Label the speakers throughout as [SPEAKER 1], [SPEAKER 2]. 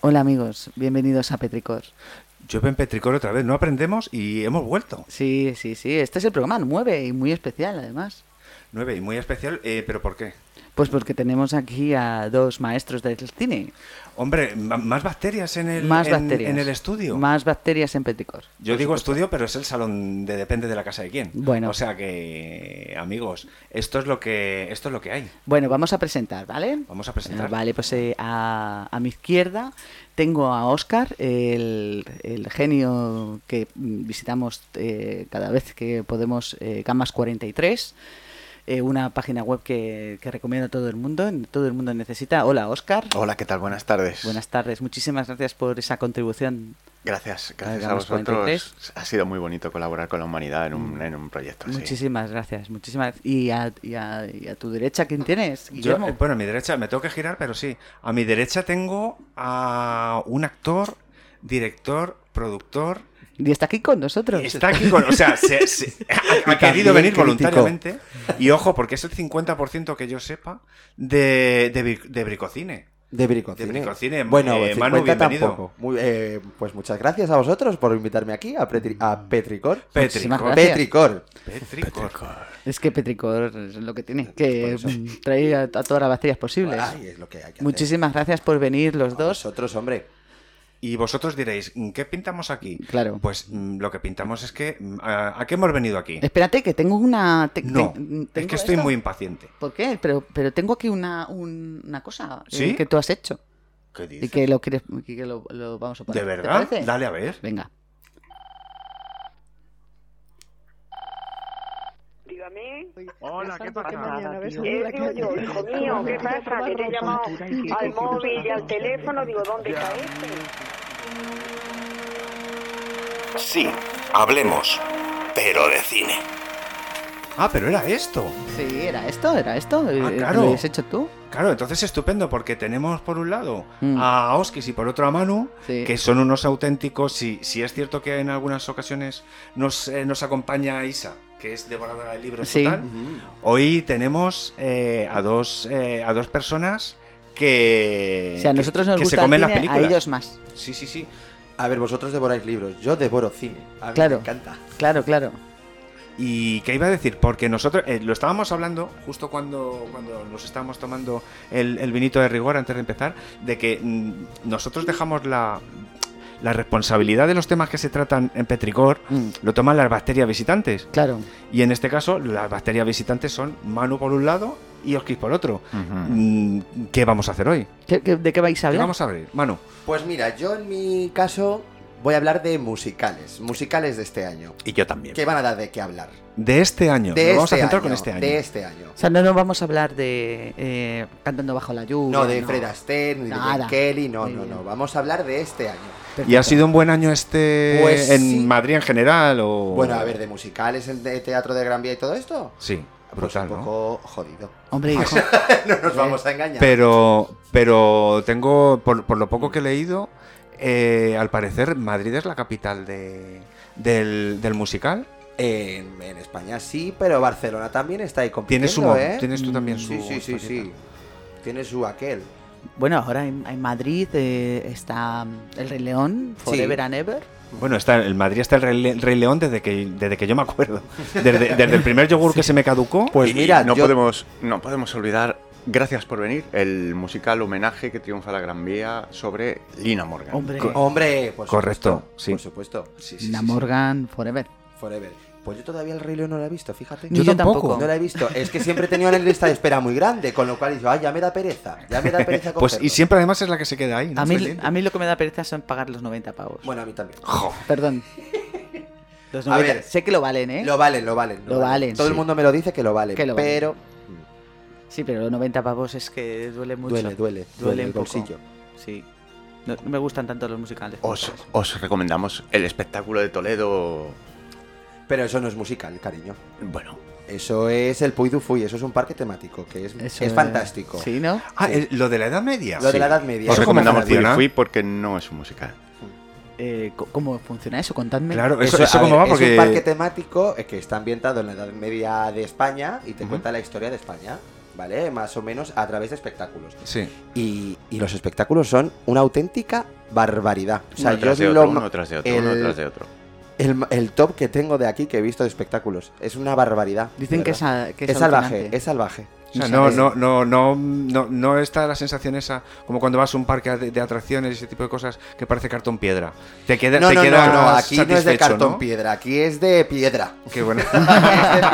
[SPEAKER 1] Hola amigos, bienvenidos a Petricor.
[SPEAKER 2] Yo en Petricor otra vez, no aprendemos y hemos vuelto.
[SPEAKER 1] Sí, sí, sí, este es el programa 9 y muy especial además.
[SPEAKER 2] 9 y muy especial, eh, pero ¿por qué?
[SPEAKER 1] Pues porque tenemos aquí a dos maestros del cine.
[SPEAKER 2] Hombre, ma- más bacterias en el,
[SPEAKER 1] Más
[SPEAKER 2] en,
[SPEAKER 1] bacterias.
[SPEAKER 2] en el estudio.
[SPEAKER 1] Más bacterias en Petricor.
[SPEAKER 2] Yo digo estudio, pero es el salón de depende de la casa de quién.
[SPEAKER 1] Bueno.
[SPEAKER 2] O sea que, amigos, esto es lo que esto es lo que hay.
[SPEAKER 1] Bueno, vamos a presentar, ¿vale?
[SPEAKER 2] Vamos a presentar.
[SPEAKER 1] Eh, Vale, pues eh, a, a mi izquierda tengo a Oscar, el, el genio que mm, visitamos eh, cada vez que podemos eh, Gamas 43, eh, una página web que, que recomiendo a todo el mundo, en- todo el mundo necesita. Hola, Oscar.
[SPEAKER 3] Hola, ¿qué tal? Buenas tardes.
[SPEAKER 1] Buenas tardes, muchísimas gracias por esa contribución.
[SPEAKER 3] Gracias, gracias a
[SPEAKER 1] Hagamos
[SPEAKER 3] vosotros.
[SPEAKER 1] 43.
[SPEAKER 3] Ha sido muy bonito colaborar con la humanidad en
[SPEAKER 4] Mm.
[SPEAKER 3] un, en un
[SPEAKER 2] Ah,
[SPEAKER 3] proyecto así.
[SPEAKER 1] Muchísimas gracias, muchísimas y a, y a- y a tu derecha, ¿quién tienes?
[SPEAKER 2] Yo,
[SPEAKER 1] Guillermo?
[SPEAKER 2] eh, bueno, a mi derecha, me tengo que girar, pero sí. A mi derecha tengo a un actor, director, productor.
[SPEAKER 1] y está aquí con nosotros.
[SPEAKER 2] Está aquí con. O sea, se- se- ha, ha querido
[SPEAKER 3] Y también
[SPEAKER 2] venir
[SPEAKER 3] crítico.
[SPEAKER 2] voluntariamente. Y ojo, porque es el 50% que yo sepa de, de, bri- de bricocine.
[SPEAKER 4] De Bricocine.
[SPEAKER 2] De Bricocine.
[SPEAKER 4] Bueno,
[SPEAKER 2] Eh,
[SPEAKER 4] 50
[SPEAKER 2] Manu, bienvenido.
[SPEAKER 4] tampoco. Muy- eh, pues muchas gracias a vosotros por invitarme aquí a, Petri- a Petricor.
[SPEAKER 1] Muchísimas
[SPEAKER 2] Petricor.
[SPEAKER 1] gracias.
[SPEAKER 4] Mm. Petricor.
[SPEAKER 2] Petricor.
[SPEAKER 1] Es que Petricor es lo que
[SPEAKER 2] Pues
[SPEAKER 1] tiene, que
[SPEAKER 4] Por eso.
[SPEAKER 1] mm, trae a, a todas las bacterias posibles.
[SPEAKER 4] Ay, es lo que hay que hacer.
[SPEAKER 1] Muchísimas gracias por venir los
[SPEAKER 4] A
[SPEAKER 1] dos.
[SPEAKER 4] Vosotros, hombre.
[SPEAKER 2] Y vosotros diréis, "Mm, ¿qué pintamos aquí?
[SPEAKER 1] Claro.
[SPEAKER 2] Pues mm, lo que pintamos es que. mm, ¿A, a qué hemos venido aquí?
[SPEAKER 1] Espérate, que tengo una... te-
[SPEAKER 2] No,
[SPEAKER 1] te- mm,
[SPEAKER 2] es
[SPEAKER 1] tengo
[SPEAKER 2] que estoy
[SPEAKER 1] esto.
[SPEAKER 2] muy impaciente.
[SPEAKER 1] ¿Por qué? Pero, pero tengo aquí una, un- una cosa eh,
[SPEAKER 2] ¿Sí?
[SPEAKER 1] que tú has hecho
[SPEAKER 2] ¿Qué
[SPEAKER 1] y que lo quieres y que lo, lo vamos a poner.
[SPEAKER 2] ¿De
[SPEAKER 1] ¿Te
[SPEAKER 2] verdad?
[SPEAKER 1] parece?
[SPEAKER 2] Dale a ver.
[SPEAKER 1] Venga.
[SPEAKER 5] Dígame.
[SPEAKER 6] Hola, ¿qué pasa?
[SPEAKER 5] ¿Qué digo yo, Eh, hijo mío? ¿Qué pasa? Que te he llamado al móvil y al teléfono. Digo, ¿dónde está este?
[SPEAKER 7] Sí, hablemos, pero de cine.
[SPEAKER 2] Ah, pero era esto.
[SPEAKER 1] Sí, era esto, era esto. eh,
[SPEAKER 2] Ah, claro.
[SPEAKER 1] Lo has hecho tú.
[SPEAKER 2] Claro, entonces estupendo, porque tenemos por un lado
[SPEAKER 1] Mm.
[SPEAKER 2] a Oskis y por otro a Manu,
[SPEAKER 1] Sí.
[SPEAKER 2] que son unos auténticos. Si, si es cierto que en algunas ocasiones nos, eh, nos acompaña Isa, que es devoradora de libros
[SPEAKER 1] Sí.
[SPEAKER 2] total, hoy tenemos eh, a, dos, eh, a dos personas que,
[SPEAKER 1] O sea, a
[SPEAKER 2] Eh, que-
[SPEAKER 1] nosotros nos
[SPEAKER 2] que
[SPEAKER 1] gusta
[SPEAKER 2] se comen
[SPEAKER 1] el
[SPEAKER 2] las
[SPEAKER 1] cine,
[SPEAKER 2] películas.
[SPEAKER 1] a ellos más.
[SPEAKER 2] Sí, sí, sí.
[SPEAKER 4] A ver, vosotros devoráis libros. Yo devoro cine. A mí
[SPEAKER 1] Claro.
[SPEAKER 4] me encanta.
[SPEAKER 1] Claro, claro.
[SPEAKER 2] ¿Y qué iba a decir? Porque nosotros eh, lo estábamos hablando justo cuando, cuando nos estábamos tomando el, el vinito de rigor antes de empezar, de que mm, nosotros dejamos la, la responsabilidad de los temas que se tratan en Petricor,
[SPEAKER 1] Mm,
[SPEAKER 2] lo toman las bacterias visitantes.
[SPEAKER 1] claro.
[SPEAKER 2] Y en este caso, las bacterias visitantes son Manu por un lado y Oskis por otro.
[SPEAKER 3] Ujú.
[SPEAKER 2] Mm, ¿Qué vamos a hacer hoy?
[SPEAKER 1] ¿Qué- qué- ¿De qué vais a
[SPEAKER 2] ¿Qué
[SPEAKER 1] hablar?
[SPEAKER 2] vamos a abrir? Manu,
[SPEAKER 4] Pues mira, yo en mi caso voy a hablar de musicales. Musicales de este año.
[SPEAKER 3] Y yo también.
[SPEAKER 4] Que van a dar de qué hablar.
[SPEAKER 2] de este año.
[SPEAKER 4] De
[SPEAKER 2] Nos vamos a
[SPEAKER 4] este
[SPEAKER 2] centrar
[SPEAKER 4] año,
[SPEAKER 2] con este año.
[SPEAKER 4] De este año.
[SPEAKER 1] O sea, no nos vamos a hablar de eh, Cantando bajo la lluvia.
[SPEAKER 4] No, de Fred Astaire, ni de
[SPEAKER 1] Nada.
[SPEAKER 4] Ben Kelly, no,
[SPEAKER 1] Muy
[SPEAKER 4] no,
[SPEAKER 1] bien.
[SPEAKER 4] no. Vamos a hablar de este año.
[SPEAKER 1] Perfecto.
[SPEAKER 2] ¿Y ha sido un buen año este
[SPEAKER 4] Pues
[SPEAKER 2] en
[SPEAKER 4] sí.
[SPEAKER 2] Madrid en general? O...
[SPEAKER 4] Bueno, a ver, de musicales, el de teatro de Gran Vía y todo esto.
[SPEAKER 2] Sí,
[SPEAKER 4] Pues
[SPEAKER 2] brutal,
[SPEAKER 4] un
[SPEAKER 2] ¿no?
[SPEAKER 4] poco jodido.
[SPEAKER 1] Hombre, hijo.
[SPEAKER 4] No nos vamos a engañar.
[SPEAKER 2] Eh, Pero, pero tengo, por, por lo poco que he leído, eh, al parecer Madrid es la capital de, del, del musical.
[SPEAKER 4] En, en España sí, pero Barcelona también está ahí compitiendo,
[SPEAKER 2] Tienes, su, mo-
[SPEAKER 4] ¿eh?
[SPEAKER 2] tienes tú también su.
[SPEAKER 4] Sí, sí, sí,
[SPEAKER 2] historieta.
[SPEAKER 4] sí. Tiene su aquel.
[SPEAKER 1] bueno, ahora en, en Madrid eh, está mm, El Rey León, Forever and Ever.
[SPEAKER 2] Bueno, está, en Madrid está el Rey, Le- Rey León desde que, desde que yo me acuerdo. Desde, desde el primer yogur que se me caducó.
[SPEAKER 4] Pues
[SPEAKER 3] Y
[SPEAKER 4] mira,
[SPEAKER 3] no
[SPEAKER 4] yo-
[SPEAKER 3] podemos no podemos olvidar, gracias por venir, el musical homenaje que triunfa la Gran Vía sobre Lina Morgan.
[SPEAKER 1] Hombre.
[SPEAKER 3] Co-
[SPEAKER 4] Eh, Hombre, por
[SPEAKER 2] Correcto,
[SPEAKER 4] supuesto,
[SPEAKER 2] sí.
[SPEAKER 4] Por supuesto.
[SPEAKER 1] La Morgan Forever.
[SPEAKER 4] Forever. Pues yo todavía el Rey León no lo he visto, fíjate.
[SPEAKER 1] Ni Yo yo tampoco. tampoco.
[SPEAKER 4] No lo he visto. Es que siempre he tenido una lista de espera muy grande, con lo cual yo, ah, ya me da pereza. Ya me da pereza
[SPEAKER 2] Pues, y
[SPEAKER 4] cogerlo".
[SPEAKER 2] siempre además es la que se queda ahí. ¿no?
[SPEAKER 1] A mí,
[SPEAKER 2] Pendiente.
[SPEAKER 1] a mí lo que me da pereza son pagar los 90 pavos.
[SPEAKER 4] Bueno, a mí también.
[SPEAKER 1] Perdón. Los
[SPEAKER 4] A
[SPEAKER 1] 90.
[SPEAKER 4] ver.
[SPEAKER 1] sé que lo valen, ¿eh?
[SPEAKER 4] Lo valen, lo valen.
[SPEAKER 1] Lo valen,
[SPEAKER 4] Todo
[SPEAKER 1] sí.
[SPEAKER 4] el mundo me lo dice que lo valen,
[SPEAKER 1] Que lo valen.
[SPEAKER 4] pero
[SPEAKER 1] Sí, pero los 90 pavos es que duele mucho.
[SPEAKER 4] duele, duele,
[SPEAKER 1] Duele
[SPEAKER 4] duele
[SPEAKER 1] un
[SPEAKER 4] el
[SPEAKER 1] poco.
[SPEAKER 4] bolsillo.
[SPEAKER 1] Sí. No, no me gustan tanto los musicales.
[SPEAKER 3] Os, os recomendamos el espectáculo de Toledo.
[SPEAKER 4] Pero eso no es musical, cariño.
[SPEAKER 3] Bueno,
[SPEAKER 4] Eso es el Puy du Fuy, eso es un parque temático, que es,
[SPEAKER 1] Eso
[SPEAKER 4] es fantástico.
[SPEAKER 1] Sí, ¿no?
[SPEAKER 2] Ah, el- lo de la Edad Media.
[SPEAKER 4] Lo de la
[SPEAKER 2] Sí.
[SPEAKER 4] Edad Media.
[SPEAKER 3] os
[SPEAKER 2] Eso
[SPEAKER 4] es
[SPEAKER 2] como
[SPEAKER 3] recomendamos
[SPEAKER 2] funciona.
[SPEAKER 3] Fui Fui porque no es un musical.
[SPEAKER 1] Eh, co- ¿Cómo funciona eso? Contadme.
[SPEAKER 2] Claro, eso, eso
[SPEAKER 4] a
[SPEAKER 2] cómo
[SPEAKER 4] ver,
[SPEAKER 2] va porque.
[SPEAKER 4] Es un parque temático eh, que está ambientado en la Edad Media de España y te cuenta la historia de España. ¿vale? Más o menos a través de espectáculos.
[SPEAKER 2] Sí.
[SPEAKER 4] Y, y los espectáculos son una auténtica barbaridad. O sea,
[SPEAKER 3] uno tras
[SPEAKER 4] yo
[SPEAKER 3] de
[SPEAKER 4] lo
[SPEAKER 3] otro,
[SPEAKER 4] ma-
[SPEAKER 3] uno tras de otro, uno
[SPEAKER 4] el-
[SPEAKER 3] tras de otro.
[SPEAKER 4] el, el top que tengo de aquí que he visto de espectáculos es una barbaridad.
[SPEAKER 1] Dicen
[SPEAKER 4] de
[SPEAKER 1] que es,
[SPEAKER 4] verdad.
[SPEAKER 1] a- que es
[SPEAKER 4] Es salvaje,
[SPEAKER 1] alucinante.
[SPEAKER 4] es salvaje.
[SPEAKER 2] O sea, no, no, no, no, no, no está la sensación esa, como cuando vas a un parque de, de atracciones y ese tipo de cosas, que parece cartón piedra. Te queda,
[SPEAKER 4] No,
[SPEAKER 2] te
[SPEAKER 4] no, no,
[SPEAKER 2] quedas
[SPEAKER 4] no, aquí no es de
[SPEAKER 2] satisfecho,
[SPEAKER 4] cartón
[SPEAKER 2] ¿no?
[SPEAKER 4] piedra, aquí es de piedra.
[SPEAKER 2] Qué bueno.
[SPEAKER 4] es de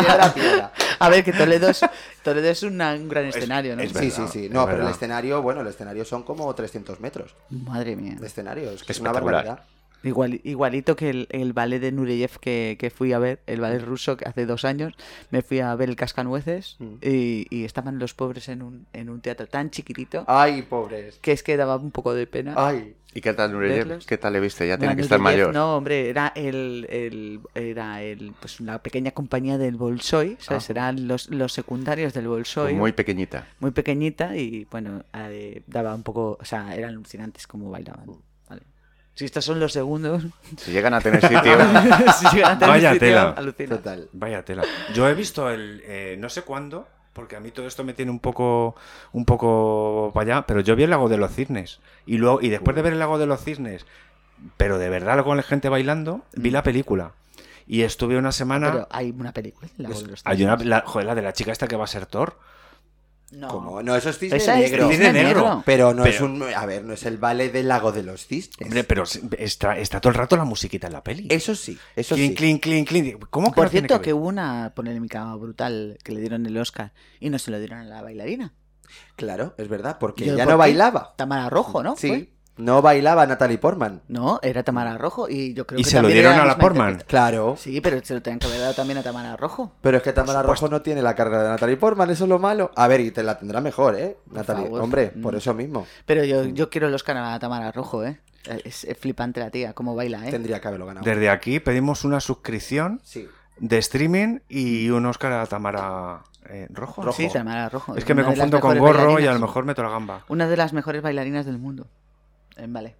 [SPEAKER 4] piedra piedra.
[SPEAKER 1] A ver, que Toledo es, Toledo es una- un gran escenario, ¿no?
[SPEAKER 2] es
[SPEAKER 4] sí, sí,
[SPEAKER 2] verdad,
[SPEAKER 4] sí.
[SPEAKER 2] es
[SPEAKER 4] No, pero el
[SPEAKER 2] verdad.
[SPEAKER 4] escenario, bueno, el escenario son como 300 metros
[SPEAKER 1] Madre mía.
[SPEAKER 4] de escenario. Es que es una
[SPEAKER 3] Espectacular.
[SPEAKER 4] barbaridad.
[SPEAKER 1] Igual, igualito que el, el ballet de Nureyev que, que fui a ver, el ballet ruso que hace dos años, me fui a ver el Cascanueces
[SPEAKER 4] Mm.
[SPEAKER 1] y, y estaban los pobres en un, en un teatro tan chiquitito
[SPEAKER 4] Ay, pobres.
[SPEAKER 1] que es que daba un poco de pena.
[SPEAKER 4] Ay.
[SPEAKER 3] ¿Y qué tal Nureyev?
[SPEAKER 1] Verlos.
[SPEAKER 3] ¿Qué tal le viste? Ya
[SPEAKER 1] No,
[SPEAKER 3] tenía
[SPEAKER 1] no,
[SPEAKER 3] que estar
[SPEAKER 1] Nureyev
[SPEAKER 3] mayor.
[SPEAKER 1] No, hombre, era el, el- era el pues la pequeña compañía del Bolshoi, ¿sabes? Eran los, los secundarios del Bolshoi.
[SPEAKER 3] Pues Muy pequeñita.
[SPEAKER 1] muy pequeñita y bueno, eh, daba un poco, o sea, eran alucinantes como bailaban. Vale. Si estos son los segundos,
[SPEAKER 3] Si llegan a tener sitio.
[SPEAKER 1] si llegan a tener
[SPEAKER 2] Vaya
[SPEAKER 1] sitio,
[SPEAKER 2] tela.
[SPEAKER 1] alucina.
[SPEAKER 4] Total.
[SPEAKER 2] Vaya tela. Yo he visto el eh, no sé cuándo, porque a mí todo esto me tiene un poco un poco para allá, pero yo vi el lago de los cisnes y luego y después de ver el lago de los cisnes, pero de verdad con la gente bailando, vi
[SPEAKER 4] Mm.
[SPEAKER 2] la película y estuve una semana
[SPEAKER 1] Pero hay una película. La Voz de los
[SPEAKER 2] hay una
[SPEAKER 1] Cisnes.
[SPEAKER 2] la, joder, la de la chica esta que va a ser Thor.
[SPEAKER 1] No.
[SPEAKER 4] Como, no, eso es cisne
[SPEAKER 1] Esa es
[SPEAKER 4] negro.
[SPEAKER 1] Cisne
[SPEAKER 2] Cisne negro.
[SPEAKER 1] Negro.
[SPEAKER 4] Pero no es
[SPEAKER 2] Pero-
[SPEAKER 4] un. A ver, no es el vale del lago de los cisnes.
[SPEAKER 2] Hombre, pero es- está, está todo el rato la musiquita en la peli.
[SPEAKER 4] Eso sí, eso
[SPEAKER 2] clean,
[SPEAKER 4] sí.
[SPEAKER 2] clean, clean, clean. ¿Cómo que
[SPEAKER 1] Por
[SPEAKER 2] no tiene
[SPEAKER 1] cierto, que,
[SPEAKER 2] ver?
[SPEAKER 1] hubo una polémica brutal que le dieron el Oscar y no se lo dieron a la bailarina.
[SPEAKER 4] Claro, es verdad, porque
[SPEAKER 1] Yo,
[SPEAKER 4] ya
[SPEAKER 1] ¿por
[SPEAKER 4] no
[SPEAKER 1] qué?
[SPEAKER 4] bailaba.
[SPEAKER 1] Tamara Rojo, ¿no?
[SPEAKER 4] Sí.
[SPEAKER 1] ¿Fue?
[SPEAKER 4] No bailaba Natalie Portman.
[SPEAKER 1] No, era Tamara Rojo y yo creo
[SPEAKER 2] Y
[SPEAKER 1] que
[SPEAKER 2] se lo
[SPEAKER 1] también
[SPEAKER 2] dieron
[SPEAKER 1] era
[SPEAKER 2] a la
[SPEAKER 1] misma
[SPEAKER 2] Portman.
[SPEAKER 1] interpreta-
[SPEAKER 4] Claro.
[SPEAKER 1] Sí, pero se lo tenían que haber dado también a Tamara Rojo.
[SPEAKER 4] Pero es que Tamara Rojo no tiene la carrera de Natalie Portman, eso es lo malo. A ver, y te la tendrá mejor, ¿eh? Natalie,
[SPEAKER 1] favor.
[SPEAKER 4] hombre,
[SPEAKER 1] Mm.
[SPEAKER 4] por eso mismo.
[SPEAKER 1] Pero yo, yo quiero el Oscar a Tamara Rojo, ¿eh? Es, es flipante la tía, cómo baila, ¿eh?
[SPEAKER 4] Tendría que haberlo ganado.
[SPEAKER 2] Desde aquí pedimos una suscripción
[SPEAKER 4] Sí.
[SPEAKER 2] de streaming y un Oscar a Tamara eh, Rojo.
[SPEAKER 1] Sí, Tamara Rojo.
[SPEAKER 2] Es que me
[SPEAKER 1] una de las
[SPEAKER 2] confundo con
[SPEAKER 1] mejores
[SPEAKER 2] gorro y a
[SPEAKER 1] bailarinas.
[SPEAKER 2] lo mejor meto la gamba.
[SPEAKER 1] Una de las mejores bailarinas del mundo. Eh, Vale.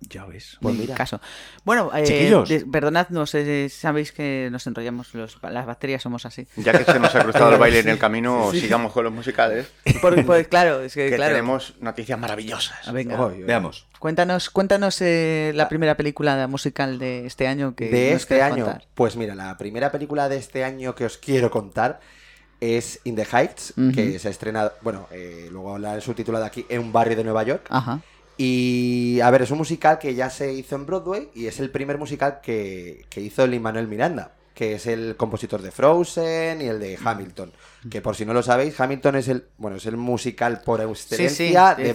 [SPEAKER 2] Ya ves.
[SPEAKER 4] Pues
[SPEAKER 1] en
[SPEAKER 4] mira.
[SPEAKER 1] caso. Bueno, eh,
[SPEAKER 2] Chiquillos.
[SPEAKER 1] des- perdonad, no sé, sabéis que nos enrollamos, los- las bacterias somos así.
[SPEAKER 3] Ya que se nos ha cruzado el baile en el camino,
[SPEAKER 1] Sí.
[SPEAKER 3] sigamos con los musicales.
[SPEAKER 1] Por- pues claro, es que,
[SPEAKER 3] Que
[SPEAKER 1] claro.
[SPEAKER 3] tenemos noticias maravillosas.
[SPEAKER 1] Ah, Venga,
[SPEAKER 4] Oy, oy.
[SPEAKER 2] Veamos.
[SPEAKER 1] cuéntanos, cuéntanos eh, la primera película musical de este año que
[SPEAKER 4] de
[SPEAKER 1] nos
[SPEAKER 4] este
[SPEAKER 1] quieras
[SPEAKER 4] año.
[SPEAKER 1] contar.
[SPEAKER 4] Pues mira, la primera película de este año que os quiero contar es In the Heights,
[SPEAKER 1] Ujú.
[SPEAKER 4] que se estrena, bueno, eh, luego habla su título de aquí, en un barrio de Nueva York.
[SPEAKER 1] Ajá.
[SPEAKER 4] Y a ver, es un musical que ya se hizo en Broadway y es el primer musical que, que hizo Lin Manuel Miranda, que es el compositor de Frozen y el de Hamilton. Que por si no lo sabéis, Hamilton es el bueno es el musical por excelencia
[SPEAKER 1] sí,
[SPEAKER 4] de
[SPEAKER 1] es-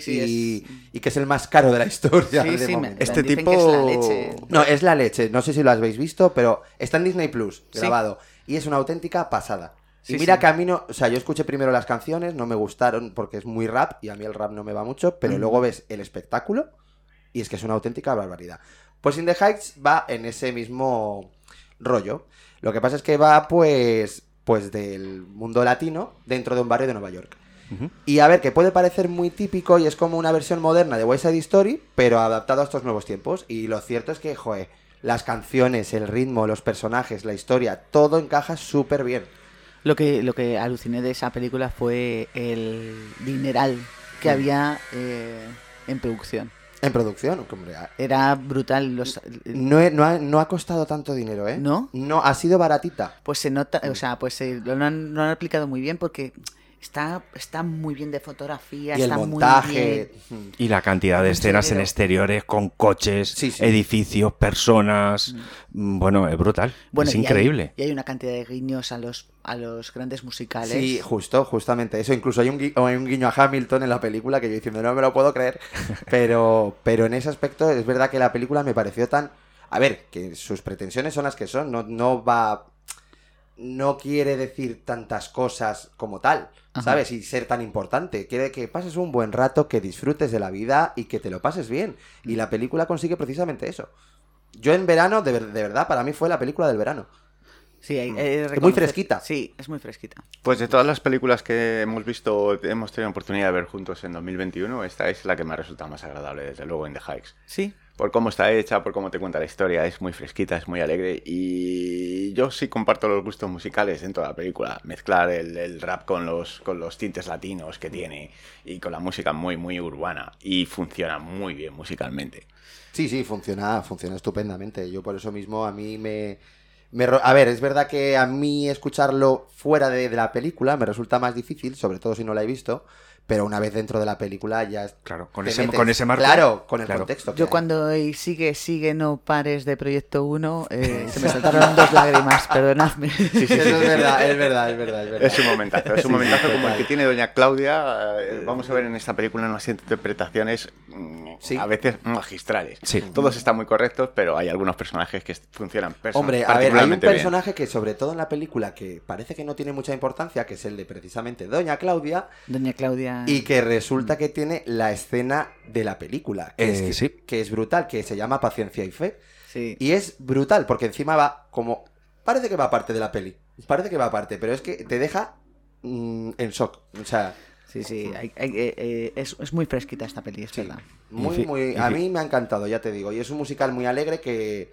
[SPEAKER 1] sí, sí,
[SPEAKER 4] y, y que es el más caro de la historia.
[SPEAKER 1] Sí,
[SPEAKER 4] de
[SPEAKER 1] sí, me-
[SPEAKER 4] momento.
[SPEAKER 1] Este Dicen que es la tipo- leche.
[SPEAKER 4] No, es la leche. No sé si lo habéis visto, pero está en Disney Plus
[SPEAKER 1] Sí.
[SPEAKER 4] grabado y es una auténtica pasada.
[SPEAKER 1] Sí,
[SPEAKER 4] y mira
[SPEAKER 1] sí.
[SPEAKER 4] que a mí no, o sea, yo escuché primero las canciones, no me gustaron porque es muy rap y a mí el rap no me va mucho, pero
[SPEAKER 1] Mm.
[SPEAKER 4] luego ves el espectáculo y es que es una auténtica barbaridad. Pues In the Heights va en ese mismo rollo. Lo que pasa es que va pues pues del mundo latino dentro de un barrio de Nueva York.
[SPEAKER 2] Ujú.
[SPEAKER 4] Y a ver, que puede parecer muy típico y es como una versión moderna de West Side Story, pero adaptado a estos nuevos tiempos. Y lo cierto es que, joe, las canciones, el ritmo, los personajes, la historia, todo encaja súper bien.
[SPEAKER 1] Lo que, lo que aluciné de esa película fue el dineral que había eh, en producción.
[SPEAKER 4] En producción, hombre, a-
[SPEAKER 1] Era brutal. Los,
[SPEAKER 4] no, he- no ha, no ha costado tanto dinero, ¿eh?
[SPEAKER 1] ¿No?
[SPEAKER 4] No, ha sido baratita.
[SPEAKER 1] pues se nota, o sea, pues se- lo, han, lo han aplicado muy bien porque está, está muy bien de fotografía,
[SPEAKER 4] Y el
[SPEAKER 1] está
[SPEAKER 4] montaje.
[SPEAKER 1] muy
[SPEAKER 4] mm.
[SPEAKER 2] Y la cantidad de
[SPEAKER 1] Mucho
[SPEAKER 2] escenas en
[SPEAKER 1] dinero.
[SPEAKER 2] exteriores, con coches,
[SPEAKER 4] Sí, sí.
[SPEAKER 2] edificios, personas. Mm, Bueno, es brutal.
[SPEAKER 1] bien. Bueno,
[SPEAKER 2] es
[SPEAKER 1] y hay-
[SPEAKER 2] increíble.
[SPEAKER 1] y hay una cantidad de guiños a los, a los grandes musicales.
[SPEAKER 4] Sí, justo, justamente eso. Incluso hay un, gui- hay un guiño a Hamilton en la película que yo diciendo, no me lo puedo creer. Pero, pero en ese aspecto es verdad que la película me pareció tan... A ver, que sus pretensiones son las que son. No, no va... No quiere decir tantas cosas como tal,
[SPEAKER 1] Ajá.
[SPEAKER 4] ¿sabes? Y ser tan importante. Quiere que pases un buen rato, que disfrutes de la vida y que te lo pases bien. Y la película consigue precisamente eso. Yo en verano, de, ver- de verdad, para mí fue la película del verano.
[SPEAKER 1] Sí, hay- hay que
[SPEAKER 4] mm. Es muy
[SPEAKER 1] reconocer-
[SPEAKER 4] fresquita.
[SPEAKER 1] Sí, es muy fresquita.
[SPEAKER 3] Pues de todas las películas que hemos visto, hemos tenido oportunidad de ver juntos en 2021, esta es la que me resulta más agradable, desde luego, en The Hikes.
[SPEAKER 1] Sí,
[SPEAKER 3] por cómo está hecha, por cómo te cuenta la historia. Es muy fresquita, es muy alegre. Y yo sí comparto los gustos musicales dentro de la película. Mezclar el, el rap con los, con los tintes latinos que tiene y con la música muy, muy urbana. Y funciona muy bien musicalmente.
[SPEAKER 4] Sí, sí, funciona, funciona estupendamente. Yo por eso mismo a mí me... me ro- a ver, es verdad que a mí escucharlo fuera de, de la película me resulta más difícil, sobre todo si no la he visto, pero una vez dentro de la película ya... es-
[SPEAKER 2] Claro, con
[SPEAKER 4] te
[SPEAKER 2] ese-
[SPEAKER 4] metes.
[SPEAKER 2] con ese marco.
[SPEAKER 4] Claro, con el
[SPEAKER 2] Claro.
[SPEAKER 4] contexto. que
[SPEAKER 1] Yo
[SPEAKER 4] hay.
[SPEAKER 1] cuando oí sigue, sigue, no pares de Proyecto 1, eh, se me saltaron dos lágrimas, perdonadme.
[SPEAKER 4] Eso es verdad, es verdad, es verdad, es verdad.
[SPEAKER 3] Es un momentazo, es un
[SPEAKER 4] Sí, sí,
[SPEAKER 3] momentazo como el
[SPEAKER 4] total.
[SPEAKER 3] que tiene Doña Claudia. eh, Vamos a ver en esta película unas interpretaciones mm,
[SPEAKER 4] Sí.
[SPEAKER 3] a veces magistrales.
[SPEAKER 2] Sí.
[SPEAKER 3] Todos están muy correctos, pero hay algunos personajes que funcionan perso-
[SPEAKER 4] Hombre, a ver, hay un
[SPEAKER 3] particularmente bien.
[SPEAKER 4] personaje que sobre todo en la película que parece que no tiene mucha importancia, que es el de precisamente Doña Claudia,
[SPEAKER 1] Doña Claudia.
[SPEAKER 4] y que resulta que tiene la escena de la película, que,
[SPEAKER 2] Eh,
[SPEAKER 4] es, que-
[SPEAKER 2] sí.
[SPEAKER 4] que es brutal, que se llama Paciencia y Fe.
[SPEAKER 1] Sí.
[SPEAKER 4] Y es brutal, porque encima va como... Parece que va aparte de la peli, parece que va aparte, pero es que te deja mm, en shock. O sea,
[SPEAKER 1] Sí, sí, hay- hay- eh, eh, es, es muy fresquita esta peli, es
[SPEAKER 4] Sí.
[SPEAKER 1] verdad.
[SPEAKER 4] Muy,
[SPEAKER 2] En fin,
[SPEAKER 4] muy.
[SPEAKER 2] en
[SPEAKER 4] A
[SPEAKER 2] fin.
[SPEAKER 4] mí me ha encantado, ya te digo. Y es un musical muy alegre que,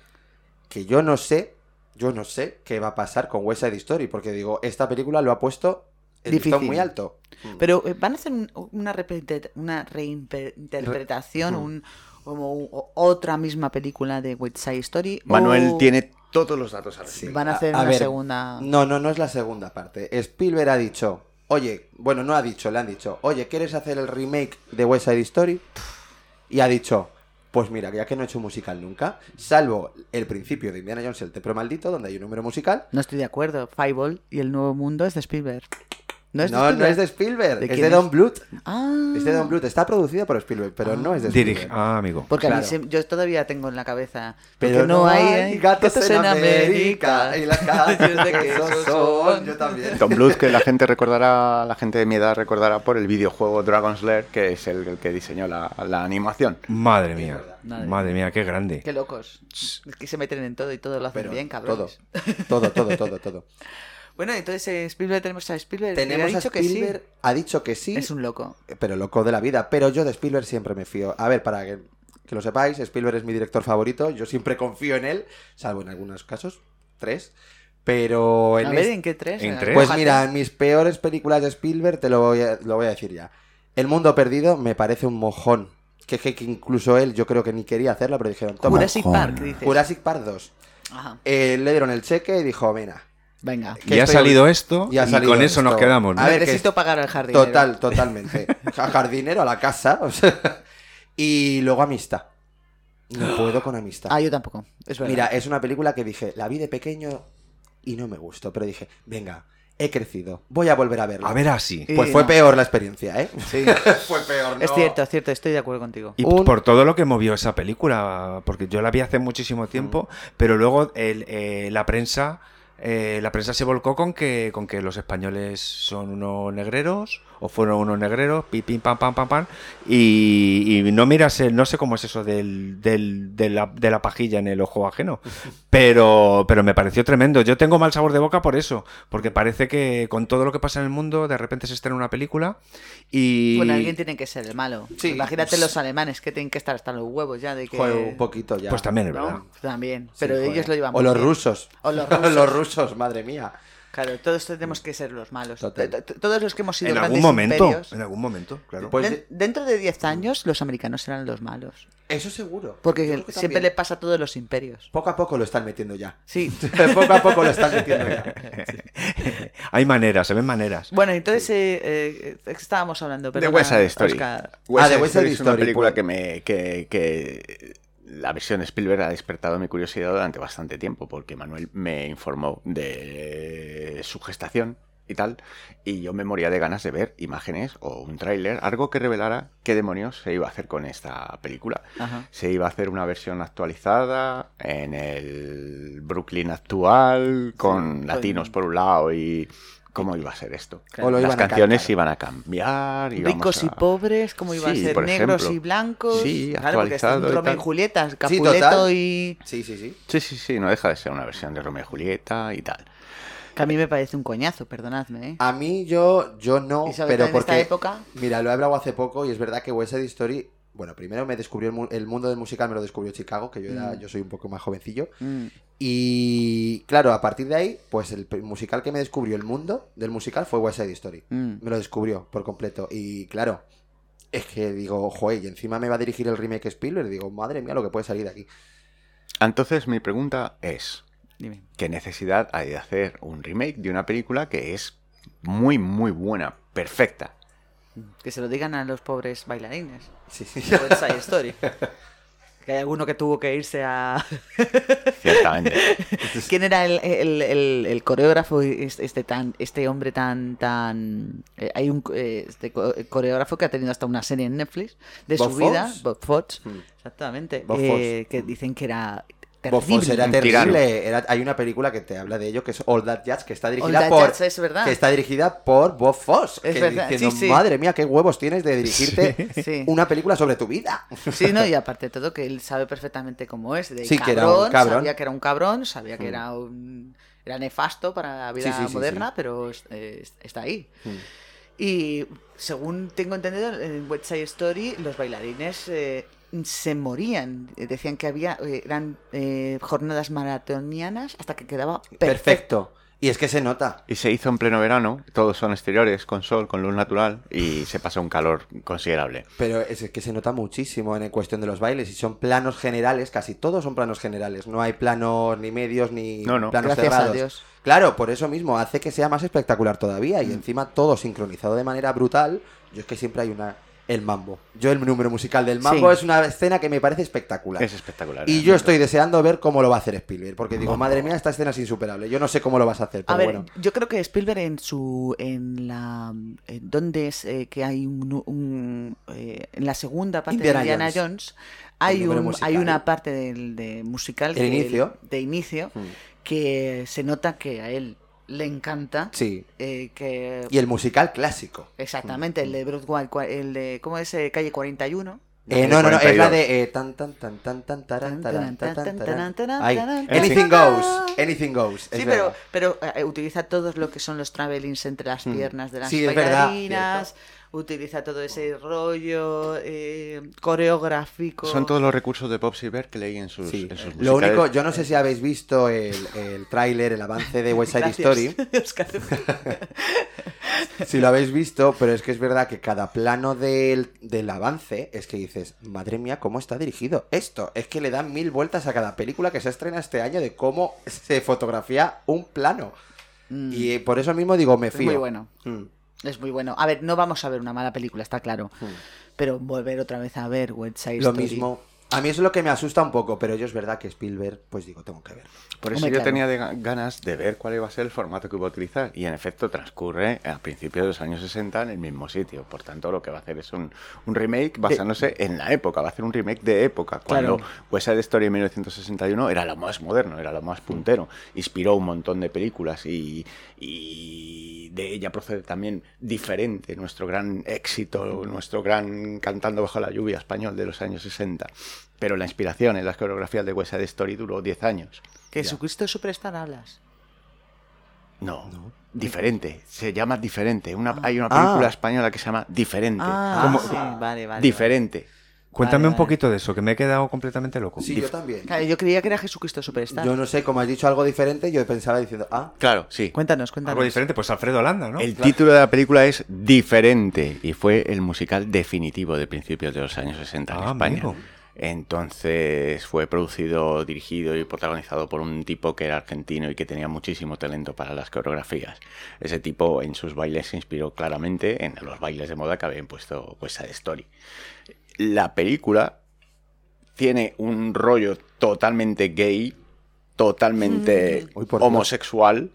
[SPEAKER 4] que yo no sé, yo no sé qué va a pasar con West Side Story, porque digo, esta película lo ha puesto el
[SPEAKER 1] Difícil.
[SPEAKER 4] listón muy alto.
[SPEAKER 1] Pero eh, van a hacer un- una, repete- una reinterpretación,
[SPEAKER 4] Re-
[SPEAKER 1] un, como u- otra misma película de West Side Story. o
[SPEAKER 3] Manuel tiene todos los datos al respecto.
[SPEAKER 1] Van a hacer
[SPEAKER 4] A- a
[SPEAKER 1] una
[SPEAKER 4] ver,
[SPEAKER 1] segunda.
[SPEAKER 4] No, no, no es la segunda parte. Spielberg ha dicho, oye, bueno, no ha dicho, le han dicho, oye, ¿quieres hacer el remake de West Side Story? Y ha dicho, pues mira, ya que no he hecho musical nunca, salvo el principio de Indiana Jones, el templo maldito, donde hay un número musical.
[SPEAKER 1] No estoy de acuerdo. Fireball y El Nuevo Mundo es de Spielberg. No es de
[SPEAKER 4] No, no
[SPEAKER 1] Spielberg.
[SPEAKER 4] es de Spielberg,
[SPEAKER 1] ¿De
[SPEAKER 4] es
[SPEAKER 1] quién
[SPEAKER 4] de
[SPEAKER 1] es?
[SPEAKER 4] Don Bluth.
[SPEAKER 1] Ah.
[SPEAKER 4] Este Don Bluth está producido por Spielberg, pero
[SPEAKER 1] Ah.
[SPEAKER 4] no es de Spielberg.
[SPEAKER 2] Dirige. Ah, amigo.
[SPEAKER 1] Porque a mí
[SPEAKER 4] Claro.
[SPEAKER 1] se- yo todavía tengo en la cabeza.
[SPEAKER 4] Pero
[SPEAKER 1] porque
[SPEAKER 4] no hay
[SPEAKER 1] ¿eh?
[SPEAKER 4] gatos en América, y las calles de
[SPEAKER 1] queso
[SPEAKER 4] queso son- yo también.
[SPEAKER 3] Tom Bluth, que la gente recordará, la gente de mi edad recordará por el videojuego Dragon's Lair, que es el, el que diseñó la, la animación.
[SPEAKER 2] Madre mía.
[SPEAKER 1] Madre
[SPEAKER 2] Madre mía, qué grande.
[SPEAKER 1] Qué locos. Es que se meten en todo y todo lo hacen
[SPEAKER 4] Pero
[SPEAKER 1] bien,
[SPEAKER 4] todo,
[SPEAKER 1] cabrones.
[SPEAKER 4] todo, todo, todo, todo.
[SPEAKER 1] Bueno, entonces eh, Spielberg tenemos a Spielberg. que
[SPEAKER 4] Tenemos
[SPEAKER 1] ha dicho
[SPEAKER 4] a Spielberg,
[SPEAKER 1] que
[SPEAKER 4] ha dicho que sí,
[SPEAKER 1] sí. Es un loco.
[SPEAKER 4] pero loco de la vida. Pero yo de Spielberg siempre me fío. A ver, para que, que lo sepáis, Spielberg es mi director favorito. Yo siempre confío en él, salvo en algunos casos, tres. Pero en
[SPEAKER 1] A ver,
[SPEAKER 4] este-
[SPEAKER 1] ¿en qué tres?
[SPEAKER 2] ¿En
[SPEAKER 1] Eh,
[SPEAKER 2] tres?
[SPEAKER 4] Pues
[SPEAKER 1] fíjate.
[SPEAKER 4] mira, en mis peores películas de Spielberg, te lo voy a, lo voy a decir ya. El Mundo Perdido me parece un mojón. Que, que, que incluso él, yo creo que ni quería hacerla, pero dijeron, toma,
[SPEAKER 1] Jurassic Park, dices.
[SPEAKER 4] Jurassic Park 2.
[SPEAKER 1] Ajá.
[SPEAKER 4] Eh, le dieron el cheque y dijo, mira,
[SPEAKER 1] Venga.
[SPEAKER 4] que
[SPEAKER 2] Y ha
[SPEAKER 4] estoy-
[SPEAKER 2] salido esto y,
[SPEAKER 4] ya ha salido
[SPEAKER 2] con eso nos
[SPEAKER 4] esto.
[SPEAKER 2] quedamos. ¿no?
[SPEAKER 4] A ver, que
[SPEAKER 1] Necesito
[SPEAKER 4] es-
[SPEAKER 1] pagar al jardín.
[SPEAKER 4] total, totalmente. Ja- Jardinero a la casa. o sea. y luego Amistad. No puedo con Amistad.
[SPEAKER 1] Ah, yo tampoco. Es verdad.
[SPEAKER 4] Mira, es una película que dije, la vi de pequeño y no me gustó, pero dije, venga, he crecido, voy a volver a verla.
[SPEAKER 2] A ver así.
[SPEAKER 1] Y-
[SPEAKER 4] Pues
[SPEAKER 1] Sí,
[SPEAKER 4] fue
[SPEAKER 1] no.
[SPEAKER 4] peor la experiencia, ¿eh? Sí, fue peor.
[SPEAKER 1] es cierto, es cierto, estoy de acuerdo contigo.
[SPEAKER 2] Y
[SPEAKER 4] Un-
[SPEAKER 2] por todo lo que movió esa película, porque yo la vi hace muchísimo tiempo, pero luego el, eh, la prensa eh, la prensa se volcó con que con que los españoles son unos negreros o fueron unos negreros, pim, pim, pam, pam, pam, pam, y, y no miras, el- no sé cómo es eso del, del- de, la, de la pajilla en el ojo ajeno, pero, pero me pareció tremendo. Yo tengo mal sabor de boca por eso, porque parece que con todo lo que pasa en el mundo, de repente se estrena una película y...
[SPEAKER 1] Bueno, alguien tiene que ser el malo.
[SPEAKER 4] Sí.
[SPEAKER 1] Imagínate los alemanes que tienen que estar hasta los huevos ya de que.
[SPEAKER 4] Joder, un poquito ya.
[SPEAKER 2] Pues también es
[SPEAKER 1] ¿no?
[SPEAKER 2] verdad.
[SPEAKER 1] También.
[SPEAKER 4] Sí,
[SPEAKER 1] Pero
[SPEAKER 4] joder.
[SPEAKER 1] ellos lo llevan
[SPEAKER 4] O
[SPEAKER 1] muy
[SPEAKER 4] los
[SPEAKER 1] bien.
[SPEAKER 4] rusos.
[SPEAKER 1] O los rusos.
[SPEAKER 4] Los rusos, madre mía.
[SPEAKER 1] Claro, todos tenemos que ser los malos.
[SPEAKER 4] Total.
[SPEAKER 1] T- t- Todos los que hemos sido
[SPEAKER 2] en algún
[SPEAKER 1] grandes
[SPEAKER 2] momento,
[SPEAKER 1] imperios,
[SPEAKER 2] en algún momento, claro.
[SPEAKER 4] Pues-
[SPEAKER 1] den- dentro de 10 años los americanos serán los malos.
[SPEAKER 4] Eso seguro.
[SPEAKER 1] Porque
[SPEAKER 4] Yo creo que
[SPEAKER 1] siempre le
[SPEAKER 4] también.
[SPEAKER 1] pasa a todos los imperios.
[SPEAKER 4] Poco a poco lo están metiendo ya.
[SPEAKER 1] Sí.
[SPEAKER 4] poco a poco lo están metiendo ya.
[SPEAKER 2] Hay maneras, se ven maneras.
[SPEAKER 1] Bueno, entonces eh, eh, eh, estábamos hablando.
[SPEAKER 3] De
[SPEAKER 1] perdona,
[SPEAKER 3] West Side Story.
[SPEAKER 1] Oscar.
[SPEAKER 3] West
[SPEAKER 4] Ah, de
[SPEAKER 3] Side
[SPEAKER 4] West Side
[SPEAKER 3] Story es una
[SPEAKER 4] Story,
[SPEAKER 3] película
[SPEAKER 4] pues.
[SPEAKER 3] que me que, que la versión de Spielberg ha despertado mi curiosidad durante bastante tiempo porque Manuel me informó de su gestación y tal y yo me moría de ganas de ver imágenes o un tráiler algo que revelara qué demonios se iba a hacer con esta película
[SPEAKER 1] Ajá.
[SPEAKER 3] se iba a hacer una versión actualizada en el Brooklyn actual con
[SPEAKER 1] con-
[SPEAKER 3] latinos por un lado y cómo iba a ser esto
[SPEAKER 1] Claro.
[SPEAKER 4] O lo
[SPEAKER 3] las
[SPEAKER 4] iban a
[SPEAKER 3] canciones
[SPEAKER 4] cantar.
[SPEAKER 3] iban a cambiar íbamos
[SPEAKER 1] Ricos y
[SPEAKER 3] a-
[SPEAKER 1] pobres, como iban
[SPEAKER 3] Sí,
[SPEAKER 1] a ser
[SPEAKER 3] por
[SPEAKER 1] negros
[SPEAKER 3] ejemplo.
[SPEAKER 1] y blancos.
[SPEAKER 3] Sí,
[SPEAKER 1] claro, porque es un
[SPEAKER 3] actualizado y
[SPEAKER 1] Romeo y
[SPEAKER 3] tal.
[SPEAKER 1] Julieta, Capuleto
[SPEAKER 4] total.
[SPEAKER 1] y.
[SPEAKER 4] Sí, sí, sí.
[SPEAKER 3] Sí, sí, sí, no deja de ser una versión de Romeo y Julieta y tal.
[SPEAKER 1] Que a mí me parece un coñazo, perdonadme. ¿eh?
[SPEAKER 4] A mí yo, yo Ah, no,
[SPEAKER 1] ¿Y sobre todo
[SPEAKER 4] pero
[SPEAKER 1] en
[SPEAKER 4] porque...
[SPEAKER 1] esta época?
[SPEAKER 4] Mira, lo he hablado hace poco y es verdad que West Side Story Bueno, primero me descubrió el, mu- el mundo del musical, me lo descubrió Chicago, que yo, era,
[SPEAKER 1] Mm.
[SPEAKER 4] yo soy un poco más jovencillo.
[SPEAKER 1] Mm.
[SPEAKER 4] Y claro, a partir de ahí, pues el pr- musical que me descubrió el mundo del musical fue West Side Story.
[SPEAKER 1] Mm.
[SPEAKER 4] Me lo descubrió por completo. Y claro, es que digo, joder, y encima me va a dirigir el remake Spielberg. Digo, madre mía, lo que puede salir de aquí.
[SPEAKER 3] Entonces mi pregunta es,
[SPEAKER 1] Dime.
[SPEAKER 3] ¿qué necesidad hay de hacer un remake de una película que es muy, muy buena, perfecta?
[SPEAKER 1] Que se lo digan a los pobres bailarines.
[SPEAKER 4] Sí, sí.
[SPEAKER 1] West Side Story. Que hay alguno que tuvo que irse a...
[SPEAKER 3] Ciertamente.
[SPEAKER 1] ¿Quién era el, el- el- el coreógrafo? es- Este, tan, este hombre tan... tan eh, Hay un co- eh, este co- coreógrafo que ha tenido hasta una serie en Netflix de
[SPEAKER 4] ¿Bob
[SPEAKER 1] su vida.
[SPEAKER 4] Fosse?
[SPEAKER 1] Bob Fox.
[SPEAKER 4] Mm.
[SPEAKER 1] Exactamente.
[SPEAKER 4] Bob
[SPEAKER 1] eh,
[SPEAKER 4] Fosse.
[SPEAKER 1] que dicen que era
[SPEAKER 4] Bob
[SPEAKER 1] terrible.
[SPEAKER 4] Fosse era
[SPEAKER 3] Un tirano.
[SPEAKER 4] terrible. Era- hay una película que te habla de ello que es All That Jazz, que está
[SPEAKER 1] All
[SPEAKER 4] dirigida
[SPEAKER 1] That
[SPEAKER 4] por.
[SPEAKER 1] Jazz, es verdad.
[SPEAKER 4] Que está dirigida por Bob Foss.
[SPEAKER 1] Es
[SPEAKER 4] que
[SPEAKER 1] verdad,
[SPEAKER 4] diciendo,
[SPEAKER 1] sí, sí.
[SPEAKER 4] madre mía, qué huevos tienes de dirigirte
[SPEAKER 1] Sí.
[SPEAKER 4] una película sobre tu vida.
[SPEAKER 1] Sí, no, y aparte de todo que él sabe perfectamente cómo es, de
[SPEAKER 4] Sí,
[SPEAKER 1] cabrón,
[SPEAKER 4] que era un cabrón.
[SPEAKER 1] sabía que era un cabrón, sabía que
[SPEAKER 4] Mm.
[SPEAKER 1] era un era nefasto para la vida
[SPEAKER 4] Sí, sí, sí,
[SPEAKER 1] moderna,
[SPEAKER 4] sí.
[SPEAKER 1] pero es- eh, está ahí.
[SPEAKER 4] Mm.
[SPEAKER 1] Y según tengo entendido, en West Side Story los bailarines eh, se morían. Eh, Decían que había eh, eran eh, jornadas maratonianas hasta que quedaba perfecto.
[SPEAKER 4] Perfecto. Y es que se nota.
[SPEAKER 3] Y se hizo en pleno verano, todos son exteriores, con sol, con luz natural, y se pasa un calor considerable.
[SPEAKER 4] Pero es que se nota muchísimo en cuestión de los bailes y son planos generales, casi todos son planos generales, no hay planos ni medios ni
[SPEAKER 3] No, no.
[SPEAKER 4] planos
[SPEAKER 1] Gracias
[SPEAKER 4] cerrados.
[SPEAKER 1] a Dios.
[SPEAKER 4] Claro, por eso mismo hace que sea más espectacular todavía
[SPEAKER 1] Mm.
[SPEAKER 4] y encima todo sincronizado de manera brutal. Yo es que siempre hay una el mambo. Yo el número musical del mambo
[SPEAKER 1] Sí.
[SPEAKER 4] es una escena que me parece espectacular.
[SPEAKER 3] Es espectacular. ¿eh?
[SPEAKER 4] y yo estoy deseando ver cómo lo va a hacer Spielberg, porque digo, madre mía, esta escena es insuperable. Yo no sé cómo lo vas a hacer, pero
[SPEAKER 1] A ver,
[SPEAKER 4] bueno.
[SPEAKER 1] yo creo que Spielberg en su en la en donde es eh, que hay un, un, eh, en la segunda parte
[SPEAKER 4] Indiana
[SPEAKER 1] de Indiana
[SPEAKER 4] Jones.
[SPEAKER 1] Jones, hay
[SPEAKER 4] El número
[SPEAKER 1] un
[SPEAKER 4] musical.
[SPEAKER 1] hay una parte del de musical
[SPEAKER 4] El
[SPEAKER 1] que-
[SPEAKER 4] inicio.
[SPEAKER 1] de inicio
[SPEAKER 4] Mm.
[SPEAKER 1] que se nota que a él le encanta
[SPEAKER 4] Sí.
[SPEAKER 1] eh, que
[SPEAKER 4] Y el musical clásico.
[SPEAKER 1] exactamente el de Broadway, cua- el de cómo es Eh, calle 41
[SPEAKER 4] Eh, no, no, no, es
[SPEAKER 3] 42.
[SPEAKER 4] la de eh, tan tan tan tan tan taran, taran, tan tan taran. Ay, Anything goes, anything goes. es
[SPEAKER 1] Sí,
[SPEAKER 4] verdad.
[SPEAKER 1] pero, pero eh, utiliza todo lo que son los travelings entre las
[SPEAKER 4] Mm.
[SPEAKER 1] piernas de las
[SPEAKER 4] Sí, es verdad,
[SPEAKER 1] bailarinas, utiliza todo ese rollo eh, coreográfico.
[SPEAKER 3] Son todos los recursos de Bob Silver que leí en sus,
[SPEAKER 4] Sí.
[SPEAKER 3] en sus
[SPEAKER 4] Lo
[SPEAKER 3] musicales.
[SPEAKER 4] único, yo no sé si habéis visto el, el tráiler, el avance de West Side
[SPEAKER 1] Gracias,
[SPEAKER 4] Story.
[SPEAKER 1] Óscar.
[SPEAKER 4] Si lo habéis visto, pero es que es verdad que cada plano del, del avance es que dices, madre mía, ¿cómo está dirigido esto? Es que le dan mil vueltas a cada película que se estrena este año de cómo se fotografía un plano.
[SPEAKER 1] Mm.
[SPEAKER 4] Y eh, por eso mismo digo, me
[SPEAKER 1] es
[SPEAKER 4] fío.
[SPEAKER 1] muy bueno.
[SPEAKER 4] Mm.
[SPEAKER 1] Es muy bueno. A ver, no vamos a ver una mala película, está claro. Pero volver otra vez a ver West Side
[SPEAKER 4] Lo
[SPEAKER 1] Story.
[SPEAKER 4] mismo. A mí eso es lo que me asusta un poco, pero yo es verdad que Spielberg, pues digo, tengo que verlo.
[SPEAKER 3] Por eso
[SPEAKER 1] Hombre,
[SPEAKER 3] yo
[SPEAKER 1] claro.
[SPEAKER 3] tenía de ga- ganas de ver cuál iba a ser el formato que iba a utilizar. Y en efecto transcurre a principios de los años 60 en el mismo sitio. Por tanto, lo que va a hacer es un, un remake basándose en la época. Va a hacer un remake de época. Cuando
[SPEAKER 1] Claro.
[SPEAKER 3] West Side Story en 1961 era lo más moderno, era lo más puntero. Inspiró un montón de películas y, y de ella procede también diferente nuestro gran éxito, nuestro gran cantando bajo la lluvia español de los años 60. Pero la inspiración en las coreografías de West Side Story duró 10 años.
[SPEAKER 1] Que
[SPEAKER 3] Ya.
[SPEAKER 1] Jesucristo Superstar hablas.
[SPEAKER 3] No, diferente. Se llama diferente. Una, Hay una
[SPEAKER 4] Ah.
[SPEAKER 3] película española que se llama Diferente.
[SPEAKER 1] Ah,
[SPEAKER 3] Como-
[SPEAKER 1] sí, vale, vale.
[SPEAKER 3] diferente.
[SPEAKER 2] Cuéntame un
[SPEAKER 1] vale.
[SPEAKER 2] poquito de eso, que me he quedado completamente loco.
[SPEAKER 4] Sí,
[SPEAKER 2] Dif-
[SPEAKER 4] yo también.
[SPEAKER 1] Claro, yo creía que era Jesucristo Superstar.
[SPEAKER 4] Yo no sé, como has dicho algo diferente, yo pensaba diciendo, ah,
[SPEAKER 3] Claro, sí.
[SPEAKER 1] Cuéntanos, cuéntanos.
[SPEAKER 2] Algo diferente, pues Alfredo Holanda, ¿no?
[SPEAKER 3] El título de la película es Diferente y fue el musical definitivo de principios de los años 60 en
[SPEAKER 2] Ah,
[SPEAKER 3] España.
[SPEAKER 2] amigo.
[SPEAKER 3] Entonces fue producido, dirigido y protagonizado por un tipo que era argentino y que tenía muchísimo talento para las coreografías. Ese tipo en sus bailes se inspiró claramente en los bailes de moda que habían puesto pues, Side Story. La película tiene un rollo totalmente gay, totalmente
[SPEAKER 2] Mm.
[SPEAKER 4] Uy, por Dios.
[SPEAKER 3] homosexual.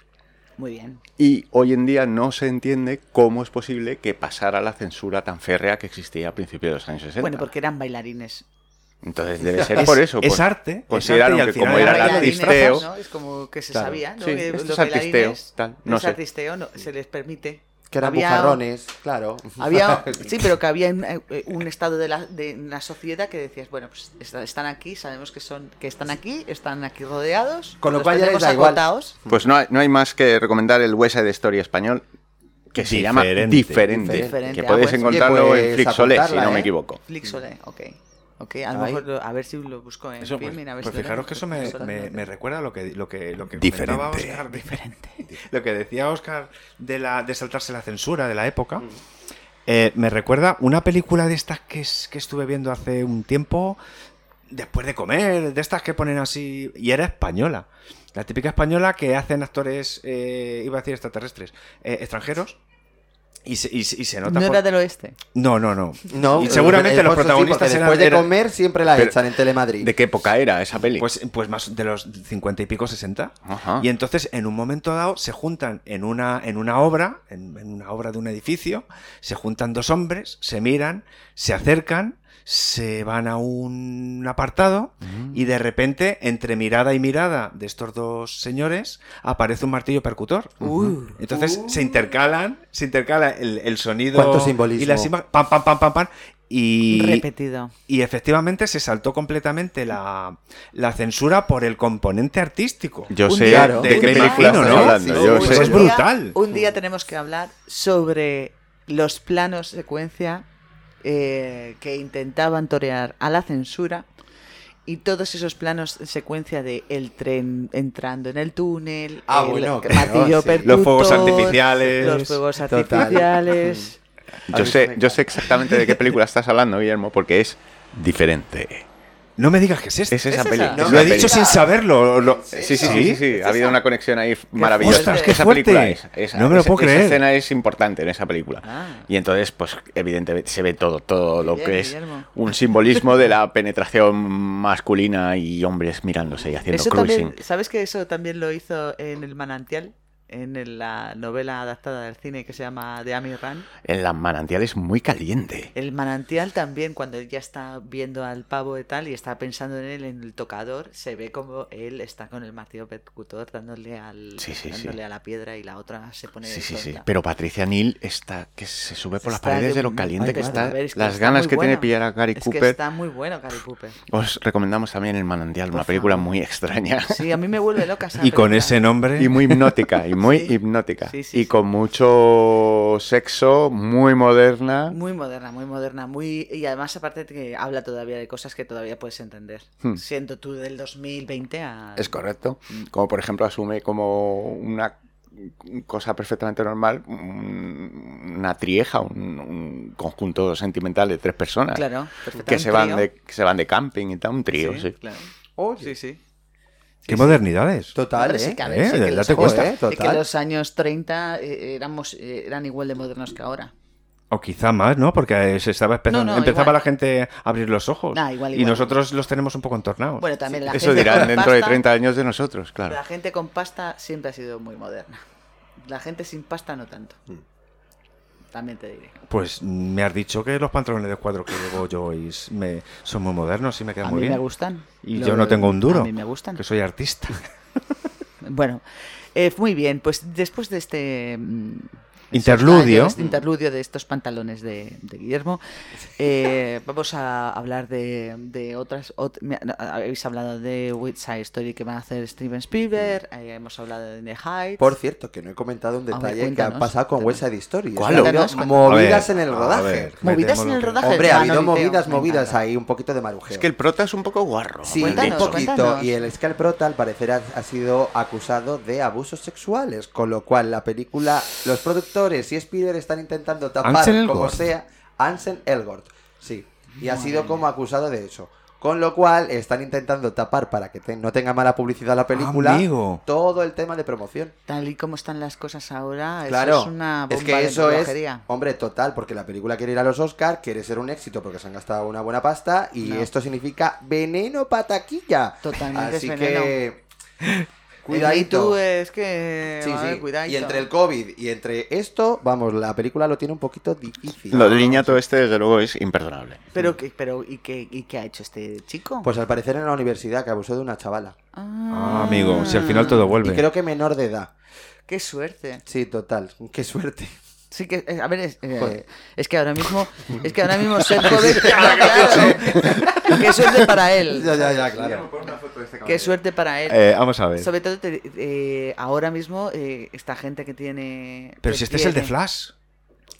[SPEAKER 1] Muy bien.
[SPEAKER 3] Y hoy en día no se entiende cómo es posible que pasara la censura tan férrea que existía a principios de los años 60.
[SPEAKER 1] Bueno, porque eran bailarines.
[SPEAKER 3] Entonces debe ser por eso. pues,
[SPEAKER 2] es
[SPEAKER 3] por-
[SPEAKER 2] arte, es arte
[SPEAKER 3] Consideraron
[SPEAKER 2] y al
[SPEAKER 3] que
[SPEAKER 2] final
[SPEAKER 3] como
[SPEAKER 2] era
[SPEAKER 3] era
[SPEAKER 1] Eran
[SPEAKER 3] el
[SPEAKER 1] bailarines,
[SPEAKER 3] artisteo,
[SPEAKER 1] ¿no? Es como que se
[SPEAKER 4] Claro.
[SPEAKER 1] sabía, ¿no?
[SPEAKER 3] Sí,
[SPEAKER 1] Que
[SPEAKER 3] esto
[SPEAKER 1] los
[SPEAKER 3] es artisteo,
[SPEAKER 1] bailarines,
[SPEAKER 3] tal, no
[SPEAKER 1] es
[SPEAKER 3] sé.
[SPEAKER 1] artisteo, no, se les permite.
[SPEAKER 4] que eran
[SPEAKER 1] Había-
[SPEAKER 4] bujarrones, claro.
[SPEAKER 1] Había, sí, pero que había un, eh, un estado de la, de la sociedad que decías, bueno, pues est- están aquí, sabemos que son que están aquí, están aquí rodeados,
[SPEAKER 4] Con lo
[SPEAKER 1] los
[SPEAKER 4] cual ya les
[SPEAKER 1] tenemos
[SPEAKER 4] da igual.
[SPEAKER 1] acotados.
[SPEAKER 3] Pues no hay, no hay más que recomendar el West Side Story español, que se llama
[SPEAKER 2] Diferente.
[SPEAKER 3] Diferente,
[SPEAKER 1] Diferente.
[SPEAKER 3] que
[SPEAKER 1] Ah,
[SPEAKER 3] podéis
[SPEAKER 1] pues,
[SPEAKER 3] encontrarlo
[SPEAKER 4] oye, pues,
[SPEAKER 3] en Flixolé, si
[SPEAKER 4] apuntarla,
[SPEAKER 3] no me
[SPEAKER 4] ¿eh?
[SPEAKER 3] equivoco.
[SPEAKER 1] Flixolé, ok. Ok, a, lo
[SPEAKER 4] Ahí.
[SPEAKER 1] mejor lo- a ver si lo busco en
[SPEAKER 2] Eso, pues,
[SPEAKER 1] Filmin, a ver
[SPEAKER 2] pues
[SPEAKER 1] si lo
[SPEAKER 2] fijaros
[SPEAKER 1] tengo.
[SPEAKER 2] que eso me,
[SPEAKER 1] Flixolé,
[SPEAKER 2] me-
[SPEAKER 1] no
[SPEAKER 2] me recuerda lo que, lo que, lo que
[SPEAKER 7] Diferente.
[SPEAKER 2] comentaba Óscar, diferente. Lo que decía Oscar de, la, de saltarse la censura de la época.
[SPEAKER 1] Mm.
[SPEAKER 2] Eh, me recuerda una película de estas que, es- que estuve viendo hace un tiempo, después de comer, de estas que ponen así. Y era española. La típica española que hacen actores, eh, iba a decir extraterrestres, eh, extranjeros. Y se, y se- y se
[SPEAKER 1] tengo.
[SPEAKER 2] nota.
[SPEAKER 1] No
[SPEAKER 2] por-
[SPEAKER 1] era del oeste.
[SPEAKER 2] No, no, no.
[SPEAKER 4] No,
[SPEAKER 2] y seguramente
[SPEAKER 4] el
[SPEAKER 2] los
[SPEAKER 4] Pozo sí,
[SPEAKER 2] protagonistas
[SPEAKER 4] porque
[SPEAKER 2] eran-
[SPEAKER 4] después de
[SPEAKER 2] eran-
[SPEAKER 4] comer siempre la
[SPEAKER 3] Pero-
[SPEAKER 4] echan en Telemadrid.
[SPEAKER 3] ¿De qué época era esa peli?
[SPEAKER 2] Pues, pues más de los 50 y pico, 60.
[SPEAKER 4] Ah.
[SPEAKER 3] Ajá.
[SPEAKER 2] Y entonces, en un momento dado, se juntan en una, en una obra, en, en una obra de un edificio, se juntan dos hombres, se miran, se acercan, se van a un apartado
[SPEAKER 4] Mm.
[SPEAKER 2] y de repente, entre mirada y mirada de estos dos señores, aparece un martillo percutor. Entonces se intercalan, se intercala el, el sonido
[SPEAKER 4] Cuánto
[SPEAKER 2] y
[SPEAKER 4] simbolismo.
[SPEAKER 2] las imágenes, pam, pam, pam, pam, pam, y,
[SPEAKER 1] Repetido.
[SPEAKER 2] y efectivamente se saltó completamente la, la censura por el componente artístico.
[SPEAKER 3] Yo
[SPEAKER 4] Un
[SPEAKER 3] sé
[SPEAKER 4] día, ¿no?
[SPEAKER 3] de
[SPEAKER 4] Un
[SPEAKER 3] qué
[SPEAKER 4] día,
[SPEAKER 3] película
[SPEAKER 4] ¿no?
[SPEAKER 3] estás
[SPEAKER 4] Sí,
[SPEAKER 3] hablando.
[SPEAKER 4] sí,
[SPEAKER 3] yo
[SPEAKER 4] sí.
[SPEAKER 3] sé.
[SPEAKER 2] Eso es
[SPEAKER 1] Un día-
[SPEAKER 2] brutal.
[SPEAKER 1] Un día tenemos que hablar sobre los planos secuencia eh, que intentaban torear a la censura y todos esos planos secuencia de el tren entrando en el túnel,
[SPEAKER 4] Ah,
[SPEAKER 1] el
[SPEAKER 4] bueno,
[SPEAKER 1] que-
[SPEAKER 4] claro,
[SPEAKER 1] martillo
[SPEAKER 4] sí.
[SPEAKER 2] Los fuegos
[SPEAKER 1] percutor,
[SPEAKER 2] artificiales.
[SPEAKER 1] los fuegos
[SPEAKER 4] Total.
[SPEAKER 1] artificiales.
[SPEAKER 3] Yo
[SPEAKER 4] pues,
[SPEAKER 3] sé, yo sé exactamente de qué película estás hablando, Guillermo, porque es diferente.
[SPEAKER 2] No me digas que es este.
[SPEAKER 3] Es esa
[SPEAKER 1] ¿Es
[SPEAKER 3] peli.
[SPEAKER 1] esa?
[SPEAKER 3] es
[SPEAKER 1] No,
[SPEAKER 3] la
[SPEAKER 2] lo he
[SPEAKER 3] peli.
[SPEAKER 2] dicho sin saberlo. lo-
[SPEAKER 3] Sí, sí, sí, sí, sí, ha habido una conexión ahí maravillosa.
[SPEAKER 1] Ostras, qué
[SPEAKER 3] esa
[SPEAKER 2] fuerte.
[SPEAKER 3] película es. esa-
[SPEAKER 2] No me lo
[SPEAKER 3] esa-
[SPEAKER 2] puedo creer.
[SPEAKER 3] Esa escena es importante en esa película.
[SPEAKER 1] Ah.
[SPEAKER 3] Y entonces, pues, evidentemente se ve todo, todo lo
[SPEAKER 1] bien,
[SPEAKER 3] que es
[SPEAKER 1] Guillermo.
[SPEAKER 3] un simbolismo de la penetración masculina y hombres mirándose y haciendo
[SPEAKER 1] Eso
[SPEAKER 3] cruising.
[SPEAKER 1] también, ¿Sabes que eso también lo hizo en El Manantial? En el- la novela adaptada del cine que se llama The Amy Rand.
[SPEAKER 3] En las manantiales muy caliente.
[SPEAKER 1] El manantial también, cuando ya está viendo al pavo y tal, y está pensando en él en el tocador, se ve como él está con el martillo percutor dándole, al,
[SPEAKER 3] Sí, sí, sí.
[SPEAKER 1] dándole a la piedra y la otra se pone.
[SPEAKER 3] Sí, sí, sí.
[SPEAKER 1] tonta.
[SPEAKER 3] Pero Patricia Neal está que se sube por las
[SPEAKER 1] Está
[SPEAKER 3] paredes de lo
[SPEAKER 1] un-
[SPEAKER 3] caliente
[SPEAKER 1] Ay,
[SPEAKER 3] que
[SPEAKER 1] madre,
[SPEAKER 3] está.
[SPEAKER 1] a ver, es que
[SPEAKER 3] Las
[SPEAKER 1] está
[SPEAKER 3] ganas
[SPEAKER 1] muy
[SPEAKER 3] que tiene
[SPEAKER 1] bueno.
[SPEAKER 3] pillar a Gary
[SPEAKER 1] es Que
[SPEAKER 3] Cooper.
[SPEAKER 1] está muy bueno, Gary Cooper.
[SPEAKER 3] Os recomendamos también El Manantial, una
[SPEAKER 1] Por
[SPEAKER 3] película
[SPEAKER 1] favor.
[SPEAKER 3] muy extraña.
[SPEAKER 1] Sí, a mí me vuelve loca esa
[SPEAKER 2] Y con
[SPEAKER 1] película.
[SPEAKER 2] ese nombre.
[SPEAKER 3] Y muy hipnótica, y muy
[SPEAKER 1] Sí.
[SPEAKER 3] hipnótica.
[SPEAKER 1] Sí, sí,
[SPEAKER 3] y
[SPEAKER 1] sí.
[SPEAKER 3] con mucho sexo, muy moderna.
[SPEAKER 1] Muy moderna, muy moderna, muy y además aparte de que habla todavía de cosas que todavía puedes entender.
[SPEAKER 3] Hmm.
[SPEAKER 1] Siendo tú del 2020 a
[SPEAKER 3] Es correcto. Como por ejemplo asume como una cosa perfectamente normal un- una trieja, un, un conjunto sentimental de tres personas
[SPEAKER 1] Claro, perfectamente.
[SPEAKER 3] que se van de que se van de camping y tal, un trío, sí.
[SPEAKER 1] claro. sí, sí.
[SPEAKER 2] ¡Qué modernidades!
[SPEAKER 4] Total,
[SPEAKER 1] Hombre,
[SPEAKER 4] ¿eh?
[SPEAKER 1] sí que a
[SPEAKER 2] Eh,
[SPEAKER 1] ver, sí que
[SPEAKER 2] ya
[SPEAKER 1] los
[SPEAKER 2] te
[SPEAKER 1] años-
[SPEAKER 2] cuesta.
[SPEAKER 1] es que
[SPEAKER 4] Total.
[SPEAKER 1] los años 30 eh, éramos, eh, eran igual de modernos que ahora.
[SPEAKER 2] O quizá más, ¿no? Porque eh, se estaba empezando.
[SPEAKER 1] No, no,
[SPEAKER 2] empezaba
[SPEAKER 1] igual.
[SPEAKER 2] la gente a abrir los ojos.
[SPEAKER 1] Ah, igual,
[SPEAKER 2] Y
[SPEAKER 1] igual.
[SPEAKER 2] nosotros los tenemos un poco entornados.
[SPEAKER 1] Bueno, también la
[SPEAKER 3] Eso
[SPEAKER 1] gente
[SPEAKER 3] dirán
[SPEAKER 1] con
[SPEAKER 3] dentro de
[SPEAKER 1] pasta-
[SPEAKER 3] 30 años de nosotros, claro.
[SPEAKER 1] La gente con pasta siempre ha sido muy moderna. La gente sin pasta no tanto.
[SPEAKER 2] Mm.
[SPEAKER 1] También te diré.
[SPEAKER 2] Pues me has dicho que los pantalones de cuadro que llevo yo hoy s- me- son muy modernos y me quedan
[SPEAKER 1] a
[SPEAKER 2] muy
[SPEAKER 1] mí
[SPEAKER 2] bien.
[SPEAKER 1] me gustan.
[SPEAKER 2] Y
[SPEAKER 1] Lo-
[SPEAKER 2] yo no tengo un duro.
[SPEAKER 1] A mí me gustan.
[SPEAKER 2] Que soy artista.
[SPEAKER 1] Bueno, eh, muy bien. Pues después de este mm,
[SPEAKER 2] Interludio.
[SPEAKER 1] de este interludio de estos pantalones de, de Guillermo, eh, vamos a hablar de, de otras. ot- me- no, habéis hablado de West Side Story que van a hacer Steven Spielberg. eh, hemos hablado de The Heights.
[SPEAKER 4] Mm. Por cierto, que no he comentado un
[SPEAKER 1] Hombre,
[SPEAKER 4] detalle que ha
[SPEAKER 1] cuéntanos.
[SPEAKER 4] pasado con West Side Story.
[SPEAKER 3] ¿Cuál?
[SPEAKER 4] Ha habido
[SPEAKER 1] Cuéntanos, cuéntanos.
[SPEAKER 4] movidas
[SPEAKER 2] A ver,
[SPEAKER 4] en el
[SPEAKER 2] a
[SPEAKER 4] rodaje.
[SPEAKER 2] ver.
[SPEAKER 1] movidas en el
[SPEAKER 2] Mantémoslo.
[SPEAKER 1] rodaje.
[SPEAKER 4] Hombre, ha habido
[SPEAKER 1] manoliteo,
[SPEAKER 4] movidas,
[SPEAKER 1] me
[SPEAKER 4] movidas
[SPEAKER 1] encanta.
[SPEAKER 4] ahí, un poquito de marujeo.
[SPEAKER 3] Es que el prota es un poco guarro.
[SPEAKER 4] Sí,
[SPEAKER 3] mal
[SPEAKER 1] Cuéntanos,
[SPEAKER 4] un
[SPEAKER 3] dicho.
[SPEAKER 4] poquito.
[SPEAKER 1] cuéntanos.
[SPEAKER 4] Y el Escal Prota, al parecer, ha, ha sido acusado de abusos sexuales, con lo cual la película, los productores y Spielberg están intentando tapar
[SPEAKER 2] Ansel
[SPEAKER 4] como
[SPEAKER 2] Elgort.
[SPEAKER 4] sea Ansel Elgort. Sí, y ha sido como acusado de eso. Con lo cual están intentando tapar para que te- no tenga mala publicidad la película
[SPEAKER 2] Amigo.
[SPEAKER 4] todo el tema de promoción.
[SPEAKER 1] Tal y como están las cosas ahora, eso
[SPEAKER 4] Claro,
[SPEAKER 1] es una bomba
[SPEAKER 4] es que eso
[SPEAKER 1] de
[SPEAKER 4] es,
[SPEAKER 1] relojería.
[SPEAKER 4] hombre, total, porque la película quiere ir a los Oscar, quiere ser un éxito porque se han gastado una buena pasta y
[SPEAKER 1] No.
[SPEAKER 4] esto significa veneno pa' taquilla.
[SPEAKER 1] Totalmente
[SPEAKER 4] Así
[SPEAKER 1] es
[SPEAKER 4] que
[SPEAKER 1] Y tú
[SPEAKER 4] cuidadito.
[SPEAKER 1] es que...
[SPEAKER 4] Sí,
[SPEAKER 1] a ver,
[SPEAKER 4] sí.
[SPEAKER 1] eh, cuidadito.
[SPEAKER 4] Y entre el COVID y entre esto, vamos, la película lo tiene un poquito difícil.
[SPEAKER 3] Lo del niñato este, desde luego, es imperdonable.
[SPEAKER 1] Pero, que- pero ¿y, qué, ¿y qué ha hecho este chico?
[SPEAKER 4] Pues al parecer en la universidad que abusó de una chavala.
[SPEAKER 2] Ah, amigo, si al final todo vuelve.
[SPEAKER 4] Y creo que menor de edad.
[SPEAKER 1] Qué suerte.
[SPEAKER 4] Sí, total. Qué suerte.
[SPEAKER 1] Sí que, eh, a ver, es, eh,
[SPEAKER 4] Joder.
[SPEAKER 1] es que ahora mismo, es que ahora mismo ser joven, claro, Qué suerte para él.
[SPEAKER 4] Ya, ya, ya, claro.
[SPEAKER 1] Qué suerte para él.
[SPEAKER 2] Eh, vamos a ver.
[SPEAKER 1] Sobre todo te- eh, ahora mismo, eh, esta gente que tiene.
[SPEAKER 2] Pero
[SPEAKER 1] que
[SPEAKER 2] si este es el de
[SPEAKER 1] tiene-
[SPEAKER 2] Flash.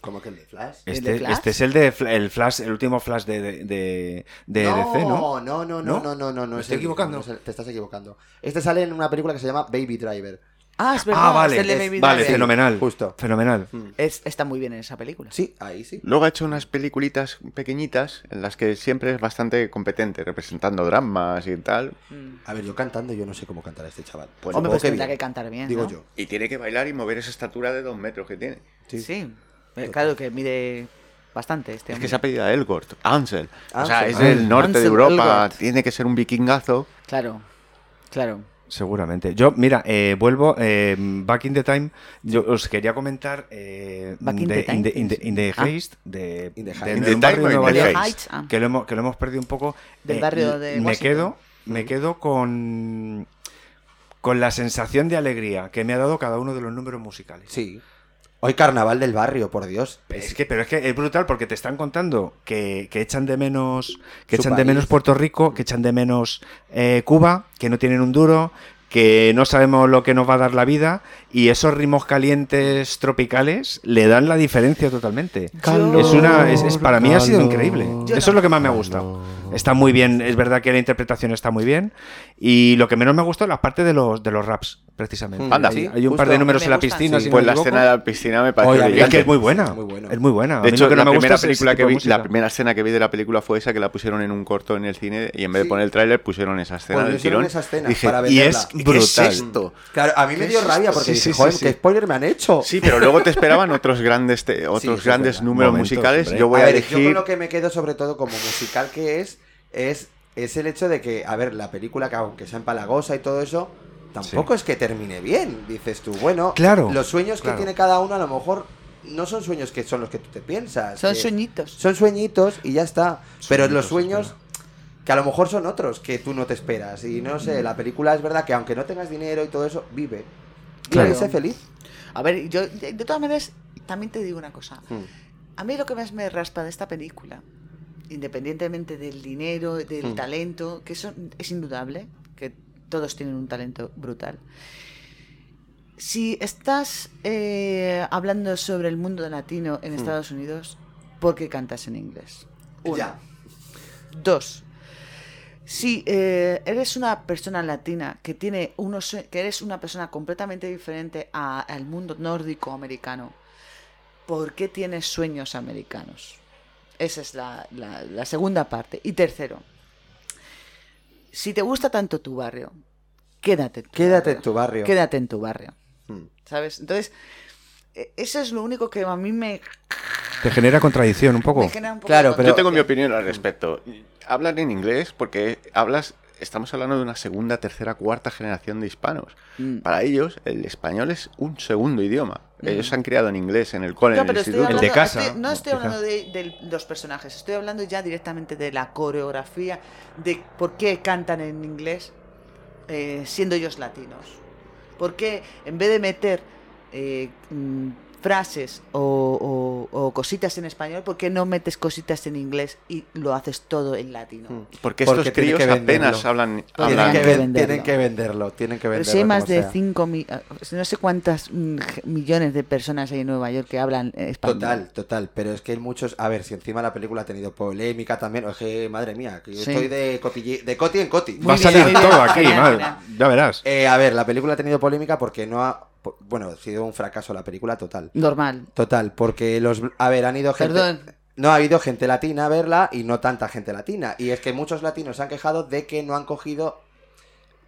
[SPEAKER 4] ¿Cómo que el de Flash?
[SPEAKER 1] ¿El
[SPEAKER 2] Este,
[SPEAKER 1] de Flash?
[SPEAKER 2] este es el de Fla- el Flash, el último Flash de, de, de- de DC, ¿no?
[SPEAKER 4] No, no,
[SPEAKER 2] ¿No?
[SPEAKER 4] no, no, no, no, no, no
[SPEAKER 2] ¿Me
[SPEAKER 4] es
[SPEAKER 2] estoy
[SPEAKER 4] el mismo,
[SPEAKER 2] equivocando?
[SPEAKER 4] no es el- te estás equivocando. Este sale en una película que se llama Baby Driver.
[SPEAKER 1] Ah, es verdad.
[SPEAKER 2] Ah,
[SPEAKER 1] es el de
[SPEAKER 2] vale.
[SPEAKER 1] Baby
[SPEAKER 2] vale,
[SPEAKER 1] Driver.
[SPEAKER 2] fenomenal.
[SPEAKER 4] Justo.
[SPEAKER 2] Fenomenal.
[SPEAKER 1] Es- está muy bien en esa película.
[SPEAKER 4] Sí, ahí sí.
[SPEAKER 3] Luego ha hecho unas peliculitas pequeñitas en las que siempre es bastante competente, representando dramas y tal.
[SPEAKER 1] Mm.
[SPEAKER 4] A ver, yo cantando, yo no sé cómo cantar a este chaval. Pues
[SPEAKER 1] Hombre,
[SPEAKER 4] supongo
[SPEAKER 1] pues
[SPEAKER 4] que
[SPEAKER 1] tendrá que
[SPEAKER 4] bien,
[SPEAKER 1] cantar bien.
[SPEAKER 4] Digo
[SPEAKER 1] ¿no?
[SPEAKER 4] yo.
[SPEAKER 3] Y tiene que bailar y mover esa estatura de dos metros que tiene.
[SPEAKER 1] Sí.
[SPEAKER 4] Sí.
[SPEAKER 1] Eh, Claro que mide bastante este
[SPEAKER 3] Es
[SPEAKER 1] hombre.
[SPEAKER 3] que se ha pedido a Elgort, Ansel. O sea,
[SPEAKER 4] Ansel.
[SPEAKER 3] es del norte
[SPEAKER 1] Ansel
[SPEAKER 3] de Europa,
[SPEAKER 1] Elgort.
[SPEAKER 3] tiene que ser un vikingazo.
[SPEAKER 1] Claro, claro.
[SPEAKER 2] Seguramente. Yo, mira, eh, vuelvo, eh, Back in the Time, yo os quería comentar eh,
[SPEAKER 1] Back in
[SPEAKER 2] de
[SPEAKER 1] the Time,
[SPEAKER 2] In the,
[SPEAKER 1] ¿qué
[SPEAKER 2] in the-
[SPEAKER 1] es?
[SPEAKER 2] in the
[SPEAKER 1] Ah.
[SPEAKER 2] Heist, de,
[SPEAKER 4] In the
[SPEAKER 2] de
[SPEAKER 4] Heist.
[SPEAKER 2] En
[SPEAKER 3] In the
[SPEAKER 2] un barrio
[SPEAKER 3] Time o
[SPEAKER 2] de
[SPEAKER 3] in
[SPEAKER 2] Nueva
[SPEAKER 3] the
[SPEAKER 2] York,
[SPEAKER 1] Heist.
[SPEAKER 3] Heights.
[SPEAKER 1] Ah.
[SPEAKER 2] que lo hemos, que lo hemos perdido un poco. Eh,
[SPEAKER 1] Del barrio de
[SPEAKER 2] Me
[SPEAKER 1] Washington.
[SPEAKER 2] quedo, me quedo con, con la sensación de alegría que me ha dado cada uno de los números musicales.
[SPEAKER 4] Sí. Hoy carnaval del barrio, por Dios.
[SPEAKER 2] Es que, pero es que es brutal porque te están contando que, que echan de menos que
[SPEAKER 4] Su
[SPEAKER 2] echan de
[SPEAKER 4] país.
[SPEAKER 2] menos Puerto Rico, que echan de menos eh, Cuba, que no tienen un duro, que no sabemos lo que nos va a dar la vida y esos ritmos calientes tropicales le dan la diferencia totalmente.
[SPEAKER 1] Calor,
[SPEAKER 2] es una, es- es- para mí ha sido increíble.
[SPEAKER 1] Yo
[SPEAKER 2] Eso es lo que más me ha gustado. Está muy bien, es verdad que la interpretación está muy bien y lo que menos me ha gustado la parte de los de los raps precisamente.
[SPEAKER 4] Mm,
[SPEAKER 3] Anda.
[SPEAKER 2] Hay-
[SPEAKER 3] Sí,
[SPEAKER 2] hay un par
[SPEAKER 4] justo.
[SPEAKER 2] de números
[SPEAKER 1] Me
[SPEAKER 2] en la
[SPEAKER 1] gustan,
[SPEAKER 2] piscina,
[SPEAKER 1] sí.
[SPEAKER 2] si no
[SPEAKER 3] pues
[SPEAKER 2] me
[SPEAKER 3] la
[SPEAKER 2] equivoco.
[SPEAKER 3] escena de la piscina me parece
[SPEAKER 4] Oye, a mí
[SPEAKER 2] Es
[SPEAKER 3] brillante.
[SPEAKER 2] que es muy buena.
[SPEAKER 4] Es muy buena.
[SPEAKER 2] Es muy buena. A
[SPEAKER 3] De
[SPEAKER 2] mí
[SPEAKER 3] hecho,
[SPEAKER 2] lo que no
[SPEAKER 3] la
[SPEAKER 2] me gusta
[SPEAKER 3] primera
[SPEAKER 2] es ese
[SPEAKER 3] película que
[SPEAKER 2] tipo de
[SPEAKER 3] vi,
[SPEAKER 2] música.
[SPEAKER 3] la primera escena que vi de la película fue esa que la pusieron en un corto en el cine y en vez de
[SPEAKER 4] Sí.
[SPEAKER 3] poner el tráiler pusieron esa escena
[SPEAKER 4] Pues
[SPEAKER 3] del
[SPEAKER 4] pusieron
[SPEAKER 3] tirón.
[SPEAKER 4] esa escena
[SPEAKER 3] Dije,
[SPEAKER 4] para
[SPEAKER 3] y
[SPEAKER 4] venderla".
[SPEAKER 3] es
[SPEAKER 4] ¿Qué es
[SPEAKER 3] brutal.
[SPEAKER 2] esto?
[SPEAKER 4] Claro, a mí me
[SPEAKER 2] ¿Qué
[SPEAKER 4] dio
[SPEAKER 2] es
[SPEAKER 4] rabia
[SPEAKER 2] esto?
[SPEAKER 4] porque
[SPEAKER 2] Sí,
[SPEAKER 4] dije,
[SPEAKER 2] sí, sí,
[SPEAKER 4] joder,
[SPEAKER 2] sí.
[SPEAKER 4] ¿qué spoiler me han hecho?
[SPEAKER 3] Sí, pero luego te esperaban otros grandes te- otros
[SPEAKER 4] Oh. es
[SPEAKER 3] grandes
[SPEAKER 4] verdad.
[SPEAKER 3] números
[SPEAKER 2] Momentos,
[SPEAKER 3] musicales.
[SPEAKER 2] hombre.
[SPEAKER 3] Yo voy a,
[SPEAKER 4] ver, yo
[SPEAKER 3] elegir
[SPEAKER 4] con lo que me quedo sobre todo como musical que es, es, es el hecho de que, a ver, la película, que aunque sea empalagosa y todo eso, tampoco es que termine bien, dices tú. Bueno,
[SPEAKER 2] Claro,
[SPEAKER 4] los sueños
[SPEAKER 2] claro.
[SPEAKER 4] que tiene cada uno a lo mejor no son sueños que son los que tú te piensas.
[SPEAKER 1] Son
[SPEAKER 4] que
[SPEAKER 1] sueñitos.
[SPEAKER 4] son sueñitos y ya está. pero los
[SPEAKER 2] es
[SPEAKER 4] sueños... Que a lo mejor son otros que tú no te esperas. Y no sé, la película es verdad que aunque no tengas dinero y todo eso, vive. Vive
[SPEAKER 1] Claro.
[SPEAKER 4] y sé feliz.
[SPEAKER 1] A ver, yo de, de todas maneras también te digo una cosa. A mí lo que más me raspa de esta película, independientemente del dinero, del
[SPEAKER 4] Mm.
[SPEAKER 1] talento, que eso es indudable, que todos tienen un talento brutal. Si estás eh, hablando sobre el mundo latino en Estados Unidos, ¿por qué cantas en inglés? Uno.
[SPEAKER 4] Ya.
[SPEAKER 1] Dos. Si eh, eres una persona latina que tiene unos sue- que eres una persona completamente diferente a- al mundo nórdico americano, ¿por qué tienes sueños americanos? Esa es la, la- la segunda parte. Y tercero, si te gusta tanto tu barrio, quédate. en tu
[SPEAKER 4] Quédate
[SPEAKER 1] barrio.
[SPEAKER 4] en tu barrio.
[SPEAKER 1] Quédate en tu barrio.
[SPEAKER 4] Mm.
[SPEAKER 1] ¿Sabes? Entonces, e- eso es lo único que a mí me,
[SPEAKER 2] Te genera contradicción un poco.
[SPEAKER 1] me genera un poco
[SPEAKER 4] Claro,
[SPEAKER 1] de
[SPEAKER 4] pero- eh,
[SPEAKER 3] Yo tengo mi opinión al respecto. Hablan en inglés porque hablas, estamos hablando de una segunda, tercera, cuarta generación de hispanos.
[SPEAKER 1] Mm.
[SPEAKER 3] Para ellos, el español es un segundo idioma. Ellos
[SPEAKER 1] Mm.
[SPEAKER 3] se han criado en inglés en el cole,
[SPEAKER 1] No,
[SPEAKER 3] en el
[SPEAKER 1] pero estoy
[SPEAKER 3] instituto.
[SPEAKER 1] hablando-
[SPEAKER 2] El de casa,
[SPEAKER 1] estoy- no
[SPEAKER 2] ¿no?
[SPEAKER 1] estoy
[SPEAKER 2] Quizá.
[SPEAKER 1] hablando de, de los personajes, estoy hablando ya directamente de la coreografía, de por qué cantan en inglés eh, siendo ellos latinos. ¿Por qué en vez de meter eh, mm, frases o, o- o cositas en español, por qué no metes cositas en inglés y lo haces todo en latino?
[SPEAKER 4] Mm.
[SPEAKER 3] Porque estos
[SPEAKER 4] Porque tiene
[SPEAKER 3] críos
[SPEAKER 4] que venderlo.
[SPEAKER 3] apenas hablan,
[SPEAKER 1] Tiene
[SPEAKER 3] hablan
[SPEAKER 4] Tienen que,
[SPEAKER 1] que
[SPEAKER 4] ven-
[SPEAKER 1] venderlo.
[SPEAKER 4] tienen que venderlo, tienen que
[SPEAKER 1] Pero
[SPEAKER 4] venderlo.
[SPEAKER 1] si hay más
[SPEAKER 4] como
[SPEAKER 1] de
[SPEAKER 4] sea.
[SPEAKER 1] 5 no sé cuántas mm, ge- millones de personas hay en Nueva York que hablan eh, español.
[SPEAKER 4] Total, total. Pero es que hay muchos. A ver, si encima la película ha tenido polémica también. Es que, madre mía, que yo
[SPEAKER 1] Sí.
[SPEAKER 4] estoy de, cotille- de coti en coti.
[SPEAKER 1] Muy
[SPEAKER 2] Va a
[SPEAKER 1] bien,
[SPEAKER 2] salir
[SPEAKER 1] muy bien.
[SPEAKER 2] todo aquí,
[SPEAKER 1] Genial,
[SPEAKER 2] madre.
[SPEAKER 1] genial.
[SPEAKER 2] Ya verás.
[SPEAKER 4] Eh, a ver, la película ha tenido polémica porque no ha. po- Bueno, ha sido un fracaso la película total.
[SPEAKER 1] Normal.
[SPEAKER 4] Total, porque los. A ver, han ido gente.
[SPEAKER 1] Perdón.
[SPEAKER 4] No ha habido gente latina a verla y no tanta gente latina. Y es que muchos latinos se han quejado de que no han cogido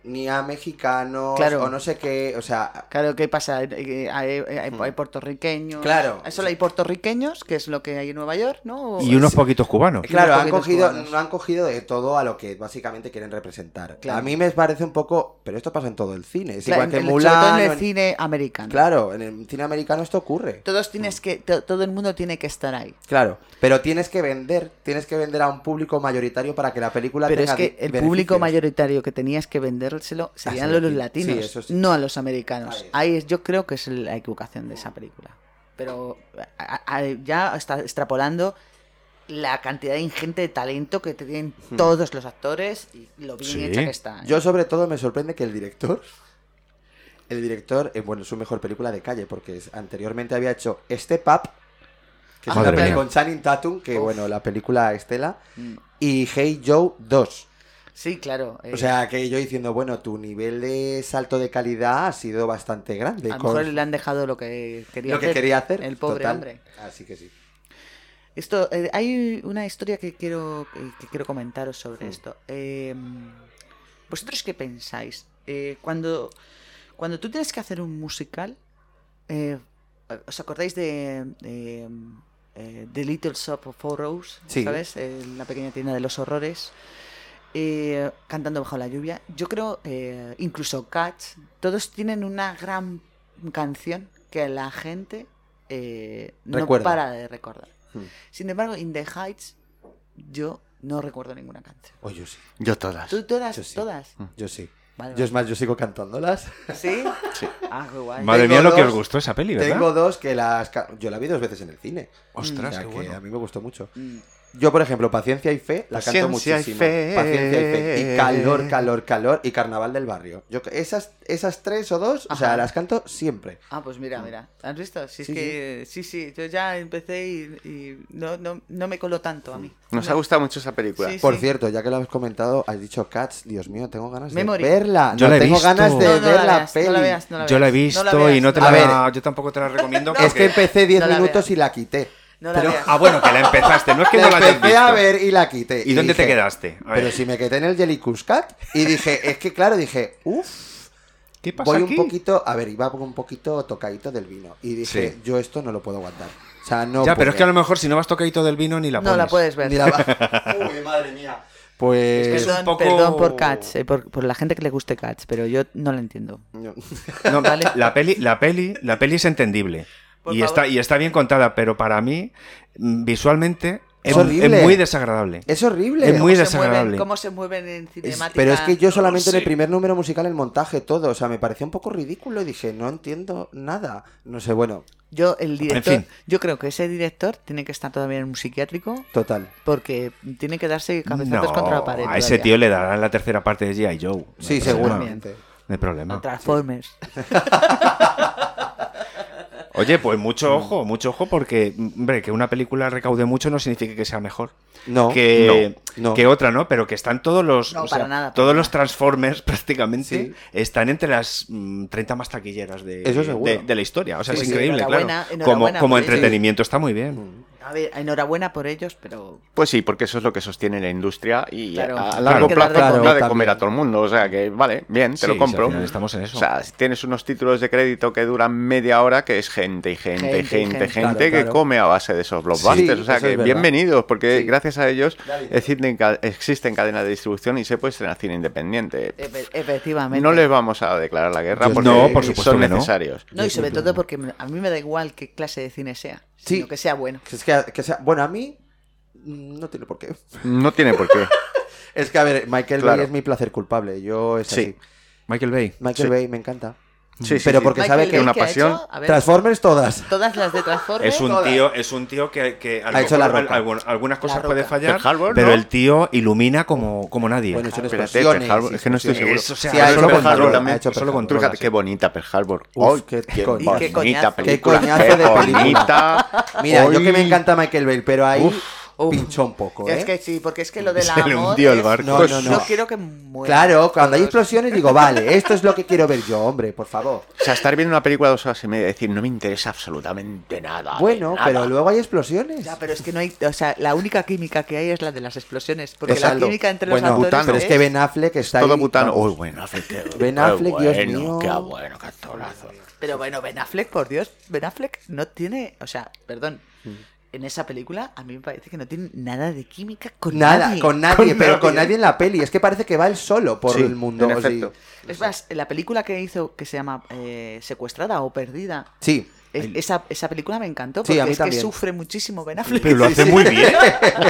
[SPEAKER 4] ni a mexicanos
[SPEAKER 1] Claro.
[SPEAKER 4] o no sé qué. O sea,
[SPEAKER 1] Claro, ¿qué pasa? Eh, eh, Hay, hay- hay puertorriqueños.
[SPEAKER 4] Hmm. Claro.
[SPEAKER 1] Solo hay puertorriqueños, que es lo que hay en Nueva York, ¿no?
[SPEAKER 4] Pues
[SPEAKER 1] O-
[SPEAKER 2] Y unos
[SPEAKER 1] Sí.
[SPEAKER 2] poquitos cubanos.
[SPEAKER 1] Y
[SPEAKER 4] Claro,
[SPEAKER 1] unos
[SPEAKER 4] han
[SPEAKER 1] poquitos
[SPEAKER 4] cogido,
[SPEAKER 1] cubanos.
[SPEAKER 4] no han cogido de todo a lo que básicamente quieren representar.
[SPEAKER 1] Claro.
[SPEAKER 4] A mí me parece un poco, pero esto pasa en todo el cine, es
[SPEAKER 1] Claro,
[SPEAKER 4] igual que
[SPEAKER 1] en-
[SPEAKER 4] en
[SPEAKER 1] en- sobre todo
[SPEAKER 4] Mulan.
[SPEAKER 1] en
[SPEAKER 4] o
[SPEAKER 1] el
[SPEAKER 4] en-
[SPEAKER 1] cine americano.
[SPEAKER 4] Claro, en el cine americano esto ocurre.
[SPEAKER 1] Todos tienes que, to- todo el mundo tiene que estar ahí.
[SPEAKER 4] Claro, pero tienes que vender, tienes que vender a un público mayoritario para que la película
[SPEAKER 1] Pero es
[SPEAKER 4] tenga
[SPEAKER 1] que
[SPEAKER 4] di-
[SPEAKER 1] el
[SPEAKER 4] beneficios. Ah,
[SPEAKER 1] público mayoritario que tenías que vendérselo serían
[SPEAKER 4] sí,
[SPEAKER 1] los, los
[SPEAKER 4] sí,
[SPEAKER 1] latinos,
[SPEAKER 4] eso sí.
[SPEAKER 1] no a los americanos.
[SPEAKER 4] Ahí es.
[SPEAKER 1] Ahí es, yo creo que es la equivocación de esa película. Pero a- a- ya está extrapolando la cantidad ingente de talento que tienen todos los actores y lo bien
[SPEAKER 2] Sí.
[SPEAKER 1] hecha que está. ¿eh?
[SPEAKER 4] Hmm. Yo sobre todo me sorprende que el director, el director, eh, bueno, es su mejor película de calle, porque es- anteriormente había hecho Step Up, que es
[SPEAKER 2] Madre
[SPEAKER 4] una peli
[SPEAKER 2] mía.
[SPEAKER 4] con Channing Tatum, que
[SPEAKER 1] Ah, Uf.
[SPEAKER 4] bueno, la película Estela,
[SPEAKER 1] Mm.
[SPEAKER 4] y Hey Joe 2.
[SPEAKER 1] Sí, claro. eh,
[SPEAKER 4] O sea, que yo diciendo, bueno, tu nivel de salto de calidad ha sido bastante grande.
[SPEAKER 1] a lo
[SPEAKER 4] con
[SPEAKER 1] mejor le han dejado lo que quería
[SPEAKER 4] lo que
[SPEAKER 1] hacer,
[SPEAKER 4] quería hacer.
[SPEAKER 1] El pobre
[SPEAKER 4] total.
[SPEAKER 1] hombre.
[SPEAKER 4] Así que sí.
[SPEAKER 1] Esto, eh, hay una historia que quiero, eh, que, que quiero comentaros sobre esto. Eh, ¿Vosotros qué pensáis? Eh, cuando, cuando tú tienes que hacer un musical, eh, ¿os acordáis de, de, eh, The Little Shop of Horrors?
[SPEAKER 4] Sí.
[SPEAKER 1] ¿Sabes? Eh, la pequeña tienda de los horrores. eh, cantando bajo la lluvia. Yo creo, eh, incluso Cats, todos tienen una gran canción que la gente eh, no
[SPEAKER 4] Recuerda.
[SPEAKER 1] para de recordar.
[SPEAKER 4] Hmm.
[SPEAKER 1] Sin embargo, In the Heights, yo no recuerdo ninguna canción.
[SPEAKER 4] Oh, yo sí.
[SPEAKER 3] Yo todas.
[SPEAKER 1] Tú todas,
[SPEAKER 4] Yo sí.
[SPEAKER 1] todas.
[SPEAKER 2] Mm.
[SPEAKER 4] Yo sí.
[SPEAKER 1] Vale,
[SPEAKER 4] Yo es más, yo sigo cantándolas.
[SPEAKER 1] vale. ¿Sí? Ah, qué guay.
[SPEAKER 2] Madre
[SPEAKER 4] Tengo
[SPEAKER 2] mía, lo que
[SPEAKER 4] dos-
[SPEAKER 2] os gustó esa peli, ¿verdad?
[SPEAKER 4] Tengo dos que las... ca- Yo la vi dos veces en el cine. O
[SPEAKER 2] Ostras,
[SPEAKER 4] sea,
[SPEAKER 2] qué
[SPEAKER 4] que
[SPEAKER 2] bueno.
[SPEAKER 4] a mí me gustó mucho.
[SPEAKER 1] Mm.
[SPEAKER 4] Yo, por ejemplo, Paciencia y Fe la canto
[SPEAKER 3] Paciencia y
[SPEAKER 4] muchísimo.
[SPEAKER 3] fe.
[SPEAKER 4] Paciencia y Fe. Y Calor, Calor, Calor y Carnaval del Barrio. Yo esas, esas tres o dos, o sea,
[SPEAKER 1] Ajá.
[SPEAKER 4] las canto siempre.
[SPEAKER 1] Ah, pues mira, mira. ¿Has visto? Si es
[SPEAKER 4] Hmm. Sí,
[SPEAKER 1] que sí, sí, yo ya empecé y, y no, no, no me coló tanto a mí.
[SPEAKER 3] Nos ha gustado mucho esa película.
[SPEAKER 1] Sí,
[SPEAKER 4] Por cierto, ya que lo has comentado, has dicho Cats, Dios mío, tengo ganas
[SPEAKER 1] Memory.
[SPEAKER 4] de verla.
[SPEAKER 2] Yo
[SPEAKER 4] no
[SPEAKER 2] la he
[SPEAKER 4] tengo
[SPEAKER 2] visto.
[SPEAKER 4] ganas de
[SPEAKER 2] No,
[SPEAKER 1] no la
[SPEAKER 4] ver la,
[SPEAKER 1] veas, no
[SPEAKER 4] peli.
[SPEAKER 1] la veas, no
[SPEAKER 2] Yo la he
[SPEAKER 1] veas,
[SPEAKER 2] visto
[SPEAKER 1] no la
[SPEAKER 2] y no te
[SPEAKER 1] veas.
[SPEAKER 2] la
[SPEAKER 4] A ver.
[SPEAKER 2] Yo tampoco te la recomiendo.
[SPEAKER 4] Es
[SPEAKER 2] porque-
[SPEAKER 4] que empecé 10
[SPEAKER 1] No la
[SPEAKER 4] minutos
[SPEAKER 1] veas.
[SPEAKER 4] y la quité.
[SPEAKER 1] No la
[SPEAKER 4] Pero-
[SPEAKER 1] veas.
[SPEAKER 2] Ah, bueno, que la empezaste. No es que no la
[SPEAKER 4] la
[SPEAKER 2] hayas
[SPEAKER 4] empecé
[SPEAKER 2] visto.
[SPEAKER 4] a ver y la quité.
[SPEAKER 2] ¿Y dónde te
[SPEAKER 4] dije,
[SPEAKER 2] quedaste? A ver.
[SPEAKER 4] Pero si me quedé en el Jellycuscat y dije, es que claro, dije, uff,
[SPEAKER 2] ¿Qué pasa
[SPEAKER 4] voy un
[SPEAKER 2] aquí?
[SPEAKER 4] poquito, a ver, iba un poquito tocadito del vino. Y dije,
[SPEAKER 2] Sí.
[SPEAKER 4] yo esto no lo puedo aguantar. O sea, no.
[SPEAKER 2] ya, pero
[SPEAKER 4] puedo.
[SPEAKER 2] es que a lo mejor si no vas tocadito del vino ni la pones.
[SPEAKER 1] no la puedes ver.
[SPEAKER 4] Ni la- Uy, madre mía. Pues.
[SPEAKER 2] Es
[SPEAKER 1] Perdón,
[SPEAKER 2] un poco-
[SPEAKER 1] perdón por Cats, eh, por, por la gente que le guste Cats, pero yo no la entiendo.
[SPEAKER 4] No.
[SPEAKER 2] No,
[SPEAKER 1] Vale.
[SPEAKER 2] la, peli, la, peli, la peli es entendible.
[SPEAKER 1] Por
[SPEAKER 2] Y
[SPEAKER 1] favor.
[SPEAKER 2] está, y está bien contada, pero para mí, mm, visualmente,
[SPEAKER 4] Es
[SPEAKER 2] es,
[SPEAKER 4] horrible.
[SPEAKER 2] es muy desagradable.
[SPEAKER 4] Es horrible.
[SPEAKER 2] Es muy
[SPEAKER 1] ¿Cómo se mueven-
[SPEAKER 2] desagradable.
[SPEAKER 1] ¿Cómo se mueven en
[SPEAKER 4] Es-
[SPEAKER 1] cinemática?
[SPEAKER 4] pero es que yo solamente en el
[SPEAKER 2] sé.
[SPEAKER 4] primer número musical el montaje todo, o sea, me pareció un poco ridículo y dije, no entiendo nada. No sé, bueno,
[SPEAKER 1] Yo, el director,
[SPEAKER 2] En fin.
[SPEAKER 1] yo creo que ese director tiene que estar todavía en un psiquiátrico
[SPEAKER 4] total.
[SPEAKER 1] porque tiene que darse cabezazos
[SPEAKER 2] No,
[SPEAKER 1] contra la pared.
[SPEAKER 2] a ese
[SPEAKER 1] todavía.
[SPEAKER 2] tío le darán la tercera parte de G.I. Joe. No
[SPEAKER 4] Sí,
[SPEAKER 2] hay problema.
[SPEAKER 4] seguramente.
[SPEAKER 2] No hay
[SPEAKER 1] A
[SPEAKER 2] problema.
[SPEAKER 1] Transformers.
[SPEAKER 2] Oye, pues mucho ojo, mucho ojo, porque, mm, hombre, que una película recaude mucho no significa que sea mejor.
[SPEAKER 4] No,
[SPEAKER 2] que,
[SPEAKER 4] no, no.
[SPEAKER 2] que otra, ¿no? Pero que están todos los.
[SPEAKER 1] No,
[SPEAKER 2] o sea,
[SPEAKER 1] para nada, para
[SPEAKER 2] todos
[SPEAKER 1] nada.
[SPEAKER 2] los Transformers prácticamente
[SPEAKER 4] Sí.
[SPEAKER 2] están entre las mm, 30 más taquilleras de,
[SPEAKER 4] Eso seguro.
[SPEAKER 2] de, de la historia. O sea,
[SPEAKER 1] Sí,
[SPEAKER 2] es
[SPEAKER 1] sí,
[SPEAKER 2] increíble, claro.
[SPEAKER 1] enhorabuena,
[SPEAKER 2] Como,
[SPEAKER 1] enhorabuena
[SPEAKER 2] como
[SPEAKER 1] por ello.
[SPEAKER 2] entretenimiento está muy bien.
[SPEAKER 4] Mm.
[SPEAKER 1] A ver, enhorabuena por ellos, pero
[SPEAKER 3] Pues sí, porque eso es lo que sostiene la industria y
[SPEAKER 1] Claro.
[SPEAKER 3] a- a
[SPEAKER 1] Claro,
[SPEAKER 3] largo
[SPEAKER 1] que
[SPEAKER 3] plazo
[SPEAKER 1] darle
[SPEAKER 3] da de
[SPEAKER 4] comida.
[SPEAKER 3] comer a todo el mundo. O sea que, vale, bien, te
[SPEAKER 2] Sí,
[SPEAKER 3] lo
[SPEAKER 2] sí,
[SPEAKER 3] compro.
[SPEAKER 2] al final estamos en eso.
[SPEAKER 3] O sea, si tienes unos títulos de crédito que duran media hora, que es gente y gente,
[SPEAKER 1] Gente
[SPEAKER 3] y
[SPEAKER 1] y
[SPEAKER 3] gente, gente,
[SPEAKER 1] gente.
[SPEAKER 4] Claro,
[SPEAKER 3] que
[SPEAKER 4] claro.
[SPEAKER 3] come a base de esos blockbusters.
[SPEAKER 4] Sí,
[SPEAKER 3] o sea
[SPEAKER 4] eso
[SPEAKER 3] que
[SPEAKER 4] es verdad.
[SPEAKER 3] bienvenidos, porque
[SPEAKER 4] Sí.
[SPEAKER 3] gracias a ellos
[SPEAKER 4] Dale.
[SPEAKER 3] existen, ca- existen cadenas de distribución y se puede estrenar cine independiente.
[SPEAKER 1] efe- efectivamente.
[SPEAKER 3] No les vamos a declarar la guerra
[SPEAKER 4] Yo-
[SPEAKER 3] porque
[SPEAKER 2] No, por supuesto
[SPEAKER 3] son
[SPEAKER 2] que no.
[SPEAKER 3] necesarios.
[SPEAKER 1] No, y sobre todo porque a mí me da igual qué clase de cine sea,
[SPEAKER 4] Sí.
[SPEAKER 1] sino que sea bueno.
[SPEAKER 4] Que es que, que sea- bueno, a mí mm, no tiene por qué.
[SPEAKER 3] No tiene por qué.
[SPEAKER 4] Es que, a ver, Michael
[SPEAKER 3] Claro.
[SPEAKER 4] Bay es mi placer culpable, yo es
[SPEAKER 3] Sí.
[SPEAKER 4] así.
[SPEAKER 2] Michael Bay.
[SPEAKER 4] Michael
[SPEAKER 3] Sí.
[SPEAKER 4] Bay me encanta.
[SPEAKER 3] Sí, sí,
[SPEAKER 4] pero
[SPEAKER 3] sí.
[SPEAKER 4] porque
[SPEAKER 1] Michael
[SPEAKER 4] sabe que
[SPEAKER 1] Bay,
[SPEAKER 3] una
[SPEAKER 1] ¿qué ha
[SPEAKER 3] pasión-
[SPEAKER 1] hecho? A ver,
[SPEAKER 4] Transformers todas.
[SPEAKER 1] todas las de Transformers.
[SPEAKER 2] Es un
[SPEAKER 4] Todas.
[SPEAKER 2] tío, es un tío que, que a lo
[SPEAKER 4] Ha hecho la
[SPEAKER 2] mejor
[SPEAKER 4] roca.
[SPEAKER 2] algún- algunas cosas
[SPEAKER 1] roca.
[SPEAKER 2] puede fallar,
[SPEAKER 3] Pearl Harbor,
[SPEAKER 2] pero
[SPEAKER 3] ¿no?
[SPEAKER 2] el tío ilumina como, como nadie.
[SPEAKER 4] Bueno, son
[SPEAKER 3] Espérate,
[SPEAKER 4] explosiones.
[SPEAKER 3] Pearl Harbor,
[SPEAKER 4] y
[SPEAKER 3] es que no estoy
[SPEAKER 4] explosiones.
[SPEAKER 2] Eso, o sea,
[SPEAKER 4] Sí, ha
[SPEAKER 2] solo
[SPEAKER 4] hecho
[SPEAKER 2] Pearl Harbor
[SPEAKER 4] control,
[SPEAKER 2] también,
[SPEAKER 4] ha hecho
[SPEAKER 2] solo
[SPEAKER 4] control.
[SPEAKER 2] control.
[SPEAKER 3] Fíjate qué bonita Pearl Harbor.
[SPEAKER 4] Uf,
[SPEAKER 3] Uy,
[SPEAKER 4] qué-
[SPEAKER 3] qué,
[SPEAKER 4] qué
[SPEAKER 3] bonita
[SPEAKER 1] coñazo. Qué
[SPEAKER 3] película.
[SPEAKER 4] coñazo
[SPEAKER 3] qué
[SPEAKER 4] de película.
[SPEAKER 3] bonita.
[SPEAKER 4] Mira, yo
[SPEAKER 3] Uy.
[SPEAKER 4] que me encanta Michael Bay, pero ahí
[SPEAKER 1] Uf.
[SPEAKER 4] pinchó un poco, ¿eh?
[SPEAKER 1] Es que sí, porque es que lo del
[SPEAKER 3] Se le
[SPEAKER 1] amor
[SPEAKER 3] hundió el
[SPEAKER 1] es-
[SPEAKER 3] barco.
[SPEAKER 4] No, no, no.
[SPEAKER 1] Yo quiero que muera.
[SPEAKER 4] Claro, cuando hay explosiones digo, vale, esto es lo que quiero ver yo, hombre, por favor.
[SPEAKER 3] O sea, estar viendo una película de dos horas y media y decir, no me interesa absolutamente nada. de
[SPEAKER 4] Bueno,
[SPEAKER 3] nada".
[SPEAKER 4] pero luego hay explosiones.
[SPEAKER 1] Ya, pero es que no hay, o sea, la única química que hay es la de las explosiones, porque
[SPEAKER 4] Exacto.
[SPEAKER 1] la química entre
[SPEAKER 4] bueno,
[SPEAKER 1] los actores
[SPEAKER 4] pero es que Ben Affleck está
[SPEAKER 3] Todo
[SPEAKER 4] ahí,
[SPEAKER 3] butano.
[SPEAKER 4] vamos.
[SPEAKER 3] Uy, bueno, Affleck, qué,
[SPEAKER 4] Ben
[SPEAKER 3] qué
[SPEAKER 4] Affleck, Dios
[SPEAKER 3] bueno,
[SPEAKER 4] mío.
[SPEAKER 3] Qué bueno, qué actorazo.
[SPEAKER 1] Pero bueno, Ben Affleck, por Dios, Ben Affleck no tiene, o sea, perdón,
[SPEAKER 4] Mm.
[SPEAKER 1] en esa película a mí me parece que no tiene nada de química con
[SPEAKER 4] Nada,
[SPEAKER 1] nadie.
[SPEAKER 4] con nadie, pero con nadie en la peli. Es que parece que va él solo por
[SPEAKER 3] Sí,
[SPEAKER 4] el mundo.
[SPEAKER 3] en
[SPEAKER 4] sí.
[SPEAKER 3] efecto.
[SPEAKER 1] Es más, la película que hizo que se llama eh, Secuestrada o Perdida,
[SPEAKER 4] Sí,
[SPEAKER 1] Es- esa, esa película me encantó
[SPEAKER 4] Sí,
[SPEAKER 1] porque
[SPEAKER 4] a mí
[SPEAKER 1] es que
[SPEAKER 4] también.
[SPEAKER 1] sufre muchísimo Ben Affleck.
[SPEAKER 2] Pero lo hace muy bien.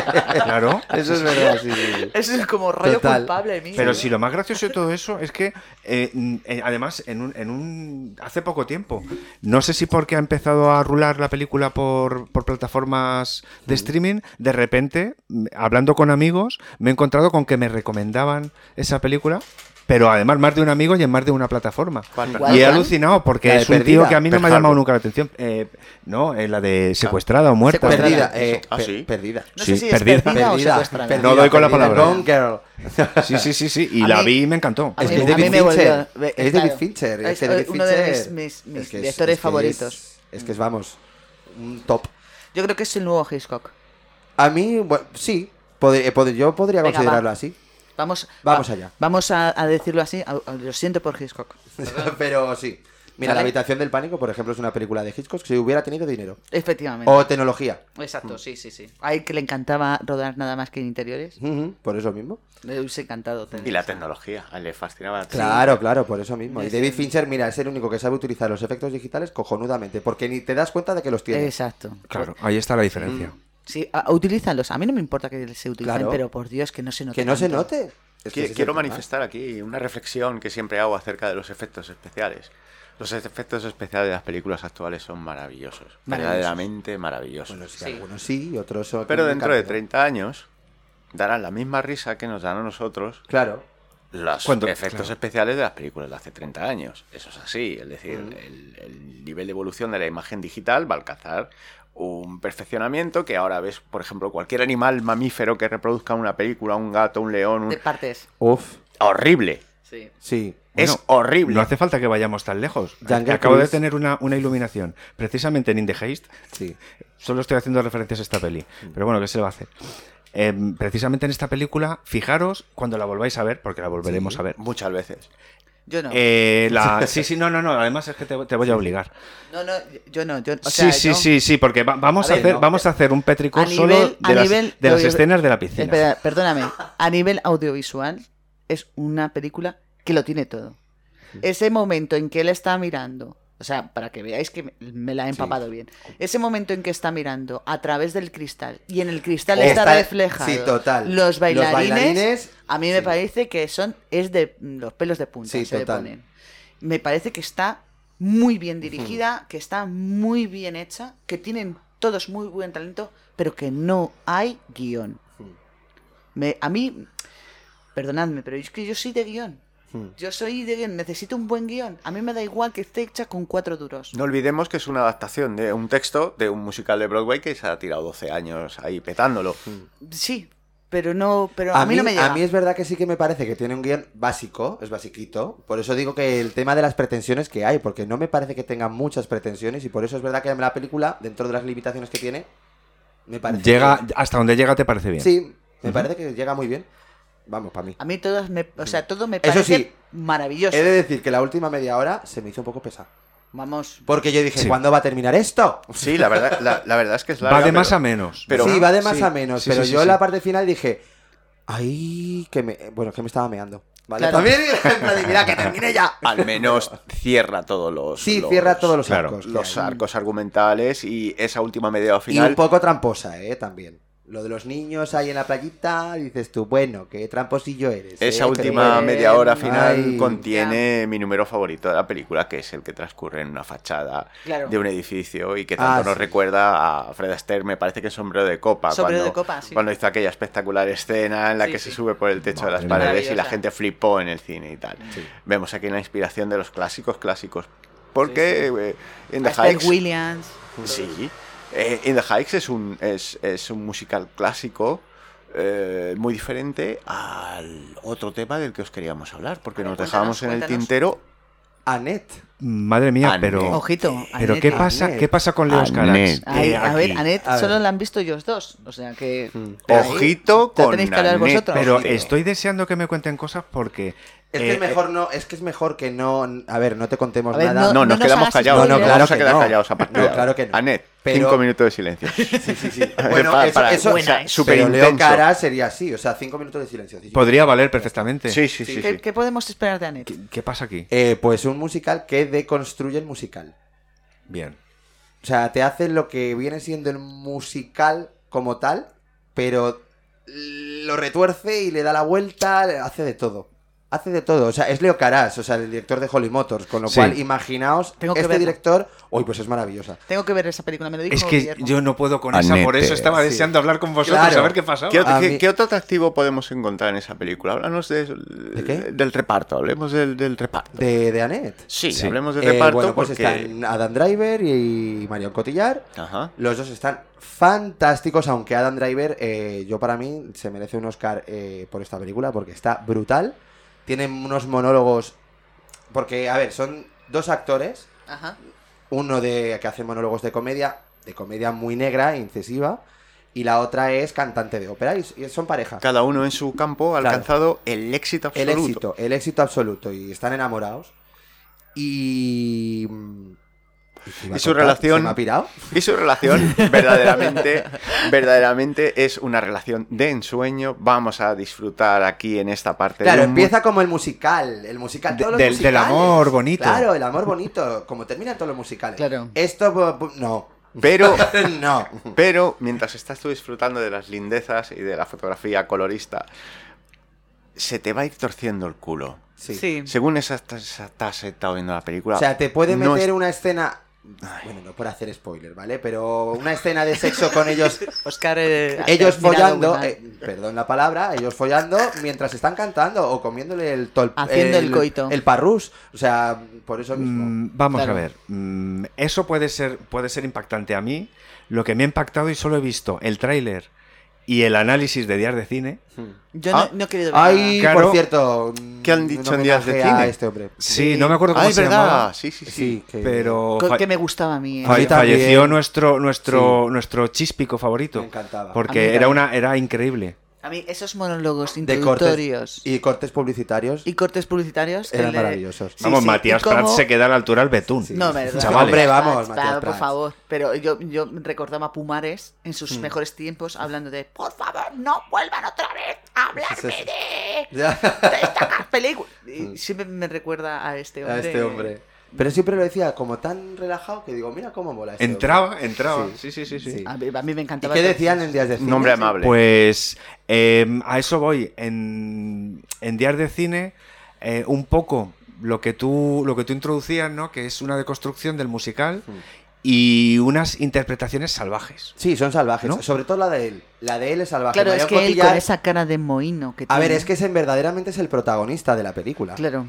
[SPEAKER 2] Claro.
[SPEAKER 4] Eso es verdad, sí, sí, sí.
[SPEAKER 1] Eso es como rollo
[SPEAKER 4] Total.
[SPEAKER 1] culpable mío.
[SPEAKER 2] Pero si lo más gracioso de todo eso es que, eh, mm, eh, además, en un, en un- hace poco tiempo, no sé si porque ha empezado a rular la película por, por plataformas de streaming, de repente, mm, hablando con amigos, me he encontrado con que me recomendaban esa película. Pero además más de un amigo y en más de una plataforma.
[SPEAKER 4] ¿Cuál?
[SPEAKER 1] ¿Cuál?
[SPEAKER 2] Y he alucinado porque
[SPEAKER 4] La de
[SPEAKER 2] es un
[SPEAKER 4] Perdida. Ah.
[SPEAKER 2] tío que a mí no me ha
[SPEAKER 4] Pearl
[SPEAKER 2] llamado
[SPEAKER 4] Harbor.
[SPEAKER 2] nunca la atención. Eh, no, eh, la de secuestrada o muerta.
[SPEAKER 1] Secuestrada.
[SPEAKER 4] Perdida, eh,
[SPEAKER 3] Ah,
[SPEAKER 4] pe-
[SPEAKER 3] sí.
[SPEAKER 4] perdida.
[SPEAKER 1] no sé
[SPEAKER 2] sí,
[SPEAKER 1] si es
[SPEAKER 2] perdida.
[SPEAKER 1] perdida, o secuestrada.
[SPEAKER 2] No doy con la palabra.
[SPEAKER 4] Gone Girl.
[SPEAKER 2] Sí, sí, sí, sí. Y
[SPEAKER 1] A
[SPEAKER 2] la
[SPEAKER 1] mí-
[SPEAKER 2] vi y me encantó.
[SPEAKER 1] A
[SPEAKER 4] Es
[SPEAKER 1] mí-
[SPEAKER 4] que es
[SPEAKER 1] a
[SPEAKER 4] David
[SPEAKER 1] mí me volvió-
[SPEAKER 4] Fincher.
[SPEAKER 1] ve-
[SPEAKER 4] Es
[SPEAKER 1] claro.
[SPEAKER 4] David Fincher.
[SPEAKER 1] Es
[SPEAKER 4] que David
[SPEAKER 1] uno de
[SPEAKER 4] Fincher-
[SPEAKER 1] mis- mis- mis
[SPEAKER 4] que
[SPEAKER 1] directores
[SPEAKER 4] que
[SPEAKER 1] favoritos.
[SPEAKER 4] Es, que es, vamos, un top.
[SPEAKER 1] Yo creo que es el nuevo Hitchcock.
[SPEAKER 4] A mí, bueno, sí, pod- eh, pod- yo podría
[SPEAKER 1] Venga,
[SPEAKER 4] considerarlo
[SPEAKER 1] va.
[SPEAKER 4] así.
[SPEAKER 1] Vamos,
[SPEAKER 4] Vamos
[SPEAKER 1] va-
[SPEAKER 4] allá.
[SPEAKER 1] Vamos a, a decirlo así. a- a- lo siento por Hitchcock.
[SPEAKER 4] Pero sí. Mira, La
[SPEAKER 1] Vale.
[SPEAKER 4] habitación del pánico, por ejemplo, es una película de Hitchcock si hubiera tenido dinero.
[SPEAKER 1] Efectivamente.
[SPEAKER 4] O tecnología.
[SPEAKER 1] Exacto, sí, sí, sí. A él que le encantaba rodar nada más que en interiores.
[SPEAKER 4] Ujú, Por eso mismo.
[SPEAKER 1] Le hubiese encantado tener
[SPEAKER 3] Y la
[SPEAKER 1] esa.
[SPEAKER 3] tecnología, a él le fascinaba. la
[SPEAKER 4] Claro, claro, por eso mismo. Y
[SPEAKER 1] Es
[SPEAKER 4] David
[SPEAKER 1] el-
[SPEAKER 4] Fincher, mira, es el único que sabe utilizar los efectos digitales cojonudamente, porque ni te das cuenta de que los tiene.
[SPEAKER 1] Exacto.
[SPEAKER 2] Claro, ahí está la diferencia.
[SPEAKER 1] Sí, a- utilízanlos. A mí no me importa que se utilicen,
[SPEAKER 4] Claro.
[SPEAKER 1] pero por Dios, que no se note.
[SPEAKER 4] que no se
[SPEAKER 1] tanto.
[SPEAKER 4] note. Es que
[SPEAKER 3] Qui-
[SPEAKER 4] ese es el
[SPEAKER 3] Quiero
[SPEAKER 4] tema.
[SPEAKER 3] manifestar aquí una reflexión que siempre hago acerca de los efectos especiales. Los efectos especiales de las películas actuales son maravillosos, verdaderamente maravillosos.
[SPEAKER 4] Bueno, sí,
[SPEAKER 1] Sí.
[SPEAKER 4] algunos sí, otros son.
[SPEAKER 3] Pero dentro de 30 años darán la misma risa que nos dan a nosotros
[SPEAKER 4] Claro.
[SPEAKER 3] los
[SPEAKER 2] Cuando-
[SPEAKER 3] efectos
[SPEAKER 2] claro.
[SPEAKER 3] especiales de las películas de hace 30 años. Eso es así, es decir,
[SPEAKER 2] Mm.
[SPEAKER 3] el, el nivel de evolución de la imagen digital va a alcanzar un perfeccionamiento que ahora ves, por ejemplo, cualquier animal mamífero que reproduzca una película, un gato, un león, un-
[SPEAKER 1] De partes.
[SPEAKER 4] Uf,
[SPEAKER 3] horrible.
[SPEAKER 1] Sí.
[SPEAKER 4] sí.
[SPEAKER 2] Bueno,
[SPEAKER 3] es horrible.
[SPEAKER 2] No hace falta que vayamos tan lejos.
[SPEAKER 4] Jungle
[SPEAKER 2] Acabo
[SPEAKER 4] Cruise.
[SPEAKER 2] de tener una, una iluminación. Precisamente en In the Haste,
[SPEAKER 4] Sí.
[SPEAKER 2] solo estoy haciendo referencias a esta peli.
[SPEAKER 1] Mm.
[SPEAKER 2] Pero bueno, ¿qué se le va a hacer? Eh, precisamente en esta película, fijaros cuando la volváis a ver, porque la volveremos a ver.
[SPEAKER 3] Muchas veces.
[SPEAKER 1] Yo no.
[SPEAKER 2] Eh, la- sí, sí, no, no, no. Además es que te, te voy a obligar.
[SPEAKER 1] No, no, yo no. Yo, o
[SPEAKER 2] sí,
[SPEAKER 1] sea,
[SPEAKER 2] sí,
[SPEAKER 1] yo-
[SPEAKER 2] sí, sí, porque va- vamos,
[SPEAKER 1] A
[SPEAKER 2] a
[SPEAKER 1] ver,
[SPEAKER 2] hacer,
[SPEAKER 1] no. eh,
[SPEAKER 2] vamos a hacer un
[SPEAKER 1] A
[SPEAKER 2] petricor
[SPEAKER 1] nivel,
[SPEAKER 2] solo
[SPEAKER 1] a
[SPEAKER 2] de las,
[SPEAKER 1] nivel-
[SPEAKER 2] de las
[SPEAKER 1] audio-
[SPEAKER 2] escenas de la piscina.
[SPEAKER 1] Espera, perdóname. A nivel audiovisual, es una película que lo tiene todo. Ese momento en que él está mirando. O sea, para que veáis que me- me la he empapado bien. Ese momento en que está mirando a través del cristal y en el cristal está,
[SPEAKER 4] Está-
[SPEAKER 1] reflejado
[SPEAKER 4] sí, total.
[SPEAKER 1] los bailarines.
[SPEAKER 4] bailarines,
[SPEAKER 1] a mí me
[SPEAKER 4] sí.
[SPEAKER 1] parece que son es de los pelos de punta
[SPEAKER 4] Sí,
[SPEAKER 1] se le
[SPEAKER 4] total.
[SPEAKER 1] ponen. Me parece que está muy bien dirigida, que está muy bien hecha, que tienen todos muy buen talento, pero que no hay guión. Me- a mí, perdonadme, pero es que yo soy de guión.
[SPEAKER 4] Hmm.
[SPEAKER 1] Yo soy de guión, necesito un buen guión. A mí me da igual que esté hecha con cuatro duros.
[SPEAKER 3] No olvidemos que es una adaptación de un texto de un musical de Broadway que se ha tirado 12 años ahí petándolo.
[SPEAKER 1] Sí, pero no, pero a,
[SPEAKER 4] A,
[SPEAKER 1] mí, no me llega.
[SPEAKER 4] a mí es verdad que sí que me parece que tiene un guión básico, es basiquito. Por eso digo que el tema de las pretensiones que hay, porque no me parece que tenga muchas pretensiones y por eso es verdad que la película, dentro de las limitaciones que tiene, me parece.
[SPEAKER 2] Llega, hasta donde llega te parece bien.
[SPEAKER 4] Sí, me parece que llega muy bien. Vamos, para mí.
[SPEAKER 1] A mí todas me, o sea, todo me
[SPEAKER 4] Mm. Eso
[SPEAKER 1] parece
[SPEAKER 4] sí,
[SPEAKER 1] maravilloso.
[SPEAKER 4] He de decir que la última media hora se me hizo un poco pesada.
[SPEAKER 1] Vamos.
[SPEAKER 4] Porque yo dije,
[SPEAKER 2] Sí.
[SPEAKER 4] ¿cuándo va a terminar esto?
[SPEAKER 3] Sí, la verdad, la, la verdad es que es
[SPEAKER 2] Va
[SPEAKER 3] larga,
[SPEAKER 2] de más
[SPEAKER 3] pero-
[SPEAKER 2] a menos.
[SPEAKER 3] pero-
[SPEAKER 4] sí, va de más
[SPEAKER 2] sí,
[SPEAKER 4] a menos,
[SPEAKER 2] sí,
[SPEAKER 4] pero
[SPEAKER 2] sí,
[SPEAKER 4] yo
[SPEAKER 2] sí,
[SPEAKER 4] en la
[SPEAKER 2] sí.
[SPEAKER 4] parte final dije, ay, que me... Bueno, que me estaba meando. ¿Vale?
[SPEAKER 1] Claro.
[SPEAKER 4] También en plan de, mira, que termine ya.
[SPEAKER 3] Al menos cierra todos los.
[SPEAKER 4] Sí,
[SPEAKER 3] los-
[SPEAKER 4] cierra todos los
[SPEAKER 2] claro,
[SPEAKER 1] Pues
[SPEAKER 4] arcos. que
[SPEAKER 3] los
[SPEAKER 4] hay.
[SPEAKER 3] arcos argumentales y esa última media hora
[SPEAKER 4] Y
[SPEAKER 3] final.
[SPEAKER 4] un poco tramposa, ¿eh? También. Lo de los niños ahí en la playita, dices tú, bueno, qué tramposillo eres.
[SPEAKER 3] Esa
[SPEAKER 4] ¿eh?
[SPEAKER 3] última
[SPEAKER 4] Pero-
[SPEAKER 3] media hora final
[SPEAKER 4] Ay.
[SPEAKER 3] contiene mi número favorito de la película, que es el que transcurre en una fachada
[SPEAKER 1] Claro.
[SPEAKER 3] de un edificio y que
[SPEAKER 4] Ah,
[SPEAKER 3] tanto nos
[SPEAKER 4] sí.
[SPEAKER 3] recuerda a Fred Astaire, me parece que es sombrero de copa.
[SPEAKER 1] Sombrero
[SPEAKER 3] cuando,
[SPEAKER 1] de copa, sí.
[SPEAKER 3] cuando hizo aquella espectacular escena en la
[SPEAKER 1] Sí,
[SPEAKER 3] que
[SPEAKER 1] sí.
[SPEAKER 3] se sube por el techo de las
[SPEAKER 2] Madre mía.
[SPEAKER 3] paredes y la
[SPEAKER 1] Maravillosa.
[SPEAKER 3] gente flipó en el cine y tal. Vemos aquí la inspiración de los clásicos clásicos. Porque eh, en The
[SPEAKER 1] Hasta el
[SPEAKER 3] Heights-
[SPEAKER 1] Williams.
[SPEAKER 3] Sí. Eh, In the Heights es un, es, es un musical clásico eh, muy diferente al otro tema del que os queríamos hablar, porque
[SPEAKER 1] Vale,
[SPEAKER 3] nos
[SPEAKER 1] cuéntanos,
[SPEAKER 3] dejábamos en el
[SPEAKER 1] cuéntanos.
[SPEAKER 3] tintero.
[SPEAKER 4] Annette.
[SPEAKER 2] Madre mía,
[SPEAKER 3] Annette.
[SPEAKER 2] pero.
[SPEAKER 1] Ojito,
[SPEAKER 2] Oh. Pero
[SPEAKER 1] Annette.
[SPEAKER 2] ¿qué pasa,
[SPEAKER 4] Annette.
[SPEAKER 2] ¿qué pasa con Leos
[SPEAKER 3] Annette.
[SPEAKER 2] Carax?
[SPEAKER 1] Ay, a ver, Anet
[SPEAKER 4] A ver.
[SPEAKER 1] solo la han visto ellos dos. O sea que. Pero ahí
[SPEAKER 3] Ojito
[SPEAKER 1] te
[SPEAKER 3] con
[SPEAKER 1] tenéis que hablar
[SPEAKER 3] Nanette,
[SPEAKER 1] vosotros.
[SPEAKER 2] Pero eh,
[SPEAKER 1] Ojito.
[SPEAKER 2] estoy deseando que me cuenten cosas porque.
[SPEAKER 4] Es
[SPEAKER 2] eh,
[SPEAKER 4] que es mejor no, es que es mejor que no, a ver, no te contemos
[SPEAKER 1] A ver,
[SPEAKER 4] nada.
[SPEAKER 3] No, nos
[SPEAKER 1] nos
[SPEAKER 3] quedamos
[SPEAKER 1] hagas
[SPEAKER 3] callados.
[SPEAKER 1] spoiler.
[SPEAKER 4] No, no, claro
[SPEAKER 3] vamos a
[SPEAKER 4] que
[SPEAKER 3] quedar
[SPEAKER 4] no.
[SPEAKER 3] callados a partir
[SPEAKER 4] No,
[SPEAKER 3] de ahora.
[SPEAKER 4] claro que no.
[SPEAKER 3] Annette,
[SPEAKER 4] Pero-
[SPEAKER 3] cinco minutos de silencio.
[SPEAKER 4] Sí, sí, sí. Bueno,
[SPEAKER 3] Para-
[SPEAKER 4] eso,
[SPEAKER 3] para- o
[SPEAKER 4] eso-
[SPEAKER 3] sea,
[SPEAKER 1] Buena es.
[SPEAKER 3] súper
[SPEAKER 4] pero Leo
[SPEAKER 3] intenso.
[SPEAKER 4] Cara sería así, o sea, cinco minutos de silencio. Sí, sí.
[SPEAKER 2] Podría valer perfectamente.
[SPEAKER 3] Sí, sí, sí.
[SPEAKER 1] ¿Qué,
[SPEAKER 3] sí.
[SPEAKER 1] qué podemos esperar de Anet?
[SPEAKER 2] ¿Qué, qué pasa aquí?
[SPEAKER 4] Eh, pues un musical que deconstruye el musical.
[SPEAKER 2] Bien.
[SPEAKER 4] O sea, te hacen lo que viene siendo el musical como tal, pero lo retuerce y le da la vuelta, le- hace de todo. Hace de todo. O sea, es Leo Caras, o sea, el director de Holly Motors. Con lo
[SPEAKER 2] Sí.
[SPEAKER 4] cual, imaginaos,
[SPEAKER 1] Tengo que
[SPEAKER 4] este
[SPEAKER 1] verla.
[SPEAKER 4] director, uy, pues es maravillosa.
[SPEAKER 1] Tengo que ver esa película, me lo dijo
[SPEAKER 2] Es que
[SPEAKER 1] Guillermo.
[SPEAKER 2] yo no puedo con esa,
[SPEAKER 3] Anete,
[SPEAKER 2] por eso estaba
[SPEAKER 4] sí.
[SPEAKER 2] deseando hablar con vosotros
[SPEAKER 4] Claro.
[SPEAKER 2] a ver qué pasaba.
[SPEAKER 3] ¿Qué,
[SPEAKER 4] A
[SPEAKER 3] qué-
[SPEAKER 4] mí-
[SPEAKER 3] qué otro atractivo podemos encontrar en esa película? Háblanos de-
[SPEAKER 4] qué?
[SPEAKER 3] del reparto, hablemos del, del reparto.
[SPEAKER 4] De, de Annette.
[SPEAKER 3] Sí,
[SPEAKER 2] Sí.
[SPEAKER 3] hablemos del
[SPEAKER 4] Eh,
[SPEAKER 3] reparto
[SPEAKER 4] bueno, pues
[SPEAKER 3] porque...
[SPEAKER 4] están Adam Driver y Marion Cotillard.
[SPEAKER 3] Ajá.
[SPEAKER 4] Los dos están fantásticos, aunque Adam Driver, eh, yo para mí, se merece un Oscar eh, por esta película porque está brutal. Tienen unos monólogos. Porque, a ver, son dos actores.
[SPEAKER 1] Ajá.
[SPEAKER 4] Uno de que hace monólogos de comedia, de comedia muy negra e incisiva. Y la otra es cantante de ópera. Y, y son pareja.
[SPEAKER 3] Cada uno en su campo ha
[SPEAKER 4] Claro.
[SPEAKER 3] alcanzado el éxito
[SPEAKER 4] El
[SPEAKER 3] absoluto.
[SPEAKER 4] éxito, el éxito absoluto. Y están enamorados. Y.
[SPEAKER 3] Y su relación-
[SPEAKER 4] ¿Se me ha pirado?
[SPEAKER 3] Y su relación verdaderamente, verdaderamente es una relación de ensueño. Vamos a disfrutar aquí en esta parte. de
[SPEAKER 4] Claro,
[SPEAKER 3] un mu-
[SPEAKER 4] empieza como el musical, el musical,
[SPEAKER 2] De-
[SPEAKER 4] todos los
[SPEAKER 2] del- del
[SPEAKER 4] musicales.
[SPEAKER 2] amor bonito.
[SPEAKER 4] Claro, el amor bonito, como terminan todos los musicales.
[SPEAKER 1] Claro.
[SPEAKER 4] Esto bu- bu- no.
[SPEAKER 3] Pero,
[SPEAKER 4] no.
[SPEAKER 3] pero mientras estás tú disfrutando de las lindezas y de la fotografía colorista, se te va a ir torciendo el culo.
[SPEAKER 4] Sí.
[SPEAKER 1] Sí.
[SPEAKER 3] Según esa- estás estás sentado viendo la película.
[SPEAKER 4] O sea, te puede
[SPEAKER 3] no
[SPEAKER 4] meter
[SPEAKER 3] es-
[SPEAKER 4] una escena bueno, no por hacer spoiler, ¿vale? Pero una escena de sexo con ellos
[SPEAKER 1] Oscar, eh, ha
[SPEAKER 4] ellos
[SPEAKER 1] mirado
[SPEAKER 4] follando,
[SPEAKER 1] muy mal.
[SPEAKER 4] eh, perdón la palabra, ellos follando mientras están cantando o comiéndole el tol
[SPEAKER 1] Haciendo el coito.
[SPEAKER 4] El parrús, o sea, por eso mismo.
[SPEAKER 2] Mm, vamos
[SPEAKER 1] Claro.
[SPEAKER 2] a ver. mm, eso puede ser, puede ser impactante a mí. Lo que me ha impactado y solo he visto el tráiler y el análisis de Días de Cine.
[SPEAKER 1] Yo no-
[SPEAKER 2] Ah.
[SPEAKER 1] no, he querido ver.
[SPEAKER 4] Ay,
[SPEAKER 2] Claro.
[SPEAKER 4] por cierto, mm,
[SPEAKER 3] Mm. ¿Qué han dicho
[SPEAKER 4] un
[SPEAKER 3] en Días de
[SPEAKER 4] homenaje a
[SPEAKER 3] Cine?
[SPEAKER 4] este hombre.
[SPEAKER 2] Sí, no me acuerdo
[SPEAKER 3] Ah,
[SPEAKER 2] cómo
[SPEAKER 3] es
[SPEAKER 2] se
[SPEAKER 3] verdad.
[SPEAKER 2] llamaba.
[SPEAKER 3] Sí, sí, sí.
[SPEAKER 4] Sí, que-
[SPEAKER 2] Pero
[SPEAKER 1] nada. Co-
[SPEAKER 2] fa-
[SPEAKER 1] Que me gustaba a mí. eh.
[SPEAKER 2] fa-
[SPEAKER 4] A mí también.
[SPEAKER 2] falleció nuestro, nuestro, nuestro chíspico favorito.
[SPEAKER 4] Me encantaba.
[SPEAKER 1] A mí
[SPEAKER 2] Porque era
[SPEAKER 1] también.
[SPEAKER 2] una, era increíble.
[SPEAKER 1] A mí esos monólogos
[SPEAKER 4] de cortes
[SPEAKER 1] introductorios y,
[SPEAKER 4] y cortes publicitarios
[SPEAKER 1] cortes publicitarios...
[SPEAKER 4] eran
[SPEAKER 1] el de-
[SPEAKER 4] maravillosos.
[SPEAKER 1] Sí,
[SPEAKER 2] vamos,
[SPEAKER 1] sí,
[SPEAKER 2] Matías
[SPEAKER 1] y cómo-
[SPEAKER 2] Prats se queda a la altura del betún.
[SPEAKER 1] No, verdad.
[SPEAKER 2] Chavales.
[SPEAKER 4] Hombre, vamos,
[SPEAKER 1] Prats,
[SPEAKER 4] Matías
[SPEAKER 1] por
[SPEAKER 4] Prats.
[SPEAKER 1] favor. Pero yo, yo recordaba a Pumares en sus
[SPEAKER 4] Hmm.
[SPEAKER 1] mejores tiempos hablando de por favor, no vuelvan otra vez a hablarme
[SPEAKER 4] Sí, sí.
[SPEAKER 1] de,
[SPEAKER 4] Ya, Hmm.
[SPEAKER 1] de esta película. Y siempre me recuerda a este hombre.
[SPEAKER 4] a este hombre. Pero siempre lo decía como tan relajado que digo, mira cómo mola este hombre.
[SPEAKER 2] Entraba, entraba. Sí, sí, sí, sí.
[SPEAKER 4] Sí.
[SPEAKER 1] A mí, a mí me
[SPEAKER 4] ¿Y
[SPEAKER 1] encantaba.
[SPEAKER 4] qué
[SPEAKER 1] todo.
[SPEAKER 4] decían en días de cine?
[SPEAKER 3] Nombre amable.
[SPEAKER 2] Pues eh, a eso voy. En, en Días de Cine, eh, un poco lo que tú lo que tú introducías, ¿no? Que es una deconstrucción del musical
[SPEAKER 4] Hmm.
[SPEAKER 2] y unas interpretaciones salvajes.
[SPEAKER 4] Sí, son salvajes.
[SPEAKER 2] ¿No?
[SPEAKER 4] Sobre todo la de él. La de él es salvaje.
[SPEAKER 1] Claro, es
[SPEAKER 4] Marion
[SPEAKER 1] que él
[SPEAKER 4] Cotillard-
[SPEAKER 1] con esa cara de mohino que
[SPEAKER 4] A ver,
[SPEAKER 1] tiene.
[SPEAKER 4] es que ese verdaderamente es el protagonista de la película.
[SPEAKER 1] Claro,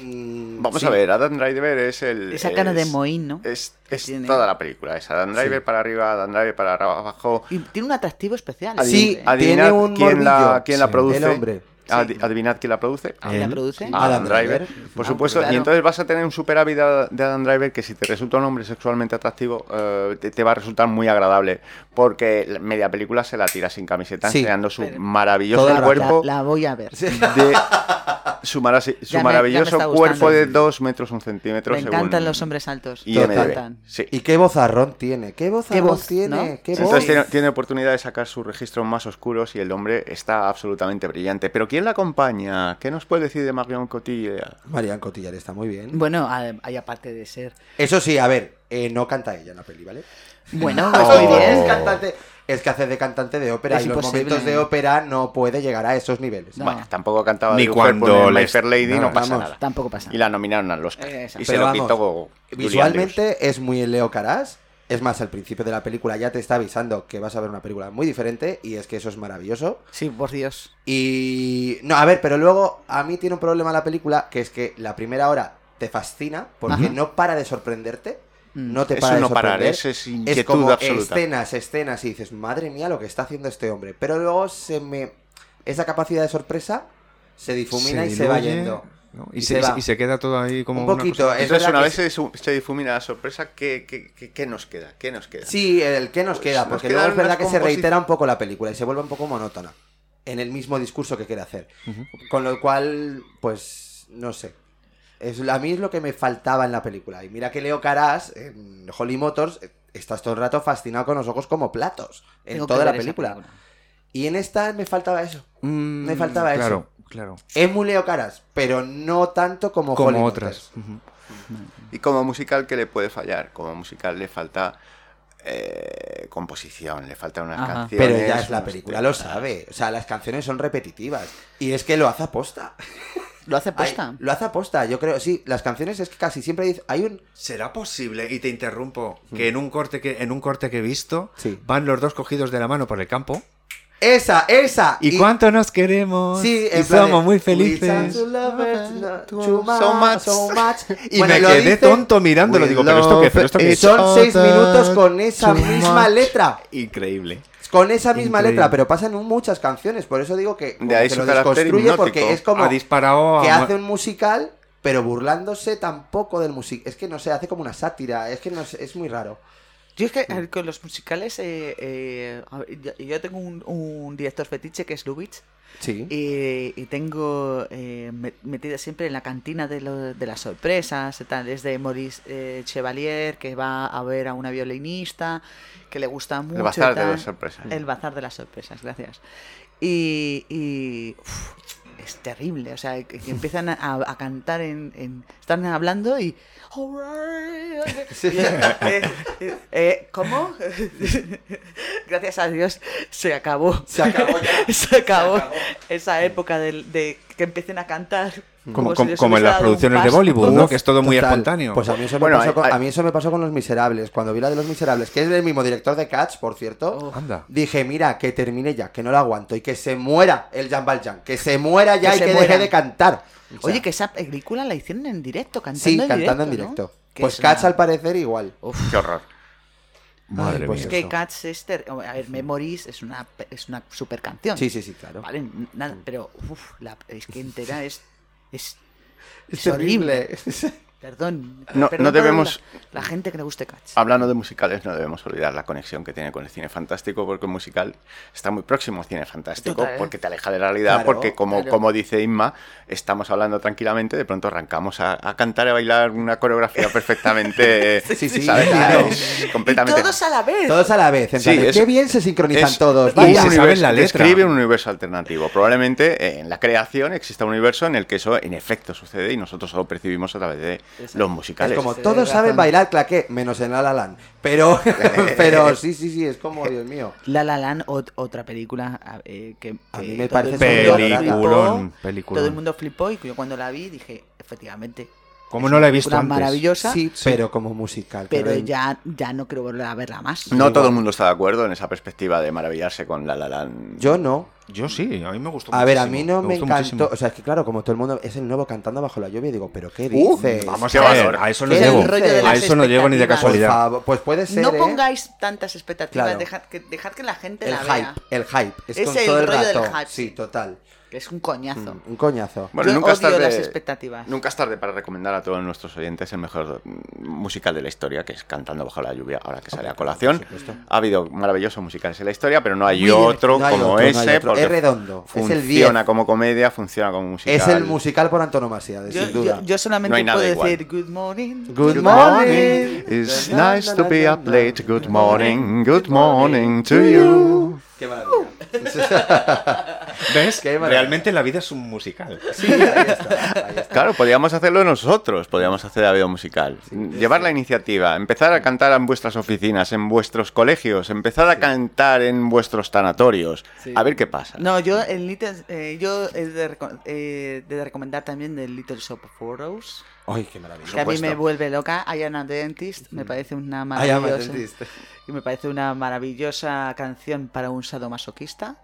[SPEAKER 4] Mm,
[SPEAKER 3] Vamos
[SPEAKER 4] sí.
[SPEAKER 3] a ver, Adam Driver es el...
[SPEAKER 1] esa cara de
[SPEAKER 3] es-
[SPEAKER 1] mohino.
[SPEAKER 3] Es,
[SPEAKER 1] que
[SPEAKER 3] es
[SPEAKER 1] tiene.
[SPEAKER 3] toda la película. Es Adam Driver para arriba, Adam Driver para abajo.
[SPEAKER 1] Y tiene un atractivo especial. ¿eh?
[SPEAKER 3] Adivin-
[SPEAKER 4] Sí,
[SPEAKER 1] ese hombre.
[SPEAKER 3] adivinad
[SPEAKER 4] tiene un
[SPEAKER 3] quién, la,
[SPEAKER 4] morbillo.
[SPEAKER 3] quién la
[SPEAKER 4] Sí.
[SPEAKER 3] produce.
[SPEAKER 4] El hombre.
[SPEAKER 3] Adi- adivinad quién la produce.
[SPEAKER 1] ¿Quién la
[SPEAKER 2] Él.
[SPEAKER 1] produce?
[SPEAKER 4] Ah, Adam
[SPEAKER 3] Adam Driver,
[SPEAKER 4] Driver.
[SPEAKER 3] por
[SPEAKER 1] Ah,
[SPEAKER 3] supuesto.
[SPEAKER 1] claro.
[SPEAKER 3] Y entonces vas a tener un superávit de de Adam Driver que si te resulta un hombre sexualmente atractivo eh, te, te va a resultar muy agradable porque la media película se la tira sin camiseta
[SPEAKER 4] Sí.
[SPEAKER 3] enseñando su
[SPEAKER 1] Pero-
[SPEAKER 3] maravilloso
[SPEAKER 4] Todo el
[SPEAKER 3] cuerpo
[SPEAKER 1] La, la voy a ver.
[SPEAKER 3] de su, marasi-
[SPEAKER 1] Ya
[SPEAKER 3] su
[SPEAKER 1] me- ya me
[SPEAKER 3] maravilloso
[SPEAKER 1] está
[SPEAKER 3] cuerpo de
[SPEAKER 1] gustando.
[SPEAKER 3] 2 metros un centímetro
[SPEAKER 1] Me encantan
[SPEAKER 3] según
[SPEAKER 1] los hombres altos.
[SPEAKER 3] IMDb.
[SPEAKER 4] este.
[SPEAKER 1] Me encantan.
[SPEAKER 3] Sí.
[SPEAKER 4] ¿Y qué vozarrón tiene? ¿Qué vozarrón
[SPEAKER 1] voz,
[SPEAKER 4] tiene?
[SPEAKER 1] no?
[SPEAKER 4] ¿Qué
[SPEAKER 1] Sí,
[SPEAKER 4] voz?
[SPEAKER 3] Entonces tiene, tiene oportunidad de sacar sus registros más oscuros y el hombre está absolutamente brillante. Pero ¿quién la acompaña? ¿Qué nos puede decir de Marion Cotillard?
[SPEAKER 4] Marian Cotillard está muy bien.
[SPEAKER 1] Bueno, a- hay aparte de ser.
[SPEAKER 4] Eso sí, a ver, eh, no canta ella en la peli, ¿vale?
[SPEAKER 1] Bueno,
[SPEAKER 3] Oh.
[SPEAKER 1] pues muy bien.
[SPEAKER 4] Es cantante. Es que hace de cantante de ópera
[SPEAKER 1] Es
[SPEAKER 4] y los
[SPEAKER 1] imposible.
[SPEAKER 4] momentos de ópera no puede llegar a esos niveles.
[SPEAKER 1] No.
[SPEAKER 3] Bueno, tampoco cantaba
[SPEAKER 2] Ni
[SPEAKER 3] de Lujer
[SPEAKER 2] cuando
[SPEAKER 3] con el My
[SPEAKER 2] les-
[SPEAKER 3] Fair Lady, no,
[SPEAKER 4] no,
[SPEAKER 3] pasa
[SPEAKER 4] vamos.
[SPEAKER 3] nada.
[SPEAKER 1] Tampoco pasa
[SPEAKER 3] Y
[SPEAKER 1] nada.
[SPEAKER 3] la nominaron al Oscar.
[SPEAKER 1] Eh, exacto.
[SPEAKER 3] y se
[SPEAKER 4] Pero
[SPEAKER 3] lo
[SPEAKER 4] vamos,
[SPEAKER 3] quitó Julie
[SPEAKER 4] Visualmente es muy Leo Caras. Es más, al principio de la película ya te está avisando que vas a ver una película muy diferente y es que eso es maravilloso.
[SPEAKER 1] Sí, por Dios.
[SPEAKER 4] Y. No, a ver, pero luego a mí tiene un problema la película que es que la primera hora te fascina porque
[SPEAKER 1] Ajá.
[SPEAKER 4] no para de sorprenderte.
[SPEAKER 1] Mm.
[SPEAKER 4] No te
[SPEAKER 3] Andrews.
[SPEAKER 4] para
[SPEAKER 3] Eso
[SPEAKER 4] de
[SPEAKER 3] no
[SPEAKER 4] sorprender.
[SPEAKER 3] parar, ¿eh? eso es inquietud
[SPEAKER 4] es como este,
[SPEAKER 3] absoluta.
[SPEAKER 4] escenas, escenas, y dices, madre mía, lo que está haciendo este hombre. Pero luego se me. Esa capacidad de sorpresa se difumina y se va
[SPEAKER 2] diluye,
[SPEAKER 4] yendo.
[SPEAKER 2] ¿no?
[SPEAKER 4] Y
[SPEAKER 2] Y,
[SPEAKER 4] se
[SPEAKER 2] se,
[SPEAKER 4] va.
[SPEAKER 2] y se queda todo ahí como
[SPEAKER 4] un
[SPEAKER 2] una
[SPEAKER 4] poquito.
[SPEAKER 2] cosa-
[SPEAKER 4] es
[SPEAKER 3] Entonces,
[SPEAKER 4] verdad
[SPEAKER 3] una
[SPEAKER 4] que
[SPEAKER 3] vez se, disu- se difumina la sorpresa, ¿qué, qué, qué- qué nos queda? ¿Qué nos queda?
[SPEAKER 4] Sí, el que nos
[SPEAKER 3] Pues
[SPEAKER 4] queda,
[SPEAKER 3] nos
[SPEAKER 4] porque
[SPEAKER 3] quedan
[SPEAKER 4] luego es verdad que
[SPEAKER 3] unas
[SPEAKER 4] se
[SPEAKER 3] composi-
[SPEAKER 4] reitera un poco la película y se vuelve un poco monótona en el mismo discurso que quiere hacer. Con lo cual, pues, no sé. Es, a mí es lo que me faltaba en la película. Y mira que Leo Caras, en Holly Motors, eh, estás todo el rato fascinado con los ojos como platos en
[SPEAKER 1] Tengo que
[SPEAKER 4] toda la
[SPEAKER 1] ver esa
[SPEAKER 4] película. Y en esta me faltaba eso.
[SPEAKER 2] Mm,
[SPEAKER 4] me faltaba
[SPEAKER 2] claro, Claro,
[SPEAKER 4] Es muy Leo Caras, pero no tanto como,
[SPEAKER 2] Como
[SPEAKER 4] Holly
[SPEAKER 2] otras.
[SPEAKER 4] Motors.
[SPEAKER 2] Ujú.
[SPEAKER 3] Y como musical, ¿qué le puede fallar? Como musical le falta eh, composición, le faltan unas
[SPEAKER 1] Ajá.
[SPEAKER 3] canciones.
[SPEAKER 4] Pero ya es la
[SPEAKER 3] unos
[SPEAKER 4] película,
[SPEAKER 3] temas.
[SPEAKER 4] lo sabe. O sea, las canciones son repetitivas. Y es que lo hace aposta.
[SPEAKER 1] Lo hace posta.
[SPEAKER 4] Ay, lo hace aposta, yo creo. Sí, las canciones es que casi siempre dice. Hay un.
[SPEAKER 2] ¿Será posible? Y te interrumpo, que en un corte que, en un corte que he visto,
[SPEAKER 4] Sí.
[SPEAKER 2] van los dos cogidos de la mano por el campo.
[SPEAKER 4] ¡Esa, esa!
[SPEAKER 2] ¿Y, cuánto nos queremos?
[SPEAKER 4] Sí,
[SPEAKER 2] y
[SPEAKER 4] en plan de,
[SPEAKER 2] somos muy
[SPEAKER 4] "We tend
[SPEAKER 2] felices.
[SPEAKER 4] to love it,
[SPEAKER 3] So
[SPEAKER 4] so much,
[SPEAKER 3] much.
[SPEAKER 4] so much".
[SPEAKER 2] Y
[SPEAKER 4] Bueno,
[SPEAKER 2] me
[SPEAKER 4] lo
[SPEAKER 2] quedé
[SPEAKER 4] dice-
[SPEAKER 2] tonto mirándolo.
[SPEAKER 3] We
[SPEAKER 2] Digo, ¿pero esto qué? ¿Pero esto qué?
[SPEAKER 3] love
[SPEAKER 4] Son seis
[SPEAKER 3] Other
[SPEAKER 4] minutos con esa
[SPEAKER 3] too
[SPEAKER 4] misma
[SPEAKER 3] much.
[SPEAKER 4] letra.
[SPEAKER 3] Increíble.
[SPEAKER 4] Con esa misma
[SPEAKER 2] Increíble.
[SPEAKER 4] letra, pero pasan muchas canciones. Por eso digo que, como
[SPEAKER 3] De ahí
[SPEAKER 4] que
[SPEAKER 3] su
[SPEAKER 4] lo
[SPEAKER 3] carácter
[SPEAKER 4] desconstruye porque
[SPEAKER 3] hipnótico.
[SPEAKER 4] es como
[SPEAKER 2] Ha disparado a
[SPEAKER 4] que
[SPEAKER 2] mu-
[SPEAKER 4] hace un musical, pero burlándose tampoco del musical. Es que no sé, hace como una sátira. Es que no sé, es muy raro.
[SPEAKER 1] Yo es que eh, con los musicales, eh, eh, a ver, yo, yo tengo un, un director fetiche que es Lubitsch
[SPEAKER 4] Sí.
[SPEAKER 1] y, y tengo eh, me- metida siempre en la cantina de, lo- de las sorpresas, y tal, desde Maurice eh, Chevalier que va a ver a una violinista que le gusta mucho.
[SPEAKER 3] El
[SPEAKER 1] y
[SPEAKER 3] bazar de
[SPEAKER 1] tal.
[SPEAKER 3] las sorpresas.
[SPEAKER 1] El bazar de las sorpresas, gracias. Y, y, uf, es terrible, o sea, que, que empiezan a, a cantar, en, en- están hablando y... Eh, eh, eh, ¿Cómo? Gracias a Dios se acabó.
[SPEAKER 4] Se acabó ya.
[SPEAKER 1] Se acabó esa época del- de, que empiecen a cantar.
[SPEAKER 2] Como,
[SPEAKER 1] si
[SPEAKER 2] como-
[SPEAKER 1] les
[SPEAKER 2] como
[SPEAKER 1] hubiese
[SPEAKER 2] en las
[SPEAKER 1] dado un
[SPEAKER 2] producciones de
[SPEAKER 1] paso.
[SPEAKER 2] Bollywood, ¿no?
[SPEAKER 4] Uf,
[SPEAKER 2] Que es todo muy
[SPEAKER 4] total.
[SPEAKER 2] espontáneo.
[SPEAKER 4] Pues a mí, eso me
[SPEAKER 3] Bueno,
[SPEAKER 4] pasó
[SPEAKER 3] hay-
[SPEAKER 4] con,
[SPEAKER 3] hay-
[SPEAKER 4] a mí eso me pasó con Los Miserables. Cuando vi la de Los Miserables, que es del mismo director de Cats, por cierto,
[SPEAKER 1] Oh.
[SPEAKER 2] Anda.
[SPEAKER 4] dije, mira, que termine ya, que no la aguanto y que se muera el Jan Valjean. Que se muera ya
[SPEAKER 1] Que
[SPEAKER 4] y
[SPEAKER 1] se
[SPEAKER 4] que
[SPEAKER 1] muera.
[SPEAKER 4] deje de cantar. O sea,
[SPEAKER 1] Oye, que esa película la hicieron en directo, cantando
[SPEAKER 4] Sí,
[SPEAKER 1] en
[SPEAKER 4] cantando en
[SPEAKER 1] directo. ¿no?
[SPEAKER 4] directo.
[SPEAKER 1] Que
[SPEAKER 4] Pues
[SPEAKER 1] es una-
[SPEAKER 4] Cats, al parecer, igual.
[SPEAKER 3] Qué horror.
[SPEAKER 2] Madre
[SPEAKER 4] pues
[SPEAKER 2] mía.
[SPEAKER 1] Es que
[SPEAKER 4] Eso.
[SPEAKER 1] Cats es ter- A ver, Memories es una, es una super canción.
[SPEAKER 4] Sí, sí, sí, claro.
[SPEAKER 1] Vale, n- nada, pero uf, la, es que entera es. Es, es
[SPEAKER 4] Es
[SPEAKER 1] horrible.
[SPEAKER 4] terrible.
[SPEAKER 1] Perdón.
[SPEAKER 3] No-
[SPEAKER 1] perdón
[SPEAKER 3] no
[SPEAKER 1] por
[SPEAKER 3] debemos-
[SPEAKER 1] La, la gente que le guste Cats.
[SPEAKER 2] Ah,
[SPEAKER 3] Hablando de musicales, no debemos olvidar la conexión que tiene con el cine fantástico, porque el musical está muy próximo al cine fantástico,
[SPEAKER 1] Total.
[SPEAKER 3] porque te aleja de la realidad,
[SPEAKER 4] Claro,
[SPEAKER 3] porque como,
[SPEAKER 1] claro.
[SPEAKER 3] como dice Inma, estamos hablando tranquilamente, de pronto arrancamos a, a cantar, a bailar una coreografía perfectamente, eh,
[SPEAKER 4] Sí, sí,
[SPEAKER 3] ¿sabes?
[SPEAKER 4] claro.
[SPEAKER 3] Es
[SPEAKER 1] Y
[SPEAKER 3] completamente...
[SPEAKER 1] todos a la vez.
[SPEAKER 4] Todos a la vez. En
[SPEAKER 3] Sí,
[SPEAKER 4] plan de,
[SPEAKER 3] es-
[SPEAKER 4] qué bien se sincronizan
[SPEAKER 3] es
[SPEAKER 4] todos.
[SPEAKER 3] un
[SPEAKER 2] vaya.
[SPEAKER 4] Vaya.
[SPEAKER 2] se sabe la letra.
[SPEAKER 3] Describe un universo alternativo. Probablemente eh, en la creación exista un universo en el que eso en efecto sucede y nosotros solo percibimos a través de
[SPEAKER 1] Exacto.
[SPEAKER 3] los
[SPEAKER 4] Es
[SPEAKER 3] musicales.
[SPEAKER 4] como
[SPEAKER 1] Tienes
[SPEAKER 4] todos
[SPEAKER 1] razón.
[SPEAKER 4] saben bailar claqué, menos en La La Land. Pero, pero sí, sí, sí, es como, Dios mío.
[SPEAKER 1] La La Land, ot- otra película a- eh, que,
[SPEAKER 4] A
[SPEAKER 1] que
[SPEAKER 4] mí me
[SPEAKER 1] todo el
[SPEAKER 4] parece
[SPEAKER 1] mundo
[SPEAKER 2] Peliculón,
[SPEAKER 1] flipó,
[SPEAKER 2] peliculón.
[SPEAKER 1] Todo el mundo flipó y yo cuando la vi dije, efectivamente,
[SPEAKER 2] Como no la he visto
[SPEAKER 1] una
[SPEAKER 2] antes.
[SPEAKER 1] maravillosa,
[SPEAKER 4] Sí, pero como musical. que
[SPEAKER 1] pero
[SPEAKER 4] ven-
[SPEAKER 1] ya, ya no quiero volver a verla más.
[SPEAKER 3] No todo el mundo está de acuerdo en esa perspectiva de maravillarse con La La Land.
[SPEAKER 4] Yo no.
[SPEAKER 2] Yo sí, a mí me gustó
[SPEAKER 4] A ver, a
[SPEAKER 2] muchísimo,
[SPEAKER 4] mí no me,
[SPEAKER 2] gustó
[SPEAKER 4] encantó.
[SPEAKER 2] muchísimo.
[SPEAKER 4] O sea, es que claro, como todo el mundo es el nuevo cantando bajo la lluvia, digo, ¿pero qué
[SPEAKER 3] Uh,
[SPEAKER 4] dices?
[SPEAKER 3] vamos
[SPEAKER 2] Vamos a
[SPEAKER 3] Qué
[SPEAKER 2] ver,
[SPEAKER 3] valor.
[SPEAKER 2] a eso no
[SPEAKER 4] Qué
[SPEAKER 2] llego.
[SPEAKER 4] el rollo de
[SPEAKER 2] A
[SPEAKER 1] las
[SPEAKER 2] eso no llego ni de
[SPEAKER 1] expectativas.
[SPEAKER 4] Por
[SPEAKER 2] casualidad.
[SPEAKER 4] favor, pues puede ser.
[SPEAKER 1] No
[SPEAKER 4] ¿eh?
[SPEAKER 1] pongáis tantas expectativas,
[SPEAKER 4] Claro.
[SPEAKER 1] dejad, que, dejad que la gente
[SPEAKER 4] el
[SPEAKER 1] la
[SPEAKER 4] hype,
[SPEAKER 1] vea.
[SPEAKER 4] el hype. Es,
[SPEAKER 1] Es
[SPEAKER 4] con
[SPEAKER 1] el
[SPEAKER 4] todo el
[SPEAKER 1] rollo del
[SPEAKER 4] rato.
[SPEAKER 1] hype,
[SPEAKER 4] Sí,
[SPEAKER 1] sí.
[SPEAKER 4] total.
[SPEAKER 1] que Es un coñazo.
[SPEAKER 4] Un coñazo.
[SPEAKER 1] Yo
[SPEAKER 3] nunca es
[SPEAKER 1] odio
[SPEAKER 3] tarde-
[SPEAKER 1] las expectativas.
[SPEAKER 3] Nunca es tarde para recomendar a todos nuestros oyentes el mejor mm, musical de la historia, que es Cantando bajo la lluvia, ahora que sale a colación. Ha habido maravillosos musicales en la historia, pero no hay
[SPEAKER 4] Muy divertido.
[SPEAKER 3] otro
[SPEAKER 4] No hay
[SPEAKER 3] como
[SPEAKER 4] otro, no hay
[SPEAKER 3] ese.
[SPEAKER 4] otro.
[SPEAKER 3] porque
[SPEAKER 4] Es redondo, es el
[SPEAKER 3] Funciona
[SPEAKER 4] 10.
[SPEAKER 3] como comedia, funciona como musical.
[SPEAKER 4] Es el musical por antonomasia, de-
[SPEAKER 1] Yo,
[SPEAKER 4] sin duda.
[SPEAKER 1] yo- yo
[SPEAKER 3] No
[SPEAKER 1] solamente
[SPEAKER 3] hay nada
[SPEAKER 1] puedo
[SPEAKER 3] igual.
[SPEAKER 1] decir good morning.
[SPEAKER 4] Good
[SPEAKER 3] Good
[SPEAKER 4] morning.
[SPEAKER 3] morning. It's nice to be up late. Good morning. Good morning to you.
[SPEAKER 4] Qué maravilla.
[SPEAKER 2] ¿Ves?
[SPEAKER 4] Qué maravilla.
[SPEAKER 2] Realmente la vida es un musical.
[SPEAKER 4] Sí, ahí está, ahí está.
[SPEAKER 3] Claro, podíamos hacerlo nosotros, podíamos hacer la vida musical. Llevar la iniciativa, empezar a cantar en vuestras oficinas, en vuestros colegios, empezar a cantar en vuestros tanatorios.
[SPEAKER 1] Sí.
[SPEAKER 3] A ver qué pasa.
[SPEAKER 1] No, yo el Little, eh, yo he de, reco- eh, de recomendar también el Little Shop of Horrors,
[SPEAKER 4] Ay, qué maravilla.
[SPEAKER 1] que a mí me
[SPEAKER 3] supuesto.
[SPEAKER 1] vuelve loca. I am a dentist,
[SPEAKER 4] Mm.
[SPEAKER 1] me parece una
[SPEAKER 4] Ay, ya me
[SPEAKER 1] maravillosa,
[SPEAKER 4] atendiste.
[SPEAKER 1] y me parece una maravillosa canción para un sadomasoquista.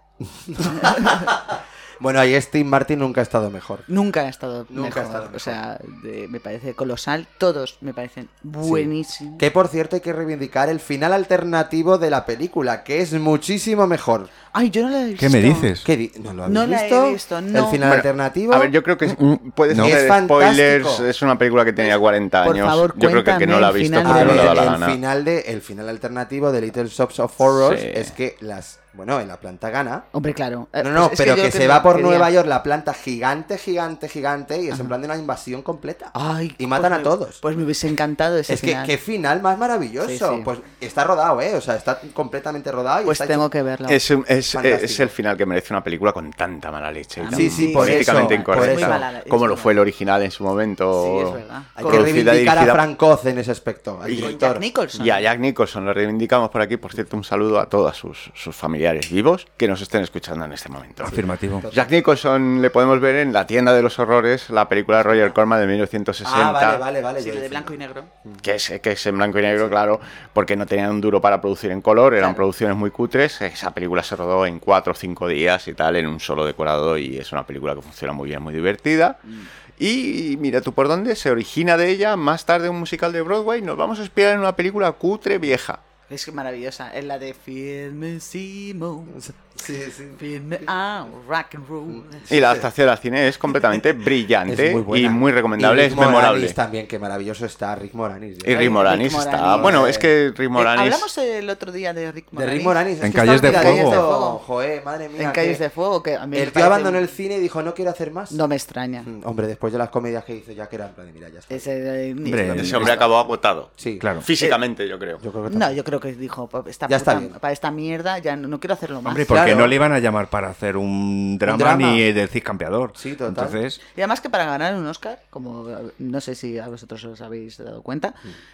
[SPEAKER 4] Bueno, ahí Steve Martin nunca ha estado mejor.
[SPEAKER 1] Nunca ha estado
[SPEAKER 4] Nunca
[SPEAKER 1] mejor.
[SPEAKER 4] ha estado mejor.
[SPEAKER 1] O sea, de- me parece colosal. Todos me parecen buenísimos.
[SPEAKER 4] Que por cierto hay que reivindicar el final alternativo de la película, que es muchísimo mejor.
[SPEAKER 1] Ay, yo no la he visto.
[SPEAKER 2] ¿Qué me dices?
[SPEAKER 4] ¿Qué di- ¿No lo habéis
[SPEAKER 1] No la he
[SPEAKER 4] visto?
[SPEAKER 1] visto,
[SPEAKER 4] El
[SPEAKER 1] no.
[SPEAKER 4] final
[SPEAKER 3] Bueno,
[SPEAKER 4] alternativo.
[SPEAKER 3] A ver, yo creo que es- puede
[SPEAKER 4] mm, No.
[SPEAKER 3] ser
[SPEAKER 4] Es
[SPEAKER 3] spoilers.
[SPEAKER 4] fantástico. Pues,
[SPEAKER 3] Es una película que tenía 40
[SPEAKER 1] Por
[SPEAKER 3] años.
[SPEAKER 1] favor,
[SPEAKER 3] yo creo que el que
[SPEAKER 1] cuéntame
[SPEAKER 3] no la ha
[SPEAKER 1] el
[SPEAKER 3] visto
[SPEAKER 1] final
[SPEAKER 4] A
[SPEAKER 3] porque no
[SPEAKER 4] ver,
[SPEAKER 3] le da la
[SPEAKER 4] el
[SPEAKER 3] gana.
[SPEAKER 4] final de el final alternativo de Little Shops of Horrors
[SPEAKER 3] Sí.
[SPEAKER 4] es que las Bueno, en la planta gana.
[SPEAKER 1] Hombre, claro. Eh,
[SPEAKER 4] No, no,
[SPEAKER 1] es
[SPEAKER 4] pero
[SPEAKER 1] yo
[SPEAKER 4] que,
[SPEAKER 1] lo
[SPEAKER 4] se va por
[SPEAKER 1] quería-
[SPEAKER 4] Nueva York la planta gigante, gigante, gigante y es en plan de una invasión completa.
[SPEAKER 1] Ay,
[SPEAKER 4] y matan
[SPEAKER 1] pues
[SPEAKER 4] a
[SPEAKER 1] me-
[SPEAKER 4] todos.
[SPEAKER 1] Pues me hubiese encantado ese
[SPEAKER 4] es que
[SPEAKER 1] final.
[SPEAKER 4] qué final más maravilloso.
[SPEAKER 1] Sí, sí.
[SPEAKER 4] Pues está rodado, ¿eh? O sea, está completamente rodado. Y
[SPEAKER 1] pues
[SPEAKER 4] está hecho-
[SPEAKER 1] tengo que verlo.
[SPEAKER 3] Es, un- es-
[SPEAKER 4] Fantástico.
[SPEAKER 3] es el final que merece una película con tanta mala leche. Y
[SPEAKER 1] Ah,
[SPEAKER 3] tan
[SPEAKER 4] sí, sí, por
[SPEAKER 3] políticamente
[SPEAKER 4] eso, por
[SPEAKER 3] incorrecta.
[SPEAKER 4] eso.
[SPEAKER 1] Muy mala-
[SPEAKER 3] como lo
[SPEAKER 1] es
[SPEAKER 3] fue el original en su momento.
[SPEAKER 1] Sí, es verdad.
[SPEAKER 4] Hay que
[SPEAKER 1] Producida
[SPEAKER 3] Producida y
[SPEAKER 4] reivindicar a
[SPEAKER 3] dirigida-
[SPEAKER 4] Frank Oz en ese aspecto, al
[SPEAKER 3] Y-
[SPEAKER 1] Con
[SPEAKER 4] director.
[SPEAKER 1] Jack Nicholson.
[SPEAKER 3] Y a Jack Nicholson lo reivindicamos por aquí. Por cierto, un saludo a todos sus, sus familiares vivos que nos estén escuchando en este momento.
[SPEAKER 2] Afirmativo.
[SPEAKER 3] Jack Nicholson le podemos ver en La tienda de los horrores, la película de Roger Corman de 1960.
[SPEAKER 4] Ah, vale, vale, vale.
[SPEAKER 1] Sí,
[SPEAKER 4] yo
[SPEAKER 1] lo de
[SPEAKER 4] decía.
[SPEAKER 1] blanco y negro.
[SPEAKER 3] que es, que es en blanco y negro, claro, porque no tenían un duro para producir en color, eran
[SPEAKER 1] Claro.
[SPEAKER 3] producciones muy cutres. Esa película se rodó en cuatro o cinco días y tal, en un solo decorado, y es una película que funciona muy bien, muy divertida.
[SPEAKER 4] Mm.
[SPEAKER 3] Y mira tú por dónde, se origina de ella más tarde un musical de Broadway, nos vamos a inspirar en una película cutre vieja.
[SPEAKER 1] Es que maravillosa. Es la de Firme Simon.
[SPEAKER 4] Sí, sí.
[SPEAKER 1] Firme ah, rock and roll. Eh,
[SPEAKER 3] Y la adaptación al cine es completamente brillante
[SPEAKER 4] Es muy buena.
[SPEAKER 3] y muy recomendable,
[SPEAKER 4] Y
[SPEAKER 3] es
[SPEAKER 4] Rick Moranis
[SPEAKER 3] memorable.
[SPEAKER 4] también, que maravilloso está Rick Moranis. eh.
[SPEAKER 3] Y Rick
[SPEAKER 1] Rick
[SPEAKER 3] Moranis está...
[SPEAKER 1] Moranis.
[SPEAKER 3] Bueno, es que Rick
[SPEAKER 1] Eh,
[SPEAKER 3] Moranis...
[SPEAKER 1] hablamos el otro día de Rick
[SPEAKER 4] De
[SPEAKER 1] Moranis.
[SPEAKER 4] Rick Moranis. es
[SPEAKER 2] En
[SPEAKER 4] que
[SPEAKER 2] Calles
[SPEAKER 4] está
[SPEAKER 2] de
[SPEAKER 4] olvidadito.
[SPEAKER 1] Fuego.
[SPEAKER 4] Joder, madre mía.
[SPEAKER 1] En Calles
[SPEAKER 4] que
[SPEAKER 1] de Fuego. Que a mí me
[SPEAKER 4] El tío
[SPEAKER 1] parece
[SPEAKER 4] abandonó
[SPEAKER 1] un-
[SPEAKER 4] el cine y dijo, no quiero hacer más.
[SPEAKER 1] No me extraña.
[SPEAKER 4] Mm, Hombre, después de las comedias que hizo Jack era en plan de, mira, ya está.
[SPEAKER 1] Ese- eh,
[SPEAKER 2] Hombre,
[SPEAKER 3] Ese hombre acabó agotado.
[SPEAKER 4] Sí,
[SPEAKER 2] Claro.
[SPEAKER 3] Físicamente, yo creo.
[SPEAKER 4] Yo creo que
[SPEAKER 1] No, yo creo que dijo, "Pa- esta
[SPEAKER 4] Ya está
[SPEAKER 1] puta-
[SPEAKER 4] bien.
[SPEAKER 1] para esta mierda ya no, no quiero hacerlo más.
[SPEAKER 2] Hombre, porque
[SPEAKER 4] Ah, Claro.
[SPEAKER 2] no le iban a llamar para hacer un drama,
[SPEAKER 4] drama.
[SPEAKER 2] ni del CIS campeador.
[SPEAKER 4] Sí, total.
[SPEAKER 2] Entonces,
[SPEAKER 1] Y además que para ganar un Oscar, como eh, no sé si a vosotros os habéis dado cuenta,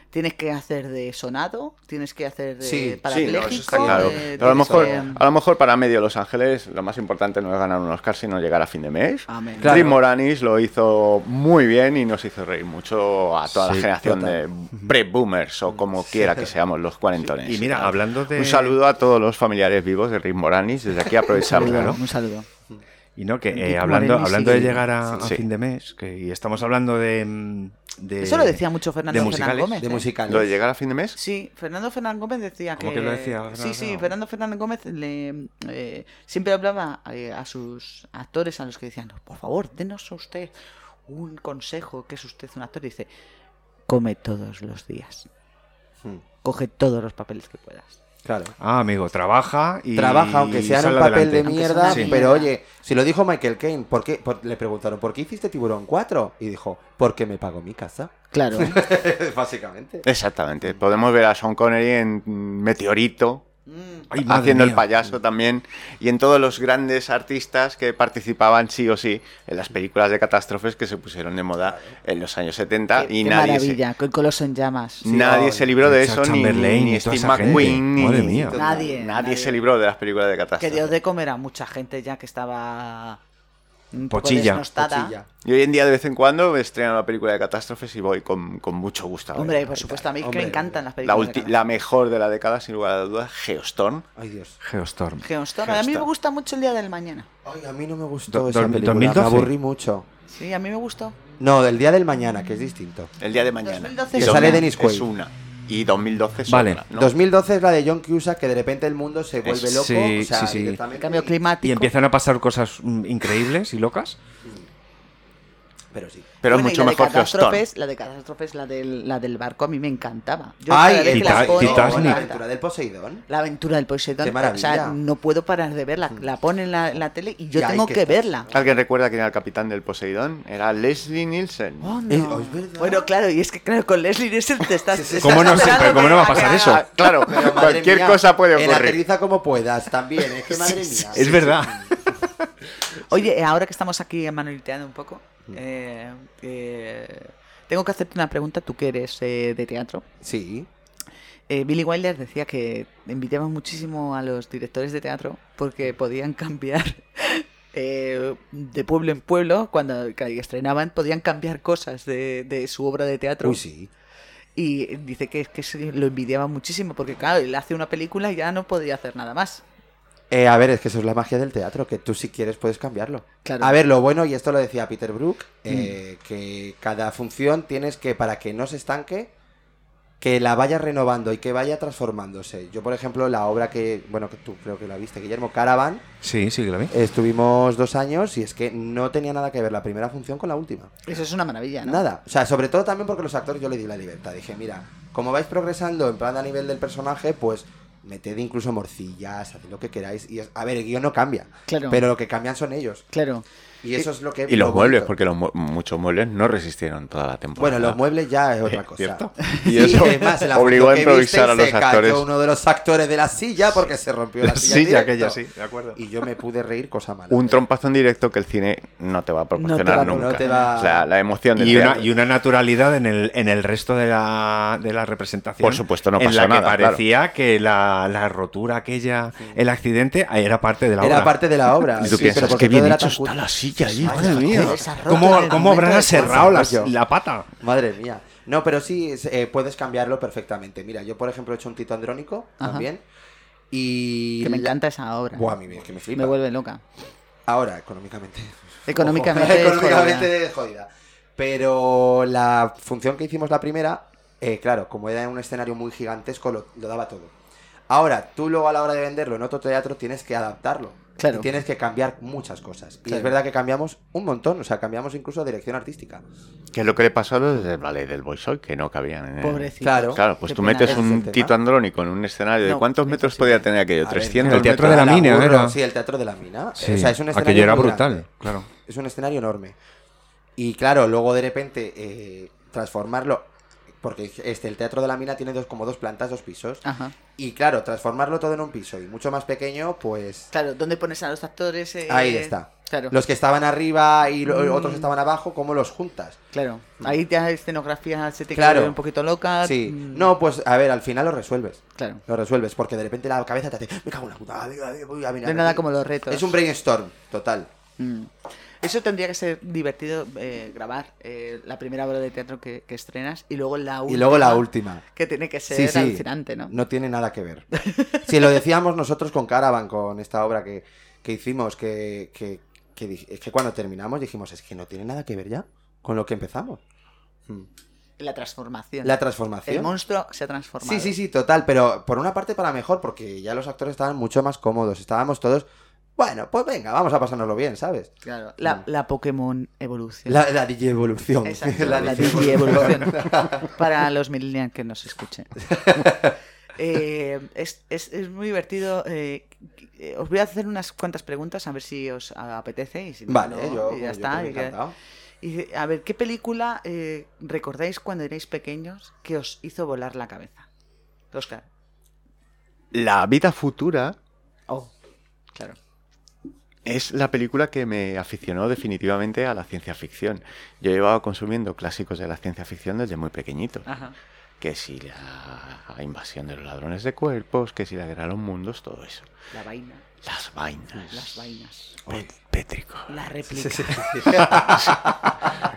[SPEAKER 1] tienes que hacer de sonado, tienes que hacer de
[SPEAKER 4] Sí, sí, no, eso
[SPEAKER 1] parapléjico.
[SPEAKER 3] está claro.
[SPEAKER 1] eh,
[SPEAKER 3] Pero a, lo
[SPEAKER 1] tienes
[SPEAKER 3] mejor,
[SPEAKER 1] que-
[SPEAKER 3] a lo mejor para medio Los Ángeles lo más importante no es ganar un Oscar, sino llegar a fin de mes.
[SPEAKER 1] Amén.
[SPEAKER 4] Claro.
[SPEAKER 3] Rick Moranis lo hizo muy bien y nos hizo reír mucho a toda la
[SPEAKER 2] Sí,
[SPEAKER 3] generación
[SPEAKER 4] total.
[SPEAKER 3] de pre-boomers o como quiera que seamos los cuarentones.
[SPEAKER 2] y mira, hablando de...
[SPEAKER 3] Un saludo a todos los familiares vivos de Rick Moranis. Desde aquí aprovechamos.
[SPEAKER 2] Claro.
[SPEAKER 1] Un saludo.
[SPEAKER 2] Y no, que eh,
[SPEAKER 1] Rick
[SPEAKER 2] hablando,
[SPEAKER 1] Moranis
[SPEAKER 2] hablando de
[SPEAKER 1] sigue-
[SPEAKER 2] llegar a, a
[SPEAKER 3] Sí.
[SPEAKER 2] fin de mes, que y estamos hablando de, mm, de-
[SPEAKER 1] Eso lo decía mucho Fernando
[SPEAKER 2] de
[SPEAKER 1] Fernández
[SPEAKER 2] musicales.
[SPEAKER 1] Gómez.
[SPEAKER 4] De
[SPEAKER 1] ¿eh?
[SPEAKER 4] musicales.
[SPEAKER 3] ¿Lo de llegar a fin de mes?
[SPEAKER 1] Sí, Fernando Fernández Gómez decía
[SPEAKER 2] ¿Cómo
[SPEAKER 1] que...
[SPEAKER 2] que lo decía
[SPEAKER 1] Sí,
[SPEAKER 2] Fernando
[SPEAKER 1] sí,
[SPEAKER 2] Fernández?
[SPEAKER 1] Fernando Fernández Gómez le, eh, siempre hablaba eh, a sus actores, a los que decían, por favor, denos a usted un consejo, que es usted un actor. Y dice, come todos los días,
[SPEAKER 4] Mm,
[SPEAKER 1] coge todos los papeles que puedas.
[SPEAKER 4] Claro.
[SPEAKER 2] Ah, amigo, trabaja y...
[SPEAKER 4] Trabaja, aunque sea en un
[SPEAKER 2] sale
[SPEAKER 4] papel de
[SPEAKER 2] adelante.
[SPEAKER 4] mierda,
[SPEAKER 1] sea una
[SPEAKER 4] pero
[SPEAKER 1] mierda.
[SPEAKER 4] oye, si lo dijo Michael Caine, ¿por qué? Por- le preguntaron, ¿por qué hiciste Tiburón 4? Y dijo, porque me pagó mi casa.
[SPEAKER 1] Claro.
[SPEAKER 4] Básicamente.
[SPEAKER 3] Exactamente. Podemos ver a Sean Connery en Meteorito,
[SPEAKER 1] Mm.
[SPEAKER 2] Ay, madre
[SPEAKER 3] haciendo el
[SPEAKER 2] mía.
[SPEAKER 3] payaso también y en todos los grandes artistas que participaban sí o sí en las películas de catástrofes que se pusieron de moda en los años
[SPEAKER 1] Qué-
[SPEAKER 3] 70 Ah, y
[SPEAKER 1] qué
[SPEAKER 3] nadie se,
[SPEAKER 1] maravilla, con Coloso en llamas.
[SPEAKER 3] nadie
[SPEAKER 4] no,
[SPEAKER 3] se libró de
[SPEAKER 2] Richard
[SPEAKER 3] eso ni,
[SPEAKER 2] Chamberlain
[SPEAKER 3] ni
[SPEAKER 2] y toda
[SPEAKER 3] Steve
[SPEAKER 2] esa gente.
[SPEAKER 3] McQueen ni-
[SPEAKER 2] Madre mía.
[SPEAKER 3] nadie,
[SPEAKER 1] Nadie,
[SPEAKER 3] se libró de las películas de
[SPEAKER 1] Que dio
[SPEAKER 3] catástrofes
[SPEAKER 1] de comer a mucha gente ya que estaba un poco
[SPEAKER 2] Pochilla.
[SPEAKER 1] desnostada.
[SPEAKER 4] Cuchilla.
[SPEAKER 3] y hoy en día de vez en cuando estrenan una película de catástrofes y voy con, con mucho gusto a verla.
[SPEAKER 1] Hombre, por supuesto, a mí que
[SPEAKER 4] Hombre,
[SPEAKER 1] me encantan las
[SPEAKER 3] la,
[SPEAKER 1] películas.
[SPEAKER 3] ulti-
[SPEAKER 1] de
[SPEAKER 3] la mejor de la década sin lugar a dudas Geostorm
[SPEAKER 4] Ay, Dios.
[SPEAKER 2] Geostorm.
[SPEAKER 1] Geostorm. A mí me
[SPEAKER 3] Geostorm.
[SPEAKER 1] gusta mucho el día del mañana.
[SPEAKER 4] Ay, a mí no me gustó
[SPEAKER 2] Do-
[SPEAKER 4] esa
[SPEAKER 2] do-
[SPEAKER 4] película.
[SPEAKER 2] 2012.
[SPEAKER 4] Me aburrí mucho.
[SPEAKER 1] Sí, a mí me gustó.
[SPEAKER 4] No, del día del mañana, que es distinto.
[SPEAKER 3] el día de mañana
[SPEAKER 1] 2012
[SPEAKER 3] Y
[SPEAKER 1] Que
[SPEAKER 3] son-
[SPEAKER 4] sale Dennis Quaid.
[SPEAKER 3] es una y 2012 es
[SPEAKER 2] Vale.
[SPEAKER 3] otra, ¿no?
[SPEAKER 4] 2012 es la de John Cusack, que de repente el mundo se vuelve
[SPEAKER 3] Es-
[SPEAKER 4] loco.
[SPEAKER 2] sí,
[SPEAKER 4] o sea,
[SPEAKER 2] sí, sí.
[SPEAKER 4] directamente.
[SPEAKER 1] El cambio climático.
[SPEAKER 2] Y empiezan a pasar cosas mm, increíbles y locas.
[SPEAKER 4] Pero sí.
[SPEAKER 3] pero
[SPEAKER 1] Bueno, y
[SPEAKER 3] es mucho
[SPEAKER 1] la de
[SPEAKER 3] mejor Geostorm
[SPEAKER 1] catástrofes, La de catástrofes, la del, la del barco, a mí me encantaba. Yo
[SPEAKER 4] Ay,
[SPEAKER 1] cada vez
[SPEAKER 4] el
[SPEAKER 1] que las
[SPEAKER 2] Tita-
[SPEAKER 1] pongo, me
[SPEAKER 2] Titanic.
[SPEAKER 4] La
[SPEAKER 1] encanta.
[SPEAKER 4] aventura del Poseidón.
[SPEAKER 1] La aventura del Poseidón.
[SPEAKER 4] Qué
[SPEAKER 1] O sea,
[SPEAKER 4] maravilla.
[SPEAKER 1] no puedo parar de verla. La ponen en la, en la tele y yo
[SPEAKER 4] Y ahí
[SPEAKER 1] tengo
[SPEAKER 4] que
[SPEAKER 1] que,
[SPEAKER 4] estás.
[SPEAKER 1] verla.
[SPEAKER 3] ¿Alguien recuerda quién era el capitán del Poseidón? Era Leslie Nielsen.
[SPEAKER 1] Oh, no.
[SPEAKER 4] Eh, oh, es verdad.
[SPEAKER 1] Bueno, claro, y es que claro, con Leslie Nielsen te estás.
[SPEAKER 4] Sí, sí,
[SPEAKER 1] te
[SPEAKER 2] ¿Cómo
[SPEAKER 1] estás
[SPEAKER 2] no se-
[SPEAKER 1] esperando
[SPEAKER 2] pero cómo
[SPEAKER 1] que
[SPEAKER 2] no va a
[SPEAKER 1] haga-
[SPEAKER 2] pasar eso?
[SPEAKER 3] Ah, claro,
[SPEAKER 4] Pero, madre
[SPEAKER 3] cualquier
[SPEAKER 4] mía,
[SPEAKER 3] cosa puede
[SPEAKER 4] el
[SPEAKER 3] ocurrir.
[SPEAKER 4] aterriza como puedas también. Es que madre mía.
[SPEAKER 2] Es verdad.
[SPEAKER 1] Oye, eh, ahora que estamos aquí manoliteando un poco,
[SPEAKER 4] Mm.
[SPEAKER 1] eh, eh, tengo que hacerte una pregunta. Tú que eres eh, de teatro.
[SPEAKER 4] Sí.
[SPEAKER 1] Eh, Billy Wilder decía que envidiaba muchísimo a los directores de teatro porque podían cambiar eh, de pueblo en pueblo, cuando ca- estrenaban, podían cambiar cosas de, de su obra de teatro.
[SPEAKER 4] Uy, sí.
[SPEAKER 1] Y dice que, que se lo envidiaba muchísimo porque, claro, él hace una película y ya no podía hacer nada más.
[SPEAKER 4] Eh, a ver, es que eso es la magia del teatro, que tú si quieres puedes cambiarlo.
[SPEAKER 1] Claro. Mm.
[SPEAKER 4] A ver, lo bueno, y esto lo decía Peter Brook, eh, que cada función tienes que, para que no se estanque, que la vaya renovando y que vaya transformándose. Yo, por ejemplo, la obra que, bueno, que tú creo que la viste, Guillermo Caravan,
[SPEAKER 2] Sí, sí, que la vi.
[SPEAKER 4] estuvimos dos años y es que no tenía nada que ver la primera función con la última.
[SPEAKER 1] Eso es una maravilla, ¿no?
[SPEAKER 4] Nada. O sea, sobre todo también porque los actores yo le di la libertad. Dije, mira, como vais progresando en plan a nivel del personaje, pues meted incluso morcillas, haced lo que queráis. Y es- a ver, el guión no cambia,
[SPEAKER 1] Claro.
[SPEAKER 4] pero lo que cambian son ellos.
[SPEAKER 1] Claro.
[SPEAKER 4] Y eso es lo que...
[SPEAKER 3] Y los
[SPEAKER 4] lo
[SPEAKER 3] muebles,
[SPEAKER 4] bonito.
[SPEAKER 3] porque los mue- muchos muebles no resistieron toda la temporada.
[SPEAKER 4] Bueno, los muebles ya es otra cosa.
[SPEAKER 3] ¿cierto?
[SPEAKER 4] Y,
[SPEAKER 3] Y eso
[SPEAKER 4] además, en la
[SPEAKER 3] obligó
[SPEAKER 4] foto
[SPEAKER 3] a
[SPEAKER 4] que visteis,
[SPEAKER 3] improvisar a
[SPEAKER 4] se
[SPEAKER 3] los actores.
[SPEAKER 4] cayó uno de los actores de la silla porque se rompió la,
[SPEAKER 3] La silla
[SPEAKER 4] en directo.
[SPEAKER 3] aquella, sí,
[SPEAKER 2] de acuerdo.
[SPEAKER 4] Y yo me pude reír, cosa mala.
[SPEAKER 3] Un trompazo en directo que el cine no te va a proporcionar
[SPEAKER 1] va-
[SPEAKER 4] no
[SPEAKER 3] nunca.
[SPEAKER 4] te va-
[SPEAKER 3] O sea, la emoción del
[SPEAKER 2] Y una,
[SPEAKER 3] teatro.
[SPEAKER 2] y una naturalidad en el, en el resto de la, de la representación.
[SPEAKER 3] Por supuesto, no
[SPEAKER 2] En
[SPEAKER 3] pasó
[SPEAKER 2] la
[SPEAKER 3] nada,
[SPEAKER 2] que parecía que la, la rotura aquella, el accidente, era parte de la
[SPEAKER 4] Era
[SPEAKER 2] obra.
[SPEAKER 4] parte de la obra.
[SPEAKER 3] Y tú
[SPEAKER 4] sí,
[SPEAKER 3] piensas,
[SPEAKER 4] pero porque
[SPEAKER 3] qué bien
[SPEAKER 4] todo era
[SPEAKER 3] hecho
[SPEAKER 4] tan
[SPEAKER 3] está
[SPEAKER 4] cutre.
[SPEAKER 3] la silla allí.
[SPEAKER 4] Madre
[SPEAKER 3] madre mía.
[SPEAKER 4] mía.
[SPEAKER 2] ¿Cómo, cómo habrán
[SPEAKER 4] Momento de
[SPEAKER 2] aserrado la,
[SPEAKER 4] descanso,
[SPEAKER 2] la pata?
[SPEAKER 4] Madre mía. No, pero sí es- eh, puedes cambiarlo perfectamente. Mira, yo por ejemplo he hecho un Tito Andrónico
[SPEAKER 1] Ajá.
[SPEAKER 4] también. Y.
[SPEAKER 1] Que me
[SPEAKER 4] la-
[SPEAKER 1] encanta esa obra.
[SPEAKER 4] Buah, a mí me- que me flipa.
[SPEAKER 1] me vuelve loca.
[SPEAKER 4] Ahora, económicamente.
[SPEAKER 1] Económicamente
[SPEAKER 4] Ojo.
[SPEAKER 1] es
[SPEAKER 4] Económicamente es jodida. Pero la función que hicimos la primera, eh, claro, como era un escenario muy gigantesco, lo, lo daba todo. Ahora, tú luego a la hora de venderlo en otro teatro tienes que adaptarlo.
[SPEAKER 1] Claro.
[SPEAKER 4] Y tienes que cambiar muchas cosas. Y
[SPEAKER 1] Claro.
[SPEAKER 4] es verdad que cambiamos un montón, o sea, cambiamos incluso dirección artística.
[SPEAKER 3] Que es lo que le pasó a los del ballet del Bolshoi, que no cabían en el-
[SPEAKER 1] Pobrecito.
[SPEAKER 4] Claro.
[SPEAKER 3] Claro, pues
[SPEAKER 1] Qué
[SPEAKER 3] tú
[SPEAKER 1] pena.
[SPEAKER 3] metes
[SPEAKER 1] Ese
[SPEAKER 4] es
[SPEAKER 3] un
[SPEAKER 4] el tema.
[SPEAKER 3] Tito Andrónico en un escenario.
[SPEAKER 1] No,
[SPEAKER 3] ¿De cuántos metros podía tener aquello?
[SPEAKER 4] A ver,
[SPEAKER 3] 300
[SPEAKER 2] el teatro de
[SPEAKER 3] metros.
[SPEAKER 2] la mina,
[SPEAKER 4] Burro,
[SPEAKER 2] era.
[SPEAKER 4] Sí, el teatro de la mina.
[SPEAKER 2] Sí,
[SPEAKER 4] O sea, es un escenario
[SPEAKER 2] aquello era
[SPEAKER 4] muy
[SPEAKER 2] brutal,
[SPEAKER 4] grande.
[SPEAKER 2] claro.
[SPEAKER 4] Es un escenario enorme. Y claro, luego de repente eh, transformarlo. Porque este, el teatro de la mina tiene dos, como dos plantas, dos pisos.
[SPEAKER 1] Ajá.
[SPEAKER 4] Y claro, transformarlo todo en un piso y mucho más pequeño, pues.
[SPEAKER 1] Claro, ¿dónde pones a los actores? Eh,
[SPEAKER 4] Ahí está.
[SPEAKER 1] Claro,
[SPEAKER 4] Los que estaban arriba y lo-
[SPEAKER 1] Mm.
[SPEAKER 4] otros estaban abajo, ¿cómo los juntas?
[SPEAKER 1] claro. Ahí ya escenografía se te
[SPEAKER 4] Mm. Claro.
[SPEAKER 1] queda un poquito loca.
[SPEAKER 4] Sí.
[SPEAKER 1] Mm,
[SPEAKER 4] No, pues a ver, al final lo resuelves.
[SPEAKER 1] Claro.
[SPEAKER 4] Lo resuelves, porque de repente la cabeza te hace. Me cago en la puta. ay, ay, voy a mirar
[SPEAKER 1] No es nada
[SPEAKER 4] aquí".
[SPEAKER 1] como los retos.
[SPEAKER 4] Es un brainstorm, total.
[SPEAKER 1] Mm. Eso tendría que ser divertido eh, grabar eh, la primera obra de teatro que, que estrenas y luego la última.
[SPEAKER 4] Y luego la última.
[SPEAKER 1] Que tiene que ser
[SPEAKER 4] Sí, sí.
[SPEAKER 1] alucinante, ¿no?
[SPEAKER 4] No tiene nada que ver. Si lo decíamos nosotros con Caravan, con esta obra que, que hicimos, que, que, que dij- es que cuando terminamos dijimos, es que no tiene nada que ver ya con lo que empezamos. Hmm.
[SPEAKER 1] La transformación.
[SPEAKER 4] La
[SPEAKER 1] El
[SPEAKER 4] transformación.
[SPEAKER 1] monstruo se ha transformado.
[SPEAKER 4] Sí, sí, sí, total, pero por una parte para mejor, porque ya los actores estaban mucho más cómodos, estábamos todos, bueno, pues venga, vamos a pasárnoslo bien, ¿sabes?
[SPEAKER 1] Claro. La,
[SPEAKER 4] Mm.
[SPEAKER 1] la Pokémon evolución.
[SPEAKER 4] La, la digievolución.
[SPEAKER 1] Exacto, la,
[SPEAKER 4] digievolución.
[SPEAKER 1] digievolución. Para los millennials que nos escuchen. Eh, es, es- es muy divertido. eh, eh, os voy a hacer unas cuantas preguntas a ver si os apetece. Y si no,
[SPEAKER 4] Vale,
[SPEAKER 1] no,
[SPEAKER 4] yo,
[SPEAKER 1] y ya
[SPEAKER 4] yo
[SPEAKER 1] está.
[SPEAKER 4] estoy
[SPEAKER 1] y ya-
[SPEAKER 4] encantado.
[SPEAKER 1] y, a ver, ¿qué película eh, recordáis cuando erais pequeños que os hizo volar la cabeza? Oscar.
[SPEAKER 3] La vida futura
[SPEAKER 1] Oh, claro.
[SPEAKER 3] es la película que me aficionó definitivamente a la ciencia ficción. Yo llevaba consumiendo clásicos de la ciencia ficción desde muy pequeñito.
[SPEAKER 1] Ajá.
[SPEAKER 3] Que si la invasión de los ladrones de cuerpos, que si la guerra de los mundos, todo eso.
[SPEAKER 1] La vaina.
[SPEAKER 3] Las
[SPEAKER 4] Pues
[SPEAKER 3] vainas.
[SPEAKER 1] Las vainas.
[SPEAKER 3] Pe- Pétrico.
[SPEAKER 1] La réplica.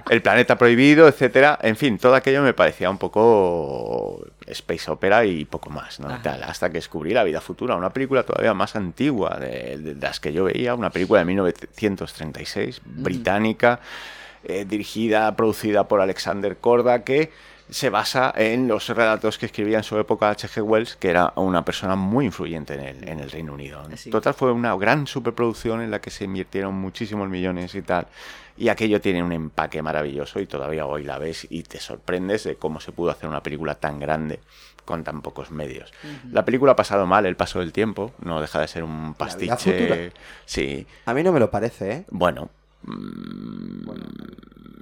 [SPEAKER 3] El planeta prohibido, etcétera. En fin, todo aquello me parecía un poco space opera y poco más, ¿no?
[SPEAKER 1] Ajá.
[SPEAKER 3] Tal, hasta que descubrí La vida futura, una película todavía más antigua de, de las que yo veía, una película de 1936, británica, eh, dirigida, producida por Alexander Korda, que se basa en los relatos que escribía en su época H.G. Wells, que era una persona muy influyente en el, en el Reino Unido.
[SPEAKER 1] Así.
[SPEAKER 3] Total, fue una gran superproducción en la que se invirtieron muchísimos millones y tal. Y aquello tiene un empaque maravilloso y todavía hoy la ves y te sorprendes de cómo se pudo hacer una película tan grande con tan pocos medios. La película ha pasado mal el paso del tiempo, no deja de ser un
[SPEAKER 4] La vida
[SPEAKER 3] pastiche.
[SPEAKER 4] futura.
[SPEAKER 3] Sí,
[SPEAKER 4] A mí no me lo parece, ¿eh?
[SPEAKER 3] bueno, mm,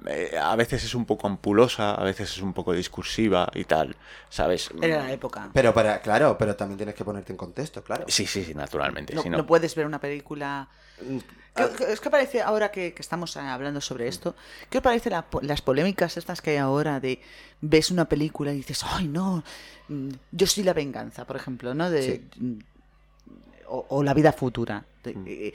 [SPEAKER 3] eh, a veces es un poco ampulosa, a veces es un poco discursiva y tal, ¿sabes? Mm,
[SPEAKER 1] Era la época.
[SPEAKER 4] Pero para, claro, pero también tienes que ponerte en contexto, claro.
[SPEAKER 3] Sí, sí, sí, naturalmente.
[SPEAKER 1] No,
[SPEAKER 3] si no-
[SPEAKER 1] no puedes ver una película.
[SPEAKER 4] Mm, ah.
[SPEAKER 1] ¿Qué- qué- Es que parece, ahora que, que estamos ah, hablando sobre esto, ¿qué os parece la po- las polémicas estas que hay ahora de ves una película y dices, ay no, mm, yo sí la venganza, por ejemplo, ¿no? De,
[SPEAKER 4] Sí. Mm.
[SPEAKER 1] mm, o, o la vida futura. De- eh,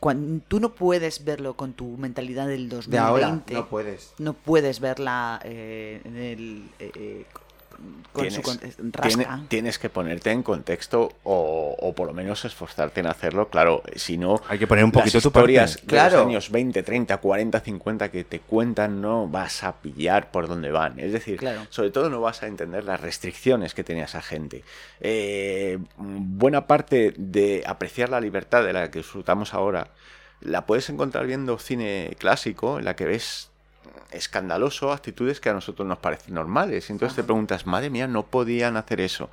[SPEAKER 1] cuan- tú no puedes verlo con tu mentalidad del
[SPEAKER 4] De
[SPEAKER 1] 2020.
[SPEAKER 4] ahora no puedes.
[SPEAKER 1] No puedes verla eh, en el... eh, eh, con su
[SPEAKER 3] Tienes,
[SPEAKER 1] con-
[SPEAKER 3] tiene-
[SPEAKER 1] rasca.
[SPEAKER 3] tienes que ponerte en contexto o, o por lo menos esforzarte en hacerlo, claro, si no...
[SPEAKER 2] Hay que poner un poquito
[SPEAKER 3] las
[SPEAKER 2] tu parte.
[SPEAKER 3] historias de
[SPEAKER 4] Claro.
[SPEAKER 3] los años 20, 30, 40, 50 que te cuentan no vas a pillar por dónde van. Es decir,
[SPEAKER 1] Claro.
[SPEAKER 3] sobre todo no vas a entender las restricciones que tenía esa gente. Eh, buena parte de apreciar la libertad de la que disfrutamos ahora la puedes encontrar viendo cine clásico, en la que ves escandaloso, actitudes que a nosotros nos parecen normales. Y Entonces te preguntas, madre mía, no podían hacer eso.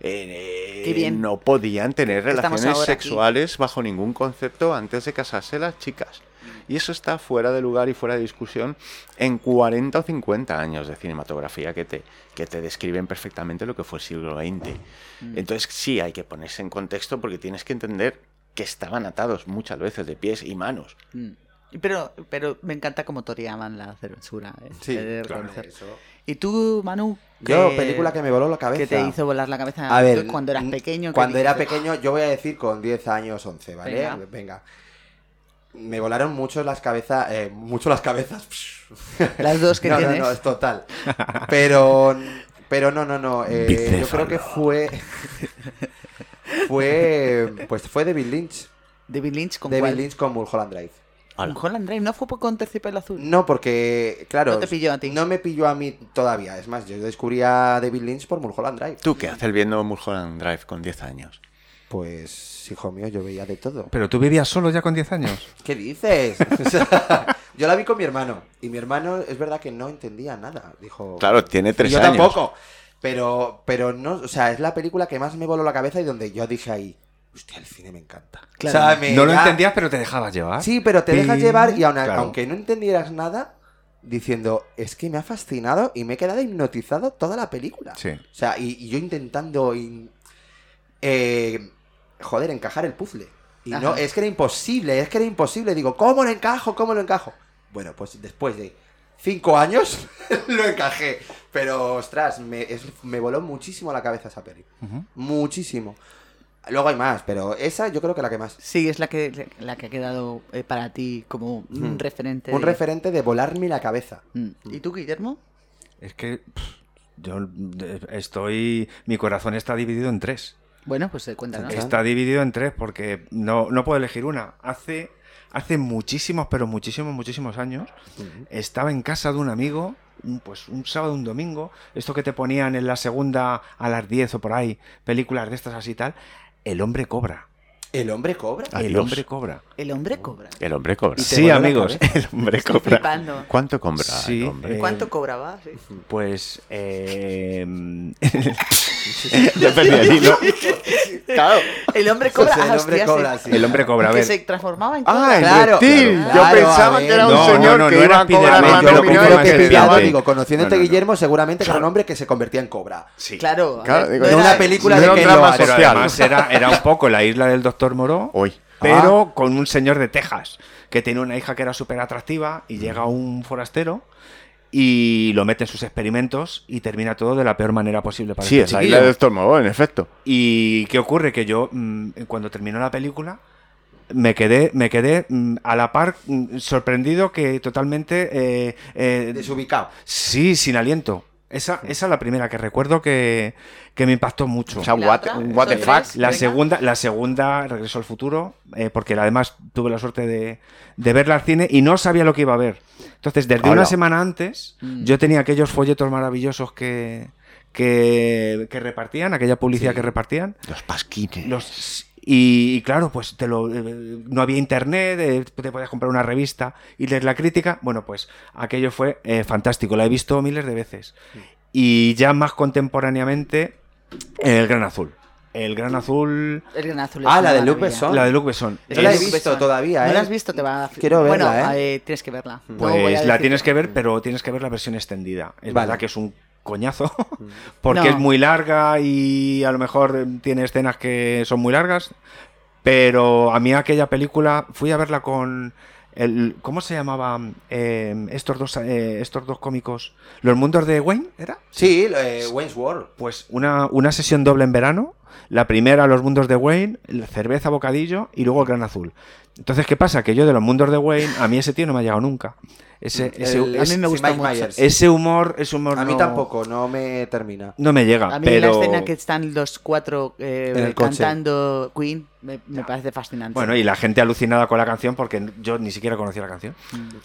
[SPEAKER 3] Eh,
[SPEAKER 1] Qué bien.
[SPEAKER 3] No podían tener
[SPEAKER 1] Estamos
[SPEAKER 3] relaciones
[SPEAKER 1] ahora aquí.
[SPEAKER 3] sexuales bajo ningún concepto antes de casarse las chicas. Y eso está fuera de lugar y fuera de discusión en 40 o 50 años de cinematografía que te, que te describen perfectamente lo que fue el siglo XX.
[SPEAKER 1] Mm.
[SPEAKER 3] Entonces sí hay que ponerse en contexto porque tienes que entender que estaban atados muchas veces de pies y manos.
[SPEAKER 1] Mm. Pero, pero me encanta cómo toreaban la censura. ¿eh?
[SPEAKER 4] Sí,
[SPEAKER 1] He de
[SPEAKER 2] claro,
[SPEAKER 1] reconocer. ¿Y tú, Manu?
[SPEAKER 4] Yo,
[SPEAKER 1] qué-
[SPEAKER 4] película que me voló la cabeza.
[SPEAKER 1] que te hizo volar la cabeza
[SPEAKER 4] A
[SPEAKER 1] Tú
[SPEAKER 4] ver,
[SPEAKER 1] cuando eras
[SPEAKER 4] mm,
[SPEAKER 1] pequeño. que
[SPEAKER 4] Cuando era
[SPEAKER 1] dijiste,
[SPEAKER 4] pequeño, yo voy a decir con 10 años, 11, ¿vale?
[SPEAKER 1] Venga.
[SPEAKER 4] Venga. Me volaron mucho las cabezas, eh, mucho las cabezas.
[SPEAKER 1] Las dos que
[SPEAKER 4] no,
[SPEAKER 1] tienes.
[SPEAKER 4] No, no, es total. Pero, pero no, no, no. eh, yo creo
[SPEAKER 7] Bicéfalo.
[SPEAKER 4] que fue, fue, pues fue David Lynch.
[SPEAKER 1] David Lynch con
[SPEAKER 4] David
[SPEAKER 1] cuál?
[SPEAKER 4] Lynch con Mulholland Drive.
[SPEAKER 1] Con Holland Drive, ¿no fue por- con Terciopelo Azul?
[SPEAKER 4] No, porque, claro.
[SPEAKER 1] No te pilló a ti.
[SPEAKER 4] No me pilló a mí todavía. Es más, yo descubrí a David Lynch por Mulholland Drive.
[SPEAKER 3] ¿Tú qué haces viendo Mulholland Drive con 10 años?
[SPEAKER 4] Pues, hijo mío, yo veía de todo.
[SPEAKER 2] Pero tú vivías solo ya con 10 años.
[SPEAKER 4] ¿Qué dices? O sea, yo la vi con mi hermano. Y mi hermano es verdad que no entendía nada. Dijo.
[SPEAKER 3] Claro, tiene
[SPEAKER 4] "Y
[SPEAKER 3] 3
[SPEAKER 4] yo
[SPEAKER 3] años.
[SPEAKER 4] tampoco. Pero, pero no, o sea, es la película que más me voló la cabeza y donde yo dije ahí, hostia, el cine me encanta.
[SPEAKER 1] Claro.
[SPEAKER 4] O sea, me
[SPEAKER 2] No lo
[SPEAKER 4] da-
[SPEAKER 2] entendías, pero te dejabas llevar.
[SPEAKER 4] Sí, pero te dejas
[SPEAKER 2] Pi-
[SPEAKER 4] llevar y aun-
[SPEAKER 2] Claro.
[SPEAKER 4] aunque no entendieras nada, diciendo, es que me ha fascinado y me he quedado hipnotizado toda la película.
[SPEAKER 2] Sí.
[SPEAKER 4] O sea, y, y yo intentando, in- eh, joder, encajar el puzzle. Y no,
[SPEAKER 1] Ajá.
[SPEAKER 4] es que era imposible, es que era imposible. Digo, ¿cómo lo encajo? ¿Cómo lo encajo? Bueno, pues después de cinco años lo encajé. Pero, ostras, me, es- me voló muchísimo la cabeza esa peli.
[SPEAKER 2] Ujú.
[SPEAKER 4] Muchísimo. Luego hay más, pero esa yo creo que la que más.
[SPEAKER 1] Sí, es la que, la que ha quedado eh, para ti como un
[SPEAKER 4] Mm.
[SPEAKER 1] referente.
[SPEAKER 4] Un
[SPEAKER 1] de-
[SPEAKER 4] referente de volarme la cabeza.
[SPEAKER 1] Mm. ¿Y tú, Guillermo?
[SPEAKER 2] Es que pff, yo eh, estoy. Mi corazón está dividido en tres.
[SPEAKER 1] Bueno, pues eh, cuéntanos.
[SPEAKER 4] Ajá.
[SPEAKER 2] Está dividido en tres porque no, no puedo elegir una. Hace, hace muchísimos, pero muchísimos, muchísimos años estaba en casa de un amigo, un- pues un sábado, un domingo, esto que te ponían en la segunda a las 10 o por ahí, películas de estas así y tal, El hombre cobra.
[SPEAKER 4] El hombre cobra.
[SPEAKER 3] Ah,
[SPEAKER 2] El
[SPEAKER 3] Dios.
[SPEAKER 2] hombre cobra.
[SPEAKER 1] El hombre cobra.
[SPEAKER 3] El hombre cobra.
[SPEAKER 4] Y te
[SPEAKER 2] Sí,
[SPEAKER 4] voló la
[SPEAKER 2] amigos,
[SPEAKER 4] cabeza.
[SPEAKER 3] El hombre
[SPEAKER 1] Estoy
[SPEAKER 3] Eh, cobra.
[SPEAKER 1] flipando.
[SPEAKER 3] ¿Cuánto compra
[SPEAKER 2] Sí,
[SPEAKER 3] el hombre?
[SPEAKER 2] eh,
[SPEAKER 1] ¿Cuánto cobraba? Sí.
[SPEAKER 2] pues... em,
[SPEAKER 3] Yo perdí el hilo. Claro.
[SPEAKER 1] El hombre
[SPEAKER 4] O sea,
[SPEAKER 1] cobra.
[SPEAKER 4] el
[SPEAKER 1] ah,
[SPEAKER 4] hombre
[SPEAKER 1] hostia,
[SPEAKER 4] cobra,
[SPEAKER 1] sí.
[SPEAKER 4] sí.
[SPEAKER 2] el hombre cobra, a
[SPEAKER 1] Que
[SPEAKER 2] ver.
[SPEAKER 1] se transformaba en
[SPEAKER 3] Ah,
[SPEAKER 1] cobra.
[SPEAKER 3] el
[SPEAKER 4] Claro,
[SPEAKER 3] reptil.
[SPEAKER 4] claro,
[SPEAKER 3] Yo
[SPEAKER 4] claro,
[SPEAKER 3] pensaba
[SPEAKER 4] a ver.
[SPEAKER 3] que era un
[SPEAKER 2] No,
[SPEAKER 3] señor
[SPEAKER 2] no, no,
[SPEAKER 3] que
[SPEAKER 2] no
[SPEAKER 3] iba
[SPEAKER 2] era
[SPEAKER 3] a cobrar
[SPEAKER 2] Spiderman,
[SPEAKER 3] más
[SPEAKER 2] yo lo
[SPEAKER 3] dominó
[SPEAKER 2] confirmo
[SPEAKER 3] el
[SPEAKER 2] que
[SPEAKER 4] que
[SPEAKER 2] es Pillaban.
[SPEAKER 3] espíritu.
[SPEAKER 4] pillado,
[SPEAKER 2] Pillaban.
[SPEAKER 4] digo, conociéndote
[SPEAKER 3] No, no, no.
[SPEAKER 4] Guillermo, seguramente era un hombre que se convertía en cobra.
[SPEAKER 2] Sí.
[SPEAKER 1] Claro. a
[SPEAKER 3] Claro,
[SPEAKER 1] ver,
[SPEAKER 3] digo,
[SPEAKER 1] no
[SPEAKER 4] de
[SPEAKER 1] era-
[SPEAKER 4] una película
[SPEAKER 3] no
[SPEAKER 4] de
[SPEAKER 3] era un
[SPEAKER 4] que
[SPEAKER 3] drama
[SPEAKER 4] lo hace.
[SPEAKER 2] Pero
[SPEAKER 3] social.
[SPEAKER 2] además era, era un poco la isla del doctor Moró,
[SPEAKER 3] Hoy.
[SPEAKER 2] pero
[SPEAKER 3] Ah.
[SPEAKER 2] con un señor de Texas que tiene una hija que era súper atractiva y
[SPEAKER 3] Mm.
[SPEAKER 2] llega un forastero y lo mete en sus experimentos y termina todo de la peor manera posible para
[SPEAKER 3] Sí,
[SPEAKER 2] este
[SPEAKER 3] es la
[SPEAKER 2] chiquillo.
[SPEAKER 3] isla de Stormogo, en efecto.
[SPEAKER 2] Y qué ocurre que yo mm, cuando terminó la película me quedé me quedé mm, a la par mm, sorprendido que totalmente eh, eh,
[SPEAKER 4] Desubicado.
[SPEAKER 2] sí sin aliento. Esa, esa es la primera que recuerdo que, que me impactó mucho.
[SPEAKER 3] O sea,
[SPEAKER 1] ¿Y la
[SPEAKER 3] what,
[SPEAKER 1] otra?
[SPEAKER 3] un what the
[SPEAKER 1] Son
[SPEAKER 3] fuck.
[SPEAKER 1] tres.
[SPEAKER 2] La
[SPEAKER 1] Venga.
[SPEAKER 2] segunda, la segunda, Regreso al Futuro, eh, porque además tuve la suerte de, de verla al cine y no sabía lo que iba a ver. Entonces, desde
[SPEAKER 3] Hola.
[SPEAKER 2] una semana antes,
[SPEAKER 1] Mm.
[SPEAKER 2] yo tenía aquellos folletos maravillosos que, que, que repartían, aquella publicidad que repartían.
[SPEAKER 3] Los pasquines.
[SPEAKER 2] Los, y, y claro, pues te lo, eh, no había internet, eh, te podías comprar una revista y leer la crítica. Bueno, pues aquello fue eh, fantástico, la he visto miles de veces. Y ya más contemporáneamente, El Gran Azul. El Gran Azul...
[SPEAKER 1] El Gran Azul es
[SPEAKER 4] Ah,
[SPEAKER 1] una
[SPEAKER 4] la de Luke
[SPEAKER 1] maravilla.
[SPEAKER 4] Besson.
[SPEAKER 2] La de Luke Besson.
[SPEAKER 4] Yo la he
[SPEAKER 2] Es-
[SPEAKER 4] visto todavía,
[SPEAKER 1] No
[SPEAKER 4] ¿eh?
[SPEAKER 1] la has visto, te va a...
[SPEAKER 4] Quiero
[SPEAKER 1] bueno,
[SPEAKER 4] verla,
[SPEAKER 1] eh, tienes que verla. No voy a
[SPEAKER 2] Pues la
[SPEAKER 1] decir-
[SPEAKER 2] tienes que ver, pero tienes que ver la versión extendida. Es
[SPEAKER 4] Vale.
[SPEAKER 2] verdad que es un coñazo, porque
[SPEAKER 1] Mm. No.
[SPEAKER 2] es muy larga y a lo mejor eh, tiene escenas que son muy largas, pero a mí aquella película fui a verla con... El, ¿Cómo se llamaban eh, estos, dos, eh, estos dos cómicos? ¿Los mundos de Wayne? ¿Era?
[SPEAKER 4] Sí, eh, Wayne's World.
[SPEAKER 2] Pues una, una sesión doble en verano. La primera, los mundos de Wayne, la cerveza, bocadillo y luego el gran azul. Entonces, ¿qué pasa? Que yo de los mundos de Wayne, a mí ese tío no me ha llegado nunca. Ese, ese,
[SPEAKER 4] El-
[SPEAKER 1] A mí me
[SPEAKER 4] sí,
[SPEAKER 1] gusta
[SPEAKER 4] Mike
[SPEAKER 1] mucho.
[SPEAKER 4] Myers.
[SPEAKER 2] ese humor, ese humor
[SPEAKER 4] A mí
[SPEAKER 2] no-
[SPEAKER 4] tampoco, no me termina.
[SPEAKER 2] No me llega.
[SPEAKER 1] A mí
[SPEAKER 2] pero...
[SPEAKER 1] la escena que están los cuatro eh,
[SPEAKER 4] En el coche.
[SPEAKER 1] cantando Queen me, me parece fascinante.
[SPEAKER 2] Bueno, y la gente alucinada con la canción porque yo ni siquiera conocía la canción.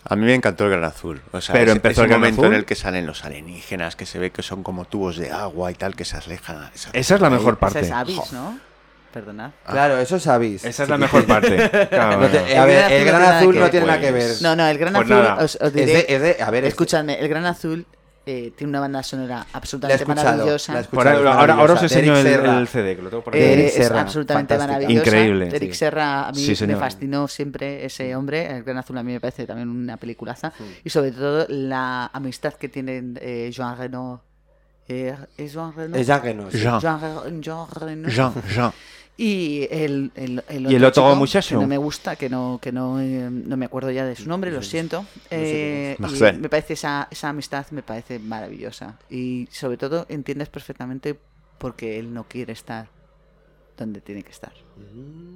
[SPEAKER 3] A mí me encantó el Gran Azul. O sea,
[SPEAKER 2] Pero
[SPEAKER 3] ese-
[SPEAKER 2] empezó
[SPEAKER 3] ese
[SPEAKER 2] el Gran
[SPEAKER 3] momento
[SPEAKER 2] Azul.
[SPEAKER 3] en el que salen los alienígenas, que se ve que son como tubos de agua y tal, que se alejan. se
[SPEAKER 2] Esa es la
[SPEAKER 3] alejan ahí.
[SPEAKER 2] mejor parte.
[SPEAKER 1] Esa es Abyss, ¿no? perdonad.
[SPEAKER 4] Ah. Claro, eso sabéis.
[SPEAKER 2] Esa es la mejor parte. Claro,
[SPEAKER 4] No te-
[SPEAKER 2] bueno.
[SPEAKER 4] eh, a ver, el gran azul no
[SPEAKER 1] ver.
[SPEAKER 4] tiene nada que ver.
[SPEAKER 2] Pues-
[SPEAKER 1] No, no, el Gran
[SPEAKER 2] Pues
[SPEAKER 1] Azul,
[SPEAKER 2] nada.
[SPEAKER 1] os, os
[SPEAKER 4] Es
[SPEAKER 1] diré,
[SPEAKER 4] de- es de- a ver, es-
[SPEAKER 1] escúchame, el Gran Azul eh, tiene una banda sonora
[SPEAKER 4] La he
[SPEAKER 1] absolutamente
[SPEAKER 4] escuchado. la he
[SPEAKER 1] maravillosa.
[SPEAKER 4] escuchado,
[SPEAKER 2] Por ahí-
[SPEAKER 4] es
[SPEAKER 2] ahora, ahora os
[SPEAKER 4] maravillosa.
[SPEAKER 2] enseño el,
[SPEAKER 4] Derek Serra.
[SPEAKER 2] el CD, que lo tengo por aquí.
[SPEAKER 1] Eh,
[SPEAKER 4] Eric
[SPEAKER 1] es
[SPEAKER 4] Serra,
[SPEAKER 1] absolutamente
[SPEAKER 4] fantástica.
[SPEAKER 1] maravillosa.
[SPEAKER 2] Increíble,
[SPEAKER 1] Eric
[SPEAKER 2] sí.
[SPEAKER 1] Serra a mí
[SPEAKER 2] Sí,
[SPEAKER 1] me
[SPEAKER 2] señor.
[SPEAKER 1] fascinó siempre ese hombre. El Gran Azul a mí me parece también una peliculaza. Y sobre todo la amistad que tienen eh, Joan Reno. eh, ¿Es Joan Reno?
[SPEAKER 4] Es ya que no. sí.
[SPEAKER 2] Jean.
[SPEAKER 1] Jean Re- Jean Reno.
[SPEAKER 2] Jean, Jean.
[SPEAKER 1] Y el, el,
[SPEAKER 2] Y el otro
[SPEAKER 1] chico,
[SPEAKER 2] muchacho.
[SPEAKER 1] Que no me gusta, que no, que no, eh, no me acuerdo ya de su nombre, lo siento. Eh,
[SPEAKER 2] quién es.
[SPEAKER 1] y
[SPEAKER 2] Marcel.
[SPEAKER 1] me parece esa, esa amistad me parece maravillosa. Y sobre todo entiendes perfectamente por qué él no quiere estar donde tiene que estar.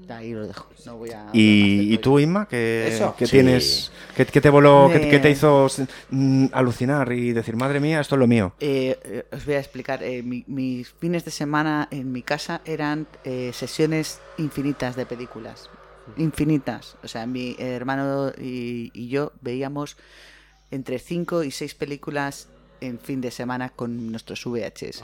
[SPEAKER 1] Ahí lo dejo. No voy a.
[SPEAKER 2] ¿Y, y tú, Inma, qué,
[SPEAKER 4] Eso.
[SPEAKER 2] qué
[SPEAKER 3] Sí.
[SPEAKER 2] tienes? ¿Qué, qué te voló? qué-
[SPEAKER 1] Me-
[SPEAKER 2] qué te hizo mm, alucinar y decir, madre mía, esto es lo mío?
[SPEAKER 1] Eh, eh, os voy a explicar. eh, mi- mis fines de semana en mi casa eran eh, sesiones infinitas de películas. Infinitas. O sea, mi hermano y, y yo veíamos entre 5 y 6 películas en fin de semana con nuestros VHS.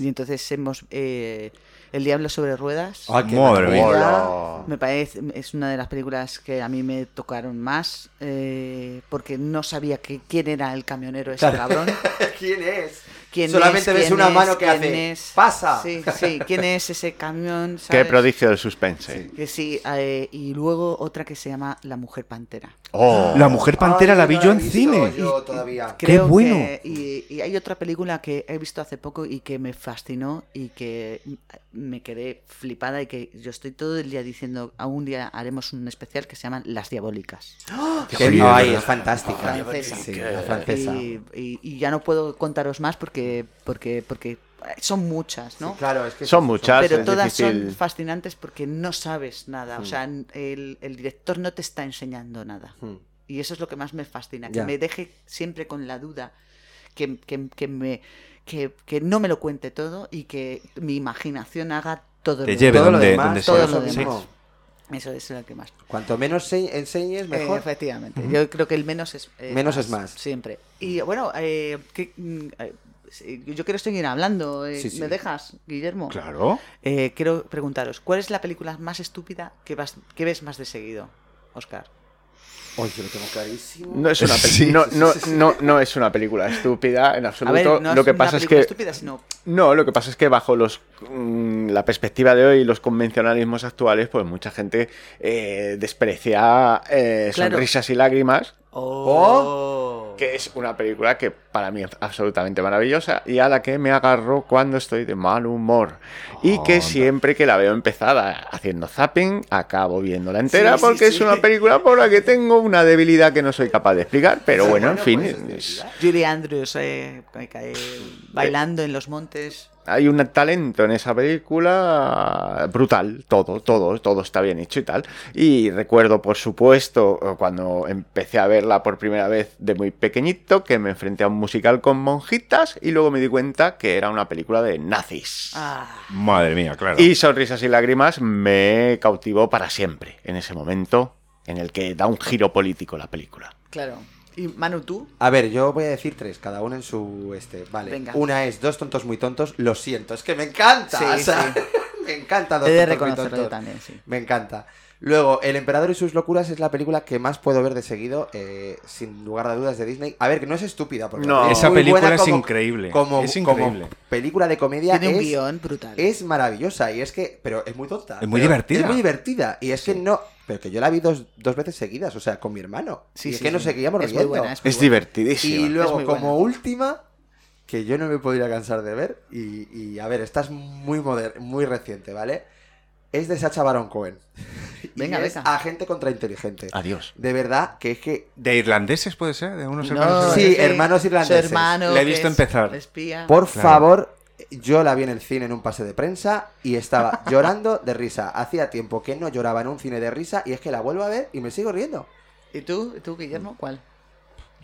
[SPEAKER 1] Y entonces hemos... eh, El Diablo sobre Ruedas.
[SPEAKER 4] Ah, qué
[SPEAKER 2] Madre mía.
[SPEAKER 4] maravilla.
[SPEAKER 3] Hola.
[SPEAKER 1] Me parece, es una de las películas que a mí me tocaron más, eh, porque no sabía que, quién era el camionero ese cabrón.
[SPEAKER 4] ¿Quién es?
[SPEAKER 1] ¿Quién
[SPEAKER 4] Solamente
[SPEAKER 1] es?
[SPEAKER 4] ves
[SPEAKER 1] ¿Quién
[SPEAKER 4] una
[SPEAKER 1] es?
[SPEAKER 4] mano que
[SPEAKER 1] ¿Quién
[SPEAKER 4] hace.
[SPEAKER 1] es?
[SPEAKER 4] ¡Pasa!
[SPEAKER 1] Sí, sí. ¿Quién es ese camión?
[SPEAKER 3] Qué
[SPEAKER 1] ¿sabes?
[SPEAKER 3] prodigio del suspense.
[SPEAKER 1] Que sí, eh, y luego otra que se llama La Mujer Pantera.
[SPEAKER 3] Oh.
[SPEAKER 2] La mujer pantera
[SPEAKER 1] Ah,
[SPEAKER 4] Ay,
[SPEAKER 2] la
[SPEAKER 4] no
[SPEAKER 2] vi
[SPEAKER 4] he
[SPEAKER 2] yo en
[SPEAKER 4] visto
[SPEAKER 2] cine.
[SPEAKER 4] Yo todavía.
[SPEAKER 2] ¡Qué
[SPEAKER 1] Creo
[SPEAKER 2] bueno!
[SPEAKER 1] que- y, y hay otra película que he visto hace poco y que me fascinó y que me quedé flipada y que yo estoy todo el día diciendo, algún día haremos un especial que se llama Las Diabólicas.
[SPEAKER 4] Qué-
[SPEAKER 2] Dios.
[SPEAKER 4] Ay, es fantástica.
[SPEAKER 1] Francesa.
[SPEAKER 4] Sí, la francesa.
[SPEAKER 1] Y, y- y ya no puedo contaros más porque, porque, porque son muchas, ¿no?
[SPEAKER 4] Sí, claro, es que
[SPEAKER 3] Son muchas.
[SPEAKER 1] Pero
[SPEAKER 3] es
[SPEAKER 1] todas
[SPEAKER 3] difícil.
[SPEAKER 1] son fascinantes porque no sabes nada. O sea, n- el, el director no te está enseñando nada.
[SPEAKER 4] Mm.
[SPEAKER 1] Y eso es lo que más me fascina. Que
[SPEAKER 4] Ya.
[SPEAKER 1] me deje siempre con la duda. Que, que- que me, que, que no me lo cuente todo y que mi imaginación haga todo
[SPEAKER 2] Te
[SPEAKER 1] lo
[SPEAKER 2] lleve
[SPEAKER 1] demás.
[SPEAKER 4] Todo lo
[SPEAKER 2] donde-
[SPEAKER 4] demás,
[SPEAKER 2] donde
[SPEAKER 1] sea.
[SPEAKER 4] todo lo
[SPEAKER 1] Sí.
[SPEAKER 4] demás.
[SPEAKER 1] Eso es lo que más.
[SPEAKER 4] Cuanto menos se- enseñes,
[SPEAKER 1] Eh,
[SPEAKER 4] mejor.
[SPEAKER 1] efectivamente. Yo creo que el menos es eh,
[SPEAKER 4] Menos es más.
[SPEAKER 1] Siempre. Y bueno, eh, ¿qué- mm, eh, sí, yo quiero seguir hablando. eh,
[SPEAKER 4] Sí, sí.
[SPEAKER 1] ¿Me dejas, Guillermo?
[SPEAKER 2] Claro.
[SPEAKER 1] Eh, quiero preguntaros, ¿cuál es la película más estúpida que, vas, que ves más de seguido, Oscar?
[SPEAKER 4] Oye, lo tengo clarísimo.
[SPEAKER 3] No es, una peli-
[SPEAKER 2] Sí.
[SPEAKER 3] no, no, no, no es una película estúpida en
[SPEAKER 1] A
[SPEAKER 3] absoluto.
[SPEAKER 1] ver, no
[SPEAKER 3] lo que
[SPEAKER 1] una
[SPEAKER 3] pasa es
[SPEAKER 1] película
[SPEAKER 3] que
[SPEAKER 1] estúpida, sino
[SPEAKER 3] no, lo que pasa es que bajo los mm, la perspectiva de hoy y los convencionalismos actuales, pues mucha gente eh, desprecia eh,
[SPEAKER 1] Claro.
[SPEAKER 3] sonrisas y lágrimas,
[SPEAKER 1] Oh.
[SPEAKER 3] que es una película que para mí es absolutamente maravillosa y a la que me agarro cuando estoy de mal humor y que
[SPEAKER 2] Anda.
[SPEAKER 3] siempre que la veo empezada haciendo zapping acabo viéndola entera
[SPEAKER 1] sí,
[SPEAKER 3] porque es
[SPEAKER 1] sí.
[SPEAKER 3] una película por la que tengo una debilidad que no soy capaz de explicar, pero bueno, en fin,
[SPEAKER 4] pues, este,
[SPEAKER 1] pues
[SPEAKER 3] es-
[SPEAKER 1] Julie Andrews eh, cae- cae bailando en los montes.
[SPEAKER 3] hay un talento en esa película brutal, todo, todo, todo está bien hecho y tal. Y recuerdo, por supuesto, cuando empecé a verla por primera vez de muy pequeñito, que me enfrenté a un musical con monjitas y luego me di cuenta que era una película de nazis.
[SPEAKER 1] Ah,
[SPEAKER 2] Madre mía, claro.
[SPEAKER 3] Y sonrisas y lágrimas me cautivó para siempre en ese momento en el que da un giro político la película.
[SPEAKER 1] claro. Y Manu, tú,
[SPEAKER 4] A ver, yo voy a decir tres, cada uno en su este. Vale.
[SPEAKER 1] Venga.
[SPEAKER 4] Una es dos tontos muy tontos, lo siento, es que me encanta.
[SPEAKER 1] Sí,
[SPEAKER 4] o sea,
[SPEAKER 1] sí.
[SPEAKER 4] me encanta dos
[SPEAKER 1] he de
[SPEAKER 4] tontos muy
[SPEAKER 1] reconocerlo yo
[SPEAKER 4] tontos.
[SPEAKER 1] también, sí.
[SPEAKER 4] Me encanta. Luego, El Emperador y sus locuras es la película que más puedo ver de seguido, eh, sin lugar a dudas, de Disney. A ver, que no es estúpida, porque
[SPEAKER 3] No.
[SPEAKER 4] es
[SPEAKER 2] Esa
[SPEAKER 4] muy
[SPEAKER 2] película
[SPEAKER 4] buena
[SPEAKER 2] es
[SPEAKER 4] como-
[SPEAKER 2] increíble.
[SPEAKER 4] Como,
[SPEAKER 2] Es
[SPEAKER 4] como
[SPEAKER 2] increíble.
[SPEAKER 4] película de comedia
[SPEAKER 1] Tiene un
[SPEAKER 4] es-
[SPEAKER 1] guión brutal.
[SPEAKER 4] es maravillosa y es que, pero es muy tonta.
[SPEAKER 2] Es muy
[SPEAKER 4] pero
[SPEAKER 2] divertida.
[SPEAKER 4] Es muy divertida y es que no, pero que yo la vi dos, dos veces seguidas, o sea, con mi hermano.
[SPEAKER 1] Sí,
[SPEAKER 4] y es
[SPEAKER 1] sí,
[SPEAKER 4] que nos
[SPEAKER 1] sí.
[SPEAKER 4] seguíamos
[SPEAKER 1] Es muy
[SPEAKER 4] riendo.
[SPEAKER 1] buena, es muy
[SPEAKER 3] Es
[SPEAKER 1] buena.
[SPEAKER 3] divertidísima.
[SPEAKER 4] y luego,
[SPEAKER 1] muy buena.
[SPEAKER 4] como última, que yo no me podría cansar de ver, y, y, a ver, esta es muy, moder muy reciente, ¿vale? Es de Sacha Baron Cohen. Y
[SPEAKER 1] Venga,
[SPEAKER 4] es
[SPEAKER 1] venga. Ah.
[SPEAKER 4] Agente contra inteligente.
[SPEAKER 3] Adiós.
[SPEAKER 4] De verdad que es que
[SPEAKER 2] ¿De irlandeses puede ser? ¿De unos
[SPEAKER 1] No,
[SPEAKER 2] hermanos?
[SPEAKER 4] Sí,
[SPEAKER 1] es de
[SPEAKER 4] hermanos
[SPEAKER 1] su
[SPEAKER 4] irlandeses.
[SPEAKER 1] hermano
[SPEAKER 2] Le he
[SPEAKER 1] que
[SPEAKER 2] visto
[SPEAKER 1] es
[SPEAKER 2] empezar.
[SPEAKER 1] espía.
[SPEAKER 4] Por
[SPEAKER 2] Claro.
[SPEAKER 4] favor, yo la vi en el cine en un pase de prensa y estaba llorando de risa. Hacía tiempo que no lloraba en un cine de risa y es que la vuelvo a ver y me sigo riendo.
[SPEAKER 1] ¿Y tú, ¿Y tú, Guillermo, cuál?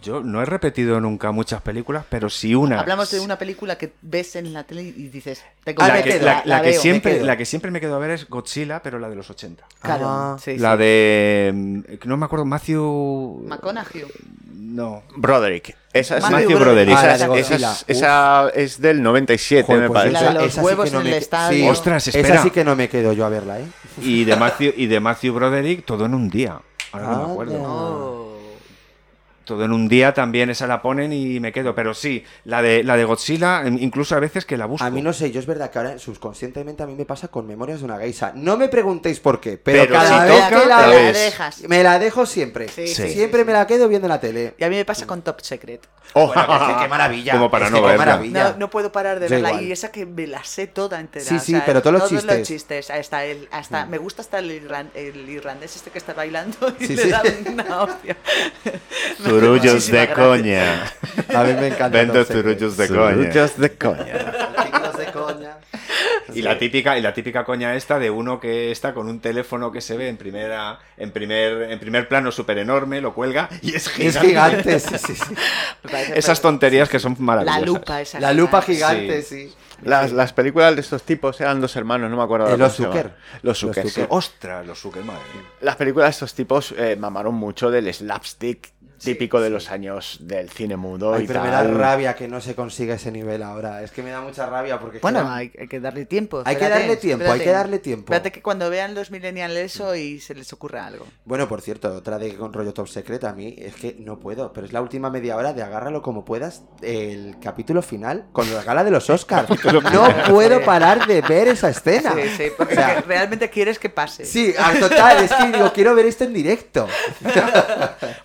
[SPEAKER 2] Yo no he repetido nunca muchas películas, pero sí una.
[SPEAKER 1] Hablamos de una película que ves en la tele y dices, tengo
[SPEAKER 4] Ah,
[SPEAKER 2] La
[SPEAKER 4] me
[SPEAKER 2] que,
[SPEAKER 4] quedo,
[SPEAKER 2] la- la que
[SPEAKER 1] veo, me
[SPEAKER 2] siempre,
[SPEAKER 1] quedo.
[SPEAKER 2] la que siempre me quedo a ver es Godzilla, pero la de los 80.
[SPEAKER 1] Claro,
[SPEAKER 4] Ah,
[SPEAKER 1] sí,
[SPEAKER 2] la
[SPEAKER 1] sí.
[SPEAKER 2] de. mm, que No me acuerdo, Matthew.
[SPEAKER 1] McConaughey.
[SPEAKER 2] No.
[SPEAKER 3] Broderick. Esa es,
[SPEAKER 1] Matthew
[SPEAKER 2] Broderick.
[SPEAKER 3] esa
[SPEAKER 4] Ah, la
[SPEAKER 3] es-
[SPEAKER 4] de
[SPEAKER 3] esa es-
[SPEAKER 4] Godzilla.
[SPEAKER 3] esa es del 97,
[SPEAKER 4] Joder,
[SPEAKER 3] me
[SPEAKER 4] pues
[SPEAKER 3] parece.
[SPEAKER 1] La
[SPEAKER 4] esa-
[SPEAKER 1] de los
[SPEAKER 4] esa sí
[SPEAKER 1] huevos
[SPEAKER 4] que no
[SPEAKER 1] en el
[SPEAKER 4] me-
[SPEAKER 1] estadio.
[SPEAKER 4] sí.
[SPEAKER 2] Ostras, espera.
[SPEAKER 4] Esa sí que no me quedo yo a verla, ¿eh?
[SPEAKER 2] Y de Matthew, y de Matthew Broderick, todo en un día. Ahora
[SPEAKER 1] Ah,
[SPEAKER 2] no me acuerdo.
[SPEAKER 4] Anda.
[SPEAKER 1] Oh.
[SPEAKER 2] Todo en un día también esa la ponen y me quedo. Pero sí, la de, la de Godzilla, em, incluso a veces que la busco.
[SPEAKER 4] A mí no sé, yo es verdad que ahora subconscientemente a mí me pasa con Memorias de una Geisa. No me preguntéis por qué, pero,
[SPEAKER 2] Pero
[SPEAKER 4] cada
[SPEAKER 2] si
[SPEAKER 4] vez
[SPEAKER 2] toca,
[SPEAKER 4] que la
[SPEAKER 2] la
[SPEAKER 4] veo-
[SPEAKER 2] ves.
[SPEAKER 1] dejas.
[SPEAKER 4] me la dejo siempre.
[SPEAKER 1] Sí,
[SPEAKER 2] Sí. sí,
[SPEAKER 4] Siempre
[SPEAKER 1] sí,
[SPEAKER 4] me la quedo viendo la tele.
[SPEAKER 1] Y a mí me pasa con Top Secret.
[SPEAKER 3] Oh,
[SPEAKER 4] Bueno, es que qué maravilla.
[SPEAKER 3] Como para
[SPEAKER 4] Es
[SPEAKER 3] no
[SPEAKER 4] que qué
[SPEAKER 3] verla.
[SPEAKER 4] maravilla.
[SPEAKER 1] No, no puedo parar de
[SPEAKER 4] Yo
[SPEAKER 1] verla.
[SPEAKER 4] igual.
[SPEAKER 1] Y esa que me la sé toda entera.
[SPEAKER 4] Sí,
[SPEAKER 1] o
[SPEAKER 4] sí,
[SPEAKER 1] sea,
[SPEAKER 4] pero todos los chistes.
[SPEAKER 1] Hasta el, hasta, me gusta hasta el, irlan- el irlandés este que está bailando y
[SPEAKER 4] Sí,
[SPEAKER 1] le
[SPEAKER 4] sí.
[SPEAKER 1] da una hostia. Me hace
[SPEAKER 3] Zurullos
[SPEAKER 1] muchísima
[SPEAKER 3] de
[SPEAKER 1] gracia.
[SPEAKER 3] coña.
[SPEAKER 4] A mí me encanta.
[SPEAKER 3] Vendo
[SPEAKER 4] Top Secret.
[SPEAKER 3] zurullos de coña.
[SPEAKER 2] Zurullos
[SPEAKER 3] de coña.
[SPEAKER 4] Chicos de coña.
[SPEAKER 2] Y la típica, y la típica coña esta de uno que está con un teléfono que se ve en primera, en primer, en primer plano súper enorme, lo cuelga y es
[SPEAKER 4] Es
[SPEAKER 2] gigante.
[SPEAKER 4] gigante, sí, sí, sí.
[SPEAKER 1] Me parece
[SPEAKER 2] Esas tonterías que son
[SPEAKER 1] La
[SPEAKER 2] maravillosas.
[SPEAKER 1] lupa esa.
[SPEAKER 4] La lupa gigante, sí.
[SPEAKER 3] Las, las películas de estos tipos eran dos hermanos, no me acuerdo. ahora
[SPEAKER 4] Eh, los
[SPEAKER 3] cómo se llama.
[SPEAKER 4] Zucker.
[SPEAKER 3] Los
[SPEAKER 4] Los
[SPEAKER 3] Zucker, sí. Oh.
[SPEAKER 4] Zucker.
[SPEAKER 2] Ostras, los Zucker, madre mía.
[SPEAKER 3] Las películas de estos tipos eh, mamaron mucho del slapstick típico de los años del cine mudo
[SPEAKER 4] Ay,
[SPEAKER 3] y
[SPEAKER 4] pero
[SPEAKER 3] tal.
[SPEAKER 4] me da rabia que no se consiga ese nivel ahora. Es que me da mucha rabia porque.
[SPEAKER 1] Bueno,
[SPEAKER 4] queda-
[SPEAKER 1] hay, hay que darle tiempo.
[SPEAKER 4] Hay que
[SPEAKER 1] espérate,
[SPEAKER 4] darle tiempo, hay
[SPEAKER 1] espérate.
[SPEAKER 4] que darle tiempo.
[SPEAKER 1] Espérate que cuando vean los millennials eso y se les ocurra algo.
[SPEAKER 4] Bueno, por cierto, otra de con rollo top secret a mí es que no puedo, pero es la última media hora de agárralo como puedas el capítulo final con la gala de los Oscars. no puedo parar de ver esa escena.
[SPEAKER 1] Sí, sí, porque
[SPEAKER 4] O sea,
[SPEAKER 1] es que realmente quieres que pase.
[SPEAKER 4] sí, al total, es que digo, quiero ver esto en directo.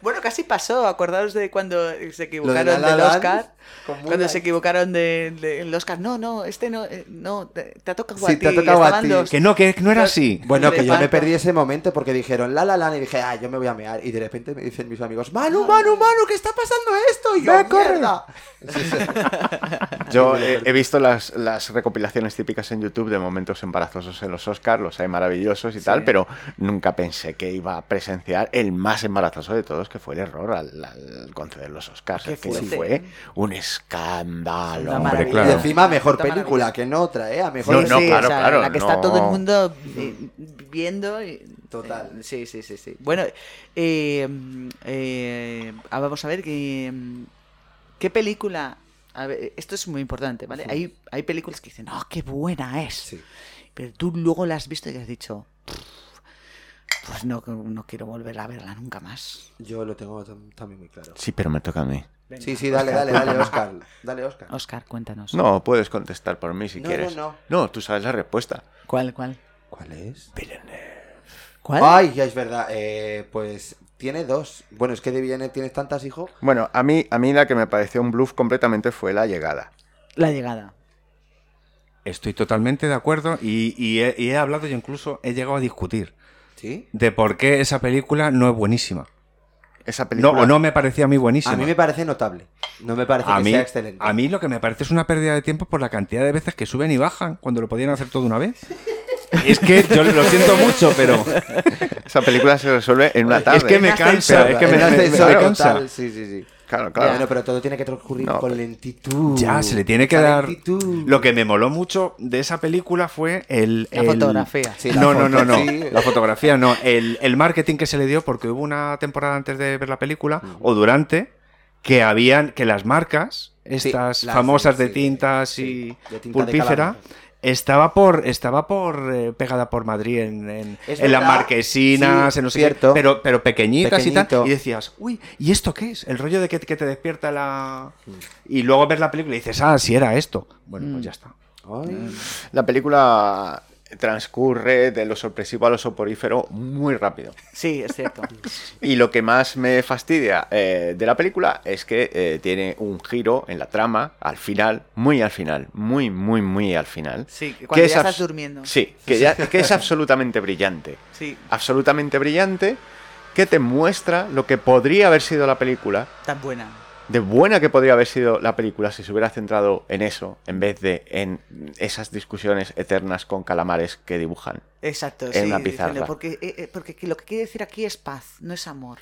[SPEAKER 1] Bueno, casi pasó. Acordaros de cuando se
[SPEAKER 4] Lo de
[SPEAKER 1] equivocaron
[SPEAKER 4] La La
[SPEAKER 1] del
[SPEAKER 4] Land
[SPEAKER 1] Oscar.
[SPEAKER 4] con
[SPEAKER 1] Cuando
[SPEAKER 4] Moonlight.
[SPEAKER 1] se equivocaron del de, del Oscar. No, no, este no, eh, no, te, te ha tocado
[SPEAKER 4] Sí,
[SPEAKER 1] a ti.
[SPEAKER 4] te ha tocado a
[SPEAKER 1] Estaban
[SPEAKER 4] ti.
[SPEAKER 1] dos.
[SPEAKER 2] Que no, que no era así.
[SPEAKER 4] Bueno, que yo me
[SPEAKER 1] Lepanto.
[SPEAKER 4] perdí ese momento porque dijeron la la la y dije, ah, yo me voy a mear. Y de repente me dicen mis amigos, Manu, Manu, Manu, ¿qué está pasando esto? Y yo, "Mierda".
[SPEAKER 3] Yo he, he visto las, las recopilaciones típicas en YouTube de momentos embarazosos en los Oscars, los hay maravillosos y tal, pero nunca pensé que iba a presenciar el más embarazoso de todos, que fue el error al, al conceder los Oscars.
[SPEAKER 1] Qué
[SPEAKER 3] Aquello
[SPEAKER 1] fuerte.
[SPEAKER 3] fue un escándalo.
[SPEAKER 1] Una
[SPEAKER 3] hombre,
[SPEAKER 1] maravilla.
[SPEAKER 4] Y
[SPEAKER 2] claro.
[SPEAKER 4] encima, mejor
[SPEAKER 1] Está
[SPEAKER 4] película que no otra, ¿eh? A mejor
[SPEAKER 3] No,
[SPEAKER 1] Sí,
[SPEAKER 3] no,
[SPEAKER 1] sí,
[SPEAKER 3] claro,
[SPEAKER 1] o sea,
[SPEAKER 3] claro,
[SPEAKER 1] La que está
[SPEAKER 3] no.
[SPEAKER 1] todo el mundo eh, viendo. y-
[SPEAKER 4] Total.
[SPEAKER 1] eh, sí, sí, sí, sí. Bueno, eh, mm, eh, ah, vamos a ver que, mm, qué película... A ver, esto es muy importante, ¿vale? Hay, hay películas que dicen, ¡oh, qué buena es!
[SPEAKER 4] Sí.
[SPEAKER 1] Pero tú luego la has visto y has dicho, "Pff, pues no, no quiero volver a verla nunca más.
[SPEAKER 4] Yo lo tengo tam- también muy claro.
[SPEAKER 3] Sí, pero me toca a mí.
[SPEAKER 4] Sí, sí, dale, dale, dale, Oscar. Dale, Oscar.
[SPEAKER 1] Oscar, cuéntanos.
[SPEAKER 3] No, puedes contestar por mí si
[SPEAKER 4] No,
[SPEAKER 3] quieres.
[SPEAKER 4] no,
[SPEAKER 3] no, tú sabes la respuesta.
[SPEAKER 1] ¿Cuál, cuál?
[SPEAKER 4] ¿Cuál es?
[SPEAKER 1] ¿Cuál?
[SPEAKER 4] Ay, ya es verdad. Eh, pues tiene dos. Bueno, es que de viene tienes tantas, hijo.
[SPEAKER 3] Bueno, a mí, a mí la que me pareció un bluff completamente fue la llegada.
[SPEAKER 1] La llegada.
[SPEAKER 2] Estoy totalmente de acuerdo y, y he, y he hablado y incluso he llegado a discutir
[SPEAKER 4] ¿Sí?
[SPEAKER 2] de por qué esa película no es buenísima.
[SPEAKER 3] Esa
[SPEAKER 2] No,
[SPEAKER 3] película.
[SPEAKER 2] o no me parecía a mí buenísima.
[SPEAKER 4] A mí me parece notable. No me parece
[SPEAKER 2] a
[SPEAKER 4] que
[SPEAKER 2] mí,
[SPEAKER 4] sea excelente.
[SPEAKER 2] a mí lo que me parece es una pérdida de tiempo por la cantidad de veces que suben y bajan cuando lo podían hacer todo una vez. Es que yo lo siento mucho, pero
[SPEAKER 3] Esa película se resuelve en una tarde.
[SPEAKER 2] es que me cansa, es que me,
[SPEAKER 4] El
[SPEAKER 2] me- me-
[SPEAKER 4] ascensor
[SPEAKER 2] me
[SPEAKER 4] total,
[SPEAKER 2] cansa.
[SPEAKER 4] Sí, sí, sí.
[SPEAKER 3] Claro,
[SPEAKER 4] Claro.
[SPEAKER 3] claro.
[SPEAKER 4] Bueno, pero todo tiene que transcurrir
[SPEAKER 3] No,
[SPEAKER 4] con
[SPEAKER 3] pero-
[SPEAKER 4] lentitud.
[SPEAKER 2] Ya, se le tiene que
[SPEAKER 4] Esa
[SPEAKER 2] dar.
[SPEAKER 4] Lentitud.
[SPEAKER 2] Lo que me moló mucho de esa película fue el.
[SPEAKER 1] La
[SPEAKER 2] el-
[SPEAKER 1] fotografía.
[SPEAKER 4] Sí, la
[SPEAKER 2] no, no,
[SPEAKER 4] foto,
[SPEAKER 2] no, no.
[SPEAKER 4] sí.
[SPEAKER 2] La fotografía no. El, el marketing que se le dio, porque hubo una temporada antes de ver la película, o durante, que habían, que las marcas, estas
[SPEAKER 4] las de-
[SPEAKER 2] famosas de
[SPEAKER 4] sí,
[SPEAKER 2] tintas
[SPEAKER 4] sí,
[SPEAKER 2] y
[SPEAKER 4] de tinta de
[SPEAKER 2] pulpífera,
[SPEAKER 4] calamar.
[SPEAKER 2] estaba por, estaba por eh, pegada por Madrid en, en,
[SPEAKER 4] Es
[SPEAKER 2] en las
[SPEAKER 4] verdad.
[SPEAKER 2] marquesinas,
[SPEAKER 4] Sí,
[SPEAKER 2] en no sé
[SPEAKER 4] cierto.
[SPEAKER 2] qué, pero, pero pequeñitas y
[SPEAKER 4] Pequeñito.
[SPEAKER 2] tal. Y decías, uy, ¿y esto qué es? El rollo de que, que te despierta la.
[SPEAKER 4] Mm.
[SPEAKER 2] Y luego ves la película y dices, ah, si era esto. Bueno, pues ya está.
[SPEAKER 4] Ay.
[SPEAKER 3] La película transcurre de lo sorpresivo a lo soporífero muy rápido.
[SPEAKER 1] Sí, es cierto.
[SPEAKER 3] Y lo que más me fastidia eh, de la película es que eh, tiene un giro en la trama al final, muy al final, muy, muy, muy al final.
[SPEAKER 1] Sí, cuando ya
[SPEAKER 3] abs-
[SPEAKER 1] estás durmiendo.
[SPEAKER 3] Sí, que, ya- que es absolutamente brillante.
[SPEAKER 1] Sí,
[SPEAKER 3] Absolutamente brillante que te muestra lo que podría haber sido la película
[SPEAKER 1] tan buena.
[SPEAKER 3] de buena que podría haber sido la película si se hubiera centrado en eso, en vez de en esas discusiones eternas con calamares que dibujan.
[SPEAKER 1] Exacto,
[SPEAKER 3] En
[SPEAKER 1] sí,
[SPEAKER 3] una
[SPEAKER 1] diciendo,
[SPEAKER 3] pizarra.
[SPEAKER 1] porque, eh, eh, porque que lo que quiere decir aquí es paz, no es amor.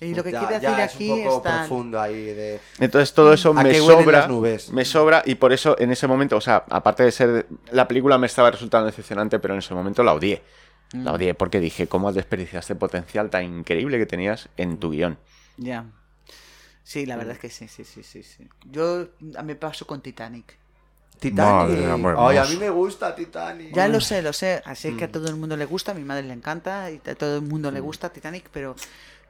[SPEAKER 1] Y lo que
[SPEAKER 4] Ya,
[SPEAKER 1] quiere
[SPEAKER 4] ya,
[SPEAKER 1] decir aquí
[SPEAKER 4] es un poco
[SPEAKER 1] tal.
[SPEAKER 4] profundo ahí de
[SPEAKER 3] Entonces todo eso
[SPEAKER 4] ¿A
[SPEAKER 3] me
[SPEAKER 4] qué huelen
[SPEAKER 3] sobra,
[SPEAKER 4] las nubes?
[SPEAKER 3] me sobra y por eso en ese momento, o sea, aparte de ser la película me estaba resultando decepcionante, pero en ese momento la odié.
[SPEAKER 4] Mm.
[SPEAKER 3] La odié porque este dije, ¿cómo desperdiciaste potencial tan increíble que tenías en tu guión?
[SPEAKER 1] Ya. Sí, la verdad es que sí, sí, sí, sí. sí. Yo mm, me paso con Titanic.
[SPEAKER 4] Titanic.
[SPEAKER 2] Madre, amor
[SPEAKER 4] Ay, a
[SPEAKER 2] hermoso.
[SPEAKER 4] mí me gusta Titanic.
[SPEAKER 1] Ya
[SPEAKER 3] Mm.
[SPEAKER 1] lo sé, lo sé. Así es que a todo el mundo le gusta, a mi madre le encanta y a todo el mundo
[SPEAKER 3] Mm.
[SPEAKER 1] le gusta Titanic, pero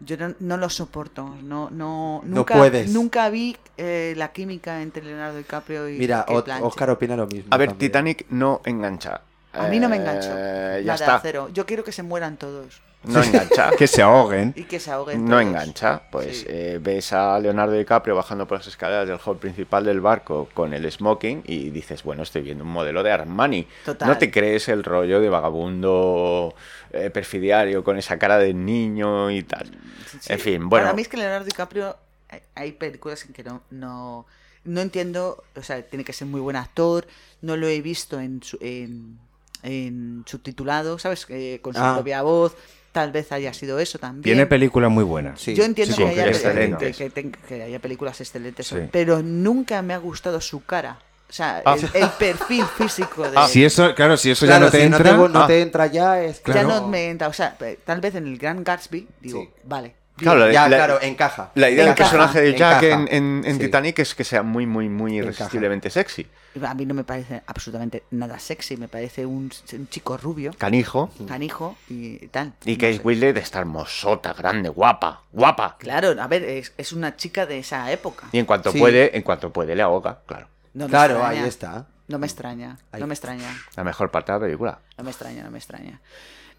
[SPEAKER 1] yo no, no lo soporto. No, no, nunca,
[SPEAKER 4] puedes.
[SPEAKER 1] nunca vi eh, la química entre Leonardo DiCaprio y
[SPEAKER 4] Mira,
[SPEAKER 1] Kate
[SPEAKER 4] Ot-
[SPEAKER 1] Blanchett.
[SPEAKER 4] Oscar opina lo mismo.
[SPEAKER 3] A ver,
[SPEAKER 4] también.
[SPEAKER 3] Titanic no engancha.
[SPEAKER 1] A mí no me
[SPEAKER 3] Eh,
[SPEAKER 1] engancho.
[SPEAKER 3] ya
[SPEAKER 1] Nada,
[SPEAKER 3] está.
[SPEAKER 1] cero. Yo quiero que se mueran todos
[SPEAKER 3] No engancha.
[SPEAKER 2] Que se ahoguen.
[SPEAKER 1] y que se ahoguen.
[SPEAKER 3] No
[SPEAKER 1] todos.
[SPEAKER 3] engancha, pues
[SPEAKER 1] Sí.
[SPEAKER 3] eh, ves a Leonardo DiCaprio bajando por las escaleras del hall principal del barco con el smoking y dices, bueno, estoy viendo un modelo de Armani.
[SPEAKER 1] Total.
[SPEAKER 3] No te crees el rollo de vagabundo eh, perfidiario con esa cara de niño y tal.
[SPEAKER 1] Sí, sí.
[SPEAKER 3] En fin, bueno.
[SPEAKER 1] Para mí es que Leonardo DiCaprio, hay, hay películas en que no, no, no entiendo, o sea, tiene que ser muy buen actor, no lo he visto en, su- en, en subtitulado, ¿sabes? Eh, con su
[SPEAKER 4] Ah.
[SPEAKER 1] propia voz, tal vez haya sido eso también.
[SPEAKER 2] Tiene películas muy buenas.
[SPEAKER 4] Sí.
[SPEAKER 1] Yo entiendo
[SPEAKER 2] sí,
[SPEAKER 1] que, haya,
[SPEAKER 2] excelentes.
[SPEAKER 1] que- que- que haya películas excelentes,
[SPEAKER 2] Sí.
[SPEAKER 1] pero nunca me ha gustado su cara. O sea,
[SPEAKER 3] Ah.
[SPEAKER 1] el, el perfil físico
[SPEAKER 4] Ah,
[SPEAKER 1] de...
[SPEAKER 2] Si eso, claro, si eso
[SPEAKER 4] Claro,
[SPEAKER 2] Pues ya no te
[SPEAKER 4] si
[SPEAKER 2] entra.
[SPEAKER 4] No te, no
[SPEAKER 2] ah,
[SPEAKER 4] te entra ya, es
[SPEAKER 1] Ya
[SPEAKER 4] claro.
[SPEAKER 1] no me entra, o sea, pe- tal vez en el Gran Gatsby, digo,
[SPEAKER 4] Sí.
[SPEAKER 1] vale.
[SPEAKER 3] Claro, la-
[SPEAKER 4] ya,
[SPEAKER 3] la-
[SPEAKER 4] claro, encaja.
[SPEAKER 3] La idea del
[SPEAKER 1] Encaja,
[SPEAKER 3] personaje de Jack en,
[SPEAKER 4] encaja.
[SPEAKER 3] en- en
[SPEAKER 4] Sí.
[SPEAKER 3] Titanic es que sea muy, muy, muy
[SPEAKER 4] Encaja.
[SPEAKER 3] irresistiblemente sexy.
[SPEAKER 1] A mí no me parece absolutamente nada sexy, me parece un, un chico rubio,
[SPEAKER 3] Canijo.
[SPEAKER 4] Mm.
[SPEAKER 1] canijo y tal.
[SPEAKER 3] Y
[SPEAKER 1] no
[SPEAKER 3] Kate
[SPEAKER 1] sé.
[SPEAKER 3] Winslet está hermosota, grande, guapa, guapa.
[SPEAKER 1] Claro, a ver, es, es una chica de esa época.
[SPEAKER 3] Y en cuanto
[SPEAKER 4] Sí.
[SPEAKER 3] puede, en cuanto puede, le ahoga, claro.
[SPEAKER 1] No me
[SPEAKER 4] Claro,
[SPEAKER 1] extraña,
[SPEAKER 4] ahí está.
[SPEAKER 1] No me extraña,
[SPEAKER 4] Ahí.
[SPEAKER 1] no me extraña,
[SPEAKER 3] La mejor parte de la película.
[SPEAKER 1] no me extraña, no me extraña.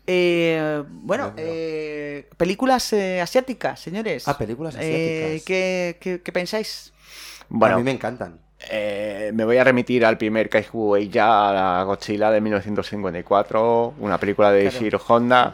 [SPEAKER 1] Eh, bueno,
[SPEAKER 4] Dios mío.
[SPEAKER 1] eh, películas eh, asiáticas, señores.
[SPEAKER 4] Ah, películas
[SPEAKER 1] Eh,
[SPEAKER 4] asiáticas.
[SPEAKER 1] ¿qué, qué, qué pensáis?
[SPEAKER 3] Bueno,
[SPEAKER 4] A mí me encantan.
[SPEAKER 3] Eh, me voy a remitir al primer Kaiju ya la Godzilla de 1954, una película de
[SPEAKER 1] Claro.
[SPEAKER 3] Shiro Honda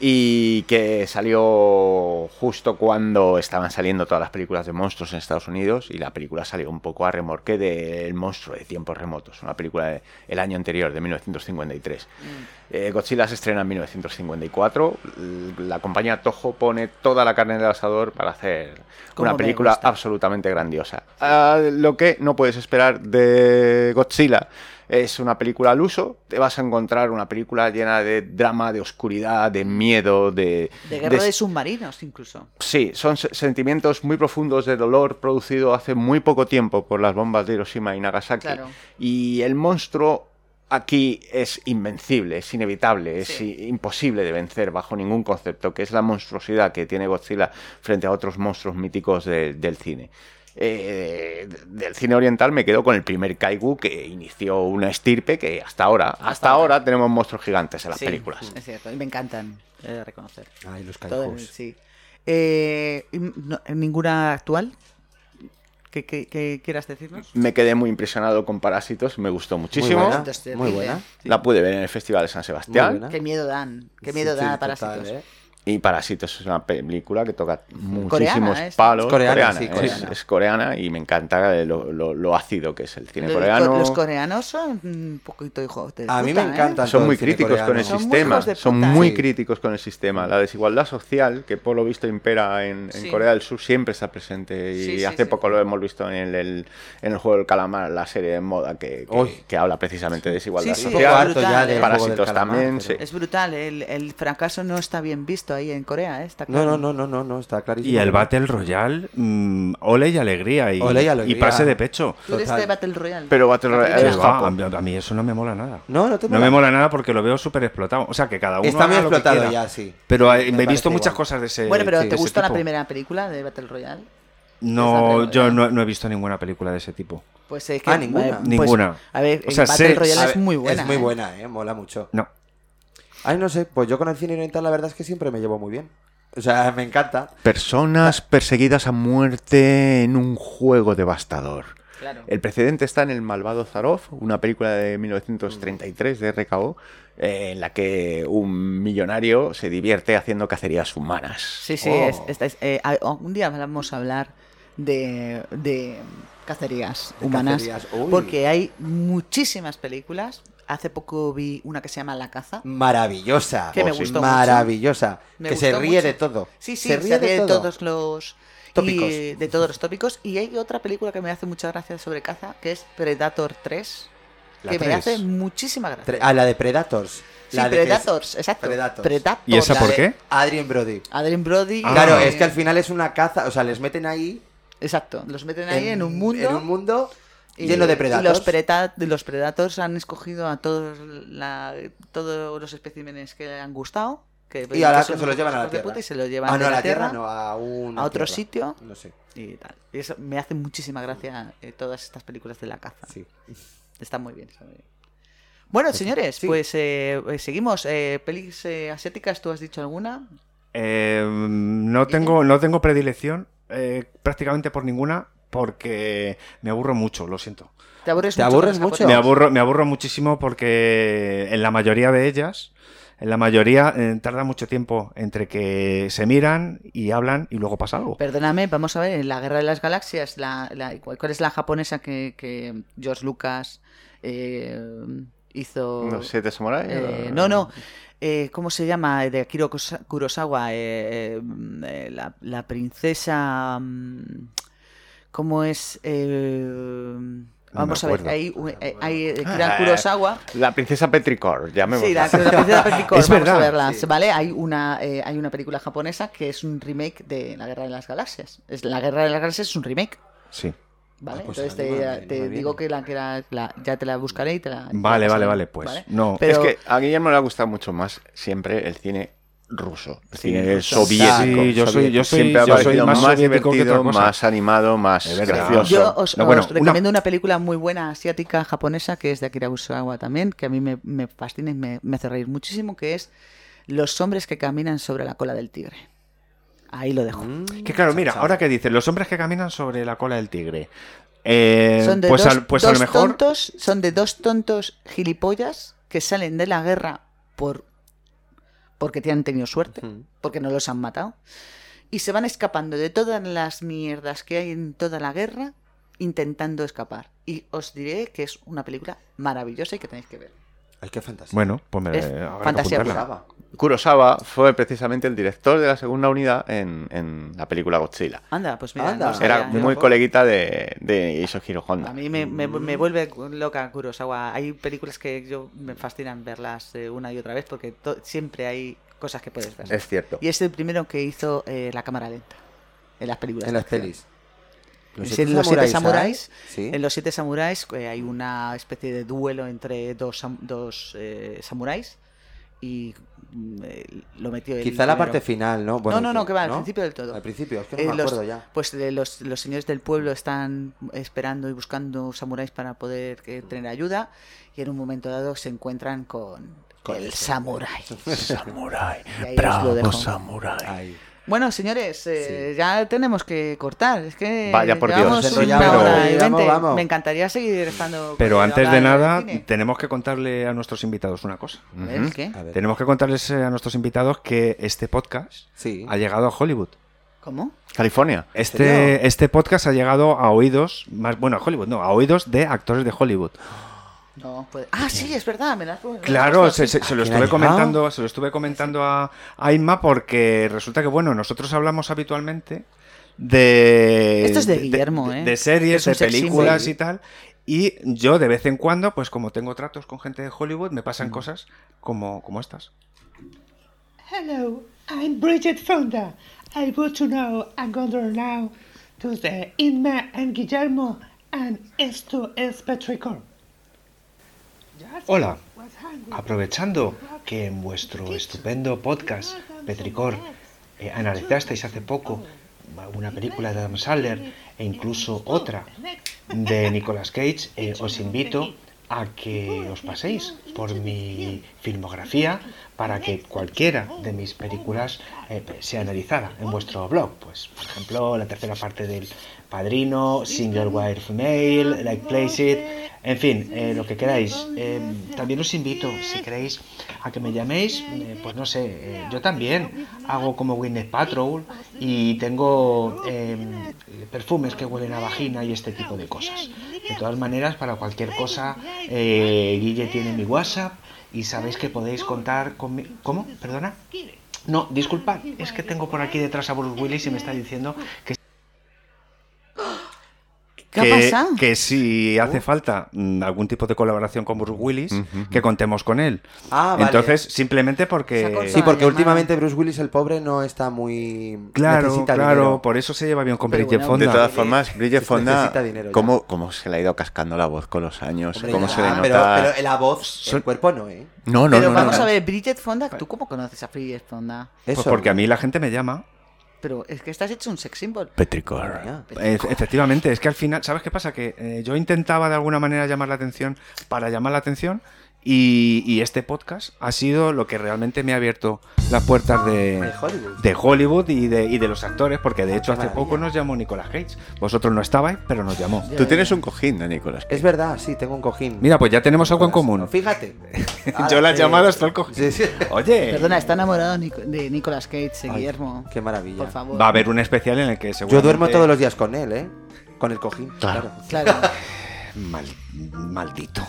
[SPEAKER 3] y que salió justo cuando estaban saliendo todas las películas de monstruos en Estados Unidos y la película salió un poco a remorque del monstruo de tiempos remotos, una película del año anterior, de 1953.
[SPEAKER 1] Mm.
[SPEAKER 3] Eh, Godzilla se estrena en 1954. L- La compañía Toho pone toda la carne del asador para hacer
[SPEAKER 1] Como
[SPEAKER 3] una
[SPEAKER 1] me
[SPEAKER 3] película
[SPEAKER 1] gusta.
[SPEAKER 3] absolutamente grandiosa. Ah, lo que no puedes esperar de Godzilla es una película al uso. Te vas a encontrar una película llena de drama, de oscuridad, de miedo, de...
[SPEAKER 1] De guerra de,
[SPEAKER 3] de-
[SPEAKER 1] submarinos, incluso.
[SPEAKER 3] Sí, son se- sentimientos muy profundos de dolor producido hace muy poco tiempo por las bombas de Hiroshima y Nagasaki.
[SPEAKER 1] Claro.
[SPEAKER 3] Y el monstruo aquí es invencible, es inevitable, es
[SPEAKER 1] Sí.
[SPEAKER 3] i- imposible de vencer bajo ningún concepto, que es la monstruosidad que tiene Godzilla frente a otros monstruos míticos de- del cine. Eh, de- del cine oriental me quedo con el primer Kaiju que inició una estirpe que hasta ahora, hasta, ahora. tenemos monstruos gigantes en las
[SPEAKER 1] Sí,
[SPEAKER 3] películas.
[SPEAKER 1] Es cierto, y me encantan, he de reconocer.
[SPEAKER 4] Ay, los
[SPEAKER 1] Todo el-
[SPEAKER 4] caijos.
[SPEAKER 1] sí. Eh, y no- ¿Ninguna actual? ¿Qué, qué- qué quieras decirnos?
[SPEAKER 3] Me quedé muy impresionado con Parásitos, me gustó muchísimo.
[SPEAKER 4] Muy buena.
[SPEAKER 1] Entonces,
[SPEAKER 4] Muy
[SPEAKER 1] sí,
[SPEAKER 4] buena.
[SPEAKER 1] sí.
[SPEAKER 3] La pude ver en el Festival de San Sebastián.
[SPEAKER 4] Muy buena.
[SPEAKER 1] eh, Qué miedo dan, qué
[SPEAKER 4] Sí,
[SPEAKER 1] miedo
[SPEAKER 4] sí,
[SPEAKER 1] da
[SPEAKER 4] total,
[SPEAKER 1] Parásitos.
[SPEAKER 4] ¿eh?
[SPEAKER 3] Y Parásitos es una película que toca muchísimos
[SPEAKER 1] Coreana, ¿eh?
[SPEAKER 3] palos.
[SPEAKER 4] Es coreana, sí,
[SPEAKER 3] es-
[SPEAKER 4] coreana.
[SPEAKER 3] Es, coreana y me encanta eh, lo, lo- lo ácido que es el cine
[SPEAKER 1] Los-
[SPEAKER 3] coreano.
[SPEAKER 1] Los coreanos son un poquito hijos de
[SPEAKER 4] A mí me
[SPEAKER 1] puta, ¿eh?
[SPEAKER 4] encantan.
[SPEAKER 3] Son muy
[SPEAKER 4] Todo el cine
[SPEAKER 3] críticos con el
[SPEAKER 1] Son muy
[SPEAKER 3] sistema.
[SPEAKER 1] hijos de
[SPEAKER 3] Son
[SPEAKER 1] puta,
[SPEAKER 3] muy
[SPEAKER 4] sí.
[SPEAKER 3] críticos con el sistema. La desigualdad social, que por lo visto impera en, en
[SPEAKER 1] Sí.
[SPEAKER 3] Corea del Sur, siempre está presente. Y
[SPEAKER 1] Sí, sí,
[SPEAKER 3] hace
[SPEAKER 1] sí.
[SPEAKER 3] poco lo hemos visto en el, el- en el juego del calamar, la serie de moda que,
[SPEAKER 4] Uy.
[SPEAKER 3] que, que habla precisamente de desigualdad
[SPEAKER 1] Sí, sí.
[SPEAKER 4] Un poco
[SPEAKER 1] Brutal,
[SPEAKER 3] social.
[SPEAKER 4] harto ya del
[SPEAKER 3] Parásitos
[SPEAKER 4] juego del calamar,
[SPEAKER 3] también,
[SPEAKER 4] pero-
[SPEAKER 3] sí.
[SPEAKER 1] Es brutal, el, el fracaso no está bien visto ahí en Corea, ¿eh? Está
[SPEAKER 4] No,
[SPEAKER 1] claro.
[SPEAKER 4] no, no, no, no, no, está clarísimo.
[SPEAKER 2] Y el Battle Royale, mm, ole y alegría. Y,
[SPEAKER 4] Ole y alegría.
[SPEAKER 2] y pase de pecho.
[SPEAKER 1] Tú eres
[SPEAKER 4] Total.
[SPEAKER 1] de Battle Royale.
[SPEAKER 3] Pero Battle Royale
[SPEAKER 2] Que
[SPEAKER 3] es
[SPEAKER 2] va,
[SPEAKER 3] Japón.
[SPEAKER 2] a, a mí eso no me mola nada.
[SPEAKER 4] No, no te
[SPEAKER 2] me
[SPEAKER 4] mola.
[SPEAKER 2] mola nada porque lo veo súper explotado. O sea, que cada uno.
[SPEAKER 4] Está muy
[SPEAKER 2] haga lo que
[SPEAKER 4] explotado
[SPEAKER 2] quiera.
[SPEAKER 4] ya, sí.
[SPEAKER 2] Pero eh,
[SPEAKER 4] Me
[SPEAKER 2] me he visto
[SPEAKER 4] parece
[SPEAKER 2] muchas
[SPEAKER 4] igual.
[SPEAKER 2] cosas de ese.
[SPEAKER 1] bueno, pero
[SPEAKER 2] de
[SPEAKER 1] ¿te
[SPEAKER 2] ese
[SPEAKER 1] gustó la
[SPEAKER 2] tipo.
[SPEAKER 1] primera película de Battle Royale?
[SPEAKER 2] No,
[SPEAKER 1] Esa
[SPEAKER 2] yo
[SPEAKER 1] película.
[SPEAKER 2] no, no he visto ninguna película de ese tipo.
[SPEAKER 1] Pues es que...
[SPEAKER 4] Ah, ninguna.
[SPEAKER 1] pues,
[SPEAKER 2] Ninguna.
[SPEAKER 1] A ver,
[SPEAKER 2] O sea,
[SPEAKER 1] Battle
[SPEAKER 2] sé-
[SPEAKER 1] Royale
[SPEAKER 4] A
[SPEAKER 1] es
[SPEAKER 4] ver,
[SPEAKER 1] muy buena.
[SPEAKER 4] Es muy
[SPEAKER 1] ¿eh?
[SPEAKER 4] buena, ¿eh? Mola mucho.
[SPEAKER 2] No.
[SPEAKER 4] Ay, no sé, pues yo con el cine oriental la verdad es que siempre me llevo muy bien. O sea, me encanta.
[SPEAKER 3] Personas
[SPEAKER 1] Ah.
[SPEAKER 3] perseguidas a muerte en un juego devastador.
[SPEAKER 1] Claro.
[SPEAKER 3] El precedente está en El malvado Zarov, una película de 1933 de RKO, eh, en la que un millonario se divierte haciendo cacerías humanas.
[SPEAKER 1] Sí, sí,
[SPEAKER 4] Oh.
[SPEAKER 1] es, es- es- eh, a- un día vamos a hablar de, de cacerías
[SPEAKER 4] De
[SPEAKER 1] humanas,
[SPEAKER 4] cacerías, uy.
[SPEAKER 1] porque hay muchísimas películas. Hace poco vi una que se llama La caza.
[SPEAKER 4] Maravillosa.
[SPEAKER 1] Que me
[SPEAKER 2] Pues
[SPEAKER 4] Oh, sí.
[SPEAKER 1] gustó mucho.
[SPEAKER 4] Maravillosa.
[SPEAKER 1] Me
[SPEAKER 4] Mm, que se
[SPEAKER 1] gustó
[SPEAKER 4] ríe
[SPEAKER 1] mucho.
[SPEAKER 4] de todo.
[SPEAKER 1] Sí, sí, se ríe, de, todos los
[SPEAKER 4] Tópicos.
[SPEAKER 1] y, de todos los tópicos. Y hay otra película que me hace mucha gracia sobre caza, que es Predator 3,
[SPEAKER 3] La
[SPEAKER 1] que me
[SPEAKER 3] 3.
[SPEAKER 1] hace muchísima gracia.
[SPEAKER 4] Tre- A la de Predators.
[SPEAKER 1] sí,
[SPEAKER 4] la de que es-
[SPEAKER 1] Predators, exacto.
[SPEAKER 4] Predators.
[SPEAKER 2] ¿Y esa
[SPEAKER 1] la
[SPEAKER 2] por
[SPEAKER 1] de
[SPEAKER 2] qué?
[SPEAKER 4] Adrien Brody.
[SPEAKER 1] Adrien Brody.
[SPEAKER 2] Ah.
[SPEAKER 4] Claro,
[SPEAKER 1] eh,
[SPEAKER 4] es que al final es una caza, o sea, les meten ahí
[SPEAKER 1] Exacto, los meten ahí en, un mundo.
[SPEAKER 4] En un mundo lleno de
[SPEAKER 1] y
[SPEAKER 4] predators.
[SPEAKER 1] los, preta- los predators han escogido a todos, la- todos los especímenes que le han gustado. Que
[SPEAKER 4] Y ahora
[SPEAKER 1] que
[SPEAKER 4] que
[SPEAKER 1] son
[SPEAKER 4] se los llevan a la
[SPEAKER 1] hijos de
[SPEAKER 4] tierra.
[SPEAKER 1] puta Y se los llevan
[SPEAKER 4] ah, no,
[SPEAKER 1] de
[SPEAKER 4] a la tierra, no, a un.
[SPEAKER 1] a otro sitio.
[SPEAKER 4] No sé.
[SPEAKER 1] Y tal. Y eso me hace muchísima gracia eh, todas estas películas de la caza.
[SPEAKER 4] Sí.
[SPEAKER 1] Está muy bien. está muy bien. Bueno, señores,
[SPEAKER 4] Sí.
[SPEAKER 1] pues eh, eh, seguimos. Eh, pelis eh, asiáticas, ¿tú has dicho alguna?
[SPEAKER 2] Eh, no, tengo, no tengo predilección eh, prácticamente por ninguna porque me aburro mucho, lo siento.
[SPEAKER 1] ¿Te aburres
[SPEAKER 4] ¿Te
[SPEAKER 1] mucho?
[SPEAKER 4] aburres
[SPEAKER 1] con las
[SPEAKER 4] mucho?
[SPEAKER 2] Me
[SPEAKER 1] japonesas?
[SPEAKER 2] aburro, me aburro muchísimo porque en la mayoría de ellas, en la mayoría eh, tarda mucho tiempo entre que se miran y hablan y luego pasa algo.
[SPEAKER 1] Perdóname, vamos a ver, en la Guerra de las Galaxias, la, la- ¿cuál cuál es la japonesa que, que George Lucas eh, hizo?
[SPEAKER 3] ¿Los siete samuráis?
[SPEAKER 1] Eh,
[SPEAKER 3] o-
[SPEAKER 1] no, no. eh, ¿Cómo se llama? De Akira Kurosa- Kurosawa. eh, eh, mm, eh, la, la princesa. mm, ¿Cómo es? Eh, vamos a ver.
[SPEAKER 2] acuerdo.
[SPEAKER 1] Hay, un- eh, hay eh, Akira
[SPEAKER 3] Ah,
[SPEAKER 1] Kurosawa.
[SPEAKER 3] La princesa Petricor, llamémosla.
[SPEAKER 1] Sí, la, la princesa Petricor,
[SPEAKER 2] Es
[SPEAKER 1] vamos
[SPEAKER 2] verdad.
[SPEAKER 1] a verla, ¿vale? Hay una, eh, hay una película japonesa que es un remake de La Guerra de las Galaxias. Es, la Guerra de las Galaxias es un remake,
[SPEAKER 2] Sí.
[SPEAKER 1] ¿vale?
[SPEAKER 4] Ah, pues
[SPEAKER 1] Entonces
[SPEAKER 4] no me-
[SPEAKER 1] te,
[SPEAKER 4] no
[SPEAKER 1] te
[SPEAKER 4] me
[SPEAKER 1] digo
[SPEAKER 4] viene.
[SPEAKER 1] que, la, que la- la- ya te la buscaré y te la...
[SPEAKER 2] Vale,
[SPEAKER 1] te la
[SPEAKER 2] vale,
[SPEAKER 1] pasaré,
[SPEAKER 2] vale, pues no.
[SPEAKER 1] Pero-
[SPEAKER 3] Es que a Guillermo le ha gustado mucho más siempre el cine ruso, el
[SPEAKER 2] Sí,
[SPEAKER 3] cine
[SPEAKER 2] ruso.
[SPEAKER 3] soviético.
[SPEAKER 2] Sí, yo soy- yo soy-
[SPEAKER 3] siempre ha
[SPEAKER 2] yo soy
[SPEAKER 3] parecido
[SPEAKER 2] más
[SPEAKER 3] más
[SPEAKER 2] soviético que
[SPEAKER 3] divertido,
[SPEAKER 2] otra cosa.
[SPEAKER 3] más animado, más
[SPEAKER 2] Es verdad.
[SPEAKER 3] gracioso.
[SPEAKER 1] Yo os,
[SPEAKER 2] No, bueno,
[SPEAKER 1] os
[SPEAKER 2] una-
[SPEAKER 1] recomiendo una... película muy buena asiática japonesa que es de Akira Kurosawa también, que a mí me, me fascina y me, me hace reír muchísimo, que es Los hombres que caminan sobre la cola del tigre. Ahí lo dejo.
[SPEAKER 4] Mm,
[SPEAKER 2] Que claro, mira, ahora que dicen, los hombres que caminan sobre la cola del tigre. eh,
[SPEAKER 1] son de
[SPEAKER 2] pues
[SPEAKER 1] dos,
[SPEAKER 2] al- pues a lo
[SPEAKER 1] dos
[SPEAKER 2] mejor.
[SPEAKER 1] tontos, son de dos tontos gilipollas que salen de la guerra por porque te han tenido suerte,
[SPEAKER 4] Ujú.
[SPEAKER 1] porque no los han matado y se van escapando de todas las mierdas que hay en toda la guerra intentando escapar. Y os diré que es una película maravillosa y que tenéis que ver.
[SPEAKER 4] Ay, qué fantasía.
[SPEAKER 2] Bueno, pues me
[SPEAKER 1] Es
[SPEAKER 2] habrá que
[SPEAKER 1] fantasía
[SPEAKER 2] apuntarla.
[SPEAKER 1] pura.
[SPEAKER 4] Brava.
[SPEAKER 3] Kurosawa fue precisamente el director de la segunda unidad en, en la película Godzilla.
[SPEAKER 1] Anda, pues mira, Ah,
[SPEAKER 4] Anda.
[SPEAKER 1] no sabía
[SPEAKER 3] Era
[SPEAKER 1] yo.
[SPEAKER 3] muy coleguita de, de Isohiro
[SPEAKER 1] A
[SPEAKER 3] Honda.
[SPEAKER 1] mí me, me- me vuelve loca Kurosawa. Hay películas que yo me fascinan verlas eh, una y otra vez porque to- siempre hay cosas que puedes ver.
[SPEAKER 3] Es cierto.
[SPEAKER 1] Y es el primero que hizo eh, la cámara lenta en las películas.
[SPEAKER 4] En
[SPEAKER 1] de
[SPEAKER 4] las
[SPEAKER 1] acción.
[SPEAKER 4] pelis.
[SPEAKER 1] Sí, en los siete samuráis,
[SPEAKER 4] ¿eh? Sí.
[SPEAKER 1] En los siete samuráis eh, hay una especie de duelo entre dos, sam- dos eh, samuráis y mm, eh, lo metió el
[SPEAKER 4] Quizá la
[SPEAKER 1] primero.
[SPEAKER 4] parte final, ¿no?
[SPEAKER 1] No, no, no, que va, al principio del todo.
[SPEAKER 4] Al principio, es que no
[SPEAKER 1] Eh,
[SPEAKER 4] me
[SPEAKER 1] los-
[SPEAKER 4] acuerdo ya.
[SPEAKER 1] Pues eh, los, los señores del pueblo están esperando y buscando samuráis para poder eh, tener ayuda y en un momento dado se encuentran con,
[SPEAKER 4] Con
[SPEAKER 1] el
[SPEAKER 4] ese.
[SPEAKER 1] samurái.
[SPEAKER 7] Samurai.
[SPEAKER 1] Y ahí os lo dejo.
[SPEAKER 7] samurai.
[SPEAKER 4] Ay.
[SPEAKER 1] Bueno, señores, eh, ya tenemos que cortar. Es que
[SPEAKER 3] Vaya por Dios.
[SPEAKER 1] llevamos
[SPEAKER 3] Nos
[SPEAKER 1] una
[SPEAKER 4] enrollamos,
[SPEAKER 1] hora y
[SPEAKER 4] vamos,
[SPEAKER 1] veinte.
[SPEAKER 4] vamos.
[SPEAKER 1] Me encantaría seguir estando.
[SPEAKER 2] Pero
[SPEAKER 1] con-
[SPEAKER 2] antes de
[SPEAKER 1] hablando
[SPEAKER 2] nada,
[SPEAKER 1] cine.
[SPEAKER 2] tenemos que contarle a nuestros invitados una cosa.
[SPEAKER 1] ¿Ves qué?
[SPEAKER 4] A ver.
[SPEAKER 2] Tenemos que contarles eh, a nuestros invitados que este podcast
[SPEAKER 4] Sí.
[SPEAKER 2] ha llegado a Hollywood.
[SPEAKER 1] ¿Cómo?
[SPEAKER 3] California.
[SPEAKER 4] serio?
[SPEAKER 2] Este, este podcast ha llegado a oídos, más bueno, a Hollywood, no, a oídos de actores de Hollywood.
[SPEAKER 1] No, pues. Ah, sí, es verdad. Me la has- me la has
[SPEAKER 2] Claro,
[SPEAKER 1] puesto
[SPEAKER 2] se,
[SPEAKER 1] así.
[SPEAKER 2] se- se lo
[SPEAKER 4] ¿A quién ha
[SPEAKER 2] estuve
[SPEAKER 4] llegado?
[SPEAKER 2] comentando, se lo estuve comentando a, a Inma porque resulta que bueno, nosotros hablamos habitualmente de
[SPEAKER 1] Esto es de Guillermo,
[SPEAKER 2] de-
[SPEAKER 1] ¿eh?
[SPEAKER 2] de series,
[SPEAKER 1] Es un
[SPEAKER 2] de
[SPEAKER 1] sex
[SPEAKER 2] películas
[SPEAKER 1] symbol.
[SPEAKER 2] y tal. Y yo de vez en cuando, pues como tengo tratos con gente de Hollywood, me pasan cosas como, como estas.
[SPEAKER 6] Hello, I'm Bridget Fonda. I want to know and go now to the Inma and Guillermo and esto es Petricor.
[SPEAKER 8] Hola, aprovechando que en vuestro estupendo podcast Petricor eh, analizasteis hace poco
[SPEAKER 6] Oh,
[SPEAKER 8] una película de Adam Sandler e incluso otra de Nicolas Cage, eh, os invito a que os paséis por mi filmografía para que cualquiera de mis películas eh, sea analizada en vuestro blog. Pues, por ejemplo, la tercera parte del Padrino, Single Wire Female, Like Place It, en fin, eh, lo que queráis. Eh, también os invito, si queréis, a que me llaméis, eh, pues no sé, eh, yo también hago como Winnet Patrol y tengo eh, perfumes que huelen a vagina y este tipo de cosas. De todas maneras, para cualquier cosa, eh, Guille tiene mi WhatsApp y sabéis que podéis contar con mi... ¿Cómo? ¿Perdona? No, disculpad, es que tengo por aquí detrás a Bruce Willis y me está diciendo que
[SPEAKER 1] ¿Qué ha
[SPEAKER 2] que,
[SPEAKER 1] pasado? Uh.
[SPEAKER 2] que si hace falta mm, algún tipo de colaboración con Bruce Willis, que contemos con él.
[SPEAKER 4] Ah, vale.
[SPEAKER 2] Entonces,
[SPEAKER 1] Se
[SPEAKER 2] simplemente
[SPEAKER 1] ha cortado
[SPEAKER 2] porque...
[SPEAKER 4] Sí, porque
[SPEAKER 1] llamada.
[SPEAKER 4] últimamente Bruce Willis, el pobre, no está muy.
[SPEAKER 2] Claro,
[SPEAKER 4] necesita
[SPEAKER 2] claro,
[SPEAKER 4] dinero.
[SPEAKER 2] por eso se lleva bien con
[SPEAKER 1] Pero
[SPEAKER 2] Bridget
[SPEAKER 1] bueno,
[SPEAKER 2] Fonda.
[SPEAKER 3] De todas formas, Bridget
[SPEAKER 4] Se
[SPEAKER 3] Fonda,
[SPEAKER 4] necesita dinero ya.
[SPEAKER 3] ¿cómo, cómo se le ha ido cascando la voz con los años?
[SPEAKER 4] Hombre,
[SPEAKER 3] ¿Cómo
[SPEAKER 4] ya,
[SPEAKER 3] se le nota?
[SPEAKER 4] Pero, pero la voz,
[SPEAKER 2] Son-
[SPEAKER 4] el cuerpo no, ¿eh?
[SPEAKER 3] No, no,
[SPEAKER 1] Pero
[SPEAKER 3] no, no,
[SPEAKER 1] vamos
[SPEAKER 3] no.
[SPEAKER 1] a ver, Bridget Fonda, ¿tú cómo conoces a Bridget Fonda?
[SPEAKER 2] Pues
[SPEAKER 4] Eso.
[SPEAKER 2] porque a mí la gente me llama.
[SPEAKER 1] Pero es que estás hecho un sex symbol.
[SPEAKER 3] Petricor.
[SPEAKER 4] Mira.
[SPEAKER 2] E- efectivamente, es que al final, ¿sabes qué pasa? Que eh, yo intentaba de alguna manera llamar la atención para llamar la atención y, y este podcast ha sido lo que realmente me ha abierto las puertas de,
[SPEAKER 4] De Hollywood.
[SPEAKER 2] Eh. de Hollywood y de, y de los actores, porque de hecho hace
[SPEAKER 4] maravilla.
[SPEAKER 2] poco nos llamó Nicolas Cage. Vosotros no estabais, pero nos llamó.
[SPEAKER 3] Tú tienes un cojín, ¿no, Nicolás.
[SPEAKER 4] Es verdad, sí, tengo un cojín.
[SPEAKER 2] Mira, pues ya tenemos algo en común.
[SPEAKER 4] Fíjate.
[SPEAKER 2] Yo las
[SPEAKER 4] sí.
[SPEAKER 2] llamadas todo el cojín.
[SPEAKER 4] Sí, sí.
[SPEAKER 2] Oye,
[SPEAKER 1] Perdona, está enamorado Nic- de Nicolas Cage, eh, Guillermo.
[SPEAKER 4] Qué maravilla.
[SPEAKER 1] Por favor.
[SPEAKER 2] va a haber un especial en el que
[SPEAKER 4] Yo
[SPEAKER 2] seguramente...
[SPEAKER 4] duermo todos los días con él, ¿eh? Con el cojín. Claro.
[SPEAKER 1] Claro.
[SPEAKER 2] Mal- maldito.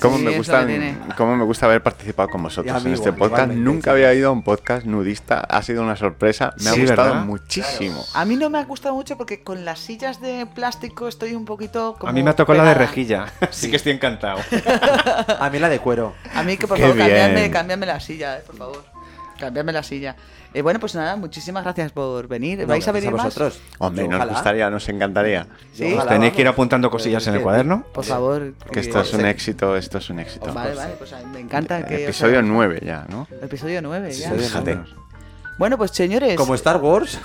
[SPEAKER 3] ¿Cómo,
[SPEAKER 1] Sí,
[SPEAKER 3] me
[SPEAKER 1] es lo
[SPEAKER 3] gustan-
[SPEAKER 1] que tiene.
[SPEAKER 3] cómo me gusta haber participado con vosotros
[SPEAKER 4] Y
[SPEAKER 3] en
[SPEAKER 4] amigo,
[SPEAKER 3] este podcast.
[SPEAKER 4] igualmente,
[SPEAKER 3] Nunca había ido a un podcast nudista. Ha sido una sorpresa. Me
[SPEAKER 2] Sí,
[SPEAKER 3] ha gustado
[SPEAKER 2] ¿verdad?
[SPEAKER 3] muchísimo.
[SPEAKER 1] A mí no me ha gustado mucho porque con las sillas de plástico estoy un poquito como
[SPEAKER 2] A mí me ha tocado la de
[SPEAKER 1] pegada.
[SPEAKER 2] rejilla, así que estoy encantado.
[SPEAKER 4] A mí la de cuero.
[SPEAKER 1] A mí que por
[SPEAKER 3] Qué
[SPEAKER 1] favor, cambiadme,
[SPEAKER 3] bien.
[SPEAKER 1] cambiadme la silla, eh, por favor. Cambiadme la silla. Eh, bueno, pues nada, muchísimas gracias por venir.
[SPEAKER 4] No,
[SPEAKER 1] ¿Vais a
[SPEAKER 4] gracias
[SPEAKER 1] venir más?
[SPEAKER 4] vosotros.
[SPEAKER 3] Hombre,
[SPEAKER 4] Yo,
[SPEAKER 3] nos
[SPEAKER 4] ojalá.
[SPEAKER 3] gustaría, nos encantaría.
[SPEAKER 1] Sí.
[SPEAKER 4] Ojalá,
[SPEAKER 2] Tenéis que ir
[SPEAKER 4] vamos.
[SPEAKER 2] apuntando cosillas en el cuaderno.
[SPEAKER 1] Por favor.
[SPEAKER 3] Que
[SPEAKER 1] porque-
[SPEAKER 3] esto es un
[SPEAKER 4] sí.
[SPEAKER 3] éxito, esto es un éxito.
[SPEAKER 1] Vale, vale, pues ah, me encanta
[SPEAKER 3] El
[SPEAKER 1] pues, eh, que... os
[SPEAKER 3] episodio
[SPEAKER 1] hagáis-
[SPEAKER 3] 9 ya, ¿no?
[SPEAKER 1] Episodio 9, ya.
[SPEAKER 4] Episodio
[SPEAKER 3] Fíjate.
[SPEAKER 4] número.
[SPEAKER 1] Bueno, pues señores,
[SPEAKER 4] Como Star Wars.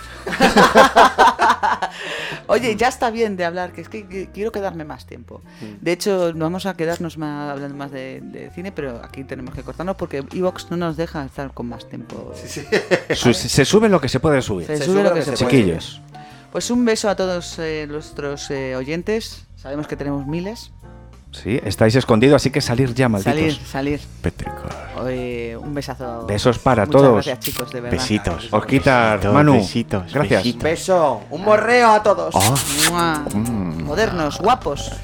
[SPEAKER 1] oye, ya está bien de hablar, que es que que quiero quedarme más tiempo. De hecho, no vamos a quedarnos más hablando más de, de cine, pero aquí tenemos que cortarnos porque Evox no nos deja estar con más tiempo.
[SPEAKER 2] Su- se sube lo que se puede subir.
[SPEAKER 1] Se sube lo que se puede.
[SPEAKER 2] Chiquillos.
[SPEAKER 1] Pues un beso a todos eh, nuestros eh, oyentes. Sabemos que tenemos miles.
[SPEAKER 2] Sí, estáis escondidos, así que salir ya, malditos.
[SPEAKER 1] Salir, salir.
[SPEAKER 3] Petricor.
[SPEAKER 1] Eh, un besazo.
[SPEAKER 2] Besos para
[SPEAKER 1] Muchas
[SPEAKER 2] todos.
[SPEAKER 1] Gracias, chicos, de verdad.
[SPEAKER 3] Besitos.
[SPEAKER 2] Os quitar,
[SPEAKER 3] Besitos,
[SPEAKER 2] Manu.
[SPEAKER 3] Besitos.
[SPEAKER 2] Gracias.
[SPEAKER 4] Un
[SPEAKER 3] besitos.
[SPEAKER 2] Ah.
[SPEAKER 4] beso. Un morreo a todos.
[SPEAKER 3] Oh.
[SPEAKER 1] Mua.
[SPEAKER 3] Mm.
[SPEAKER 1] Modernos, guapos.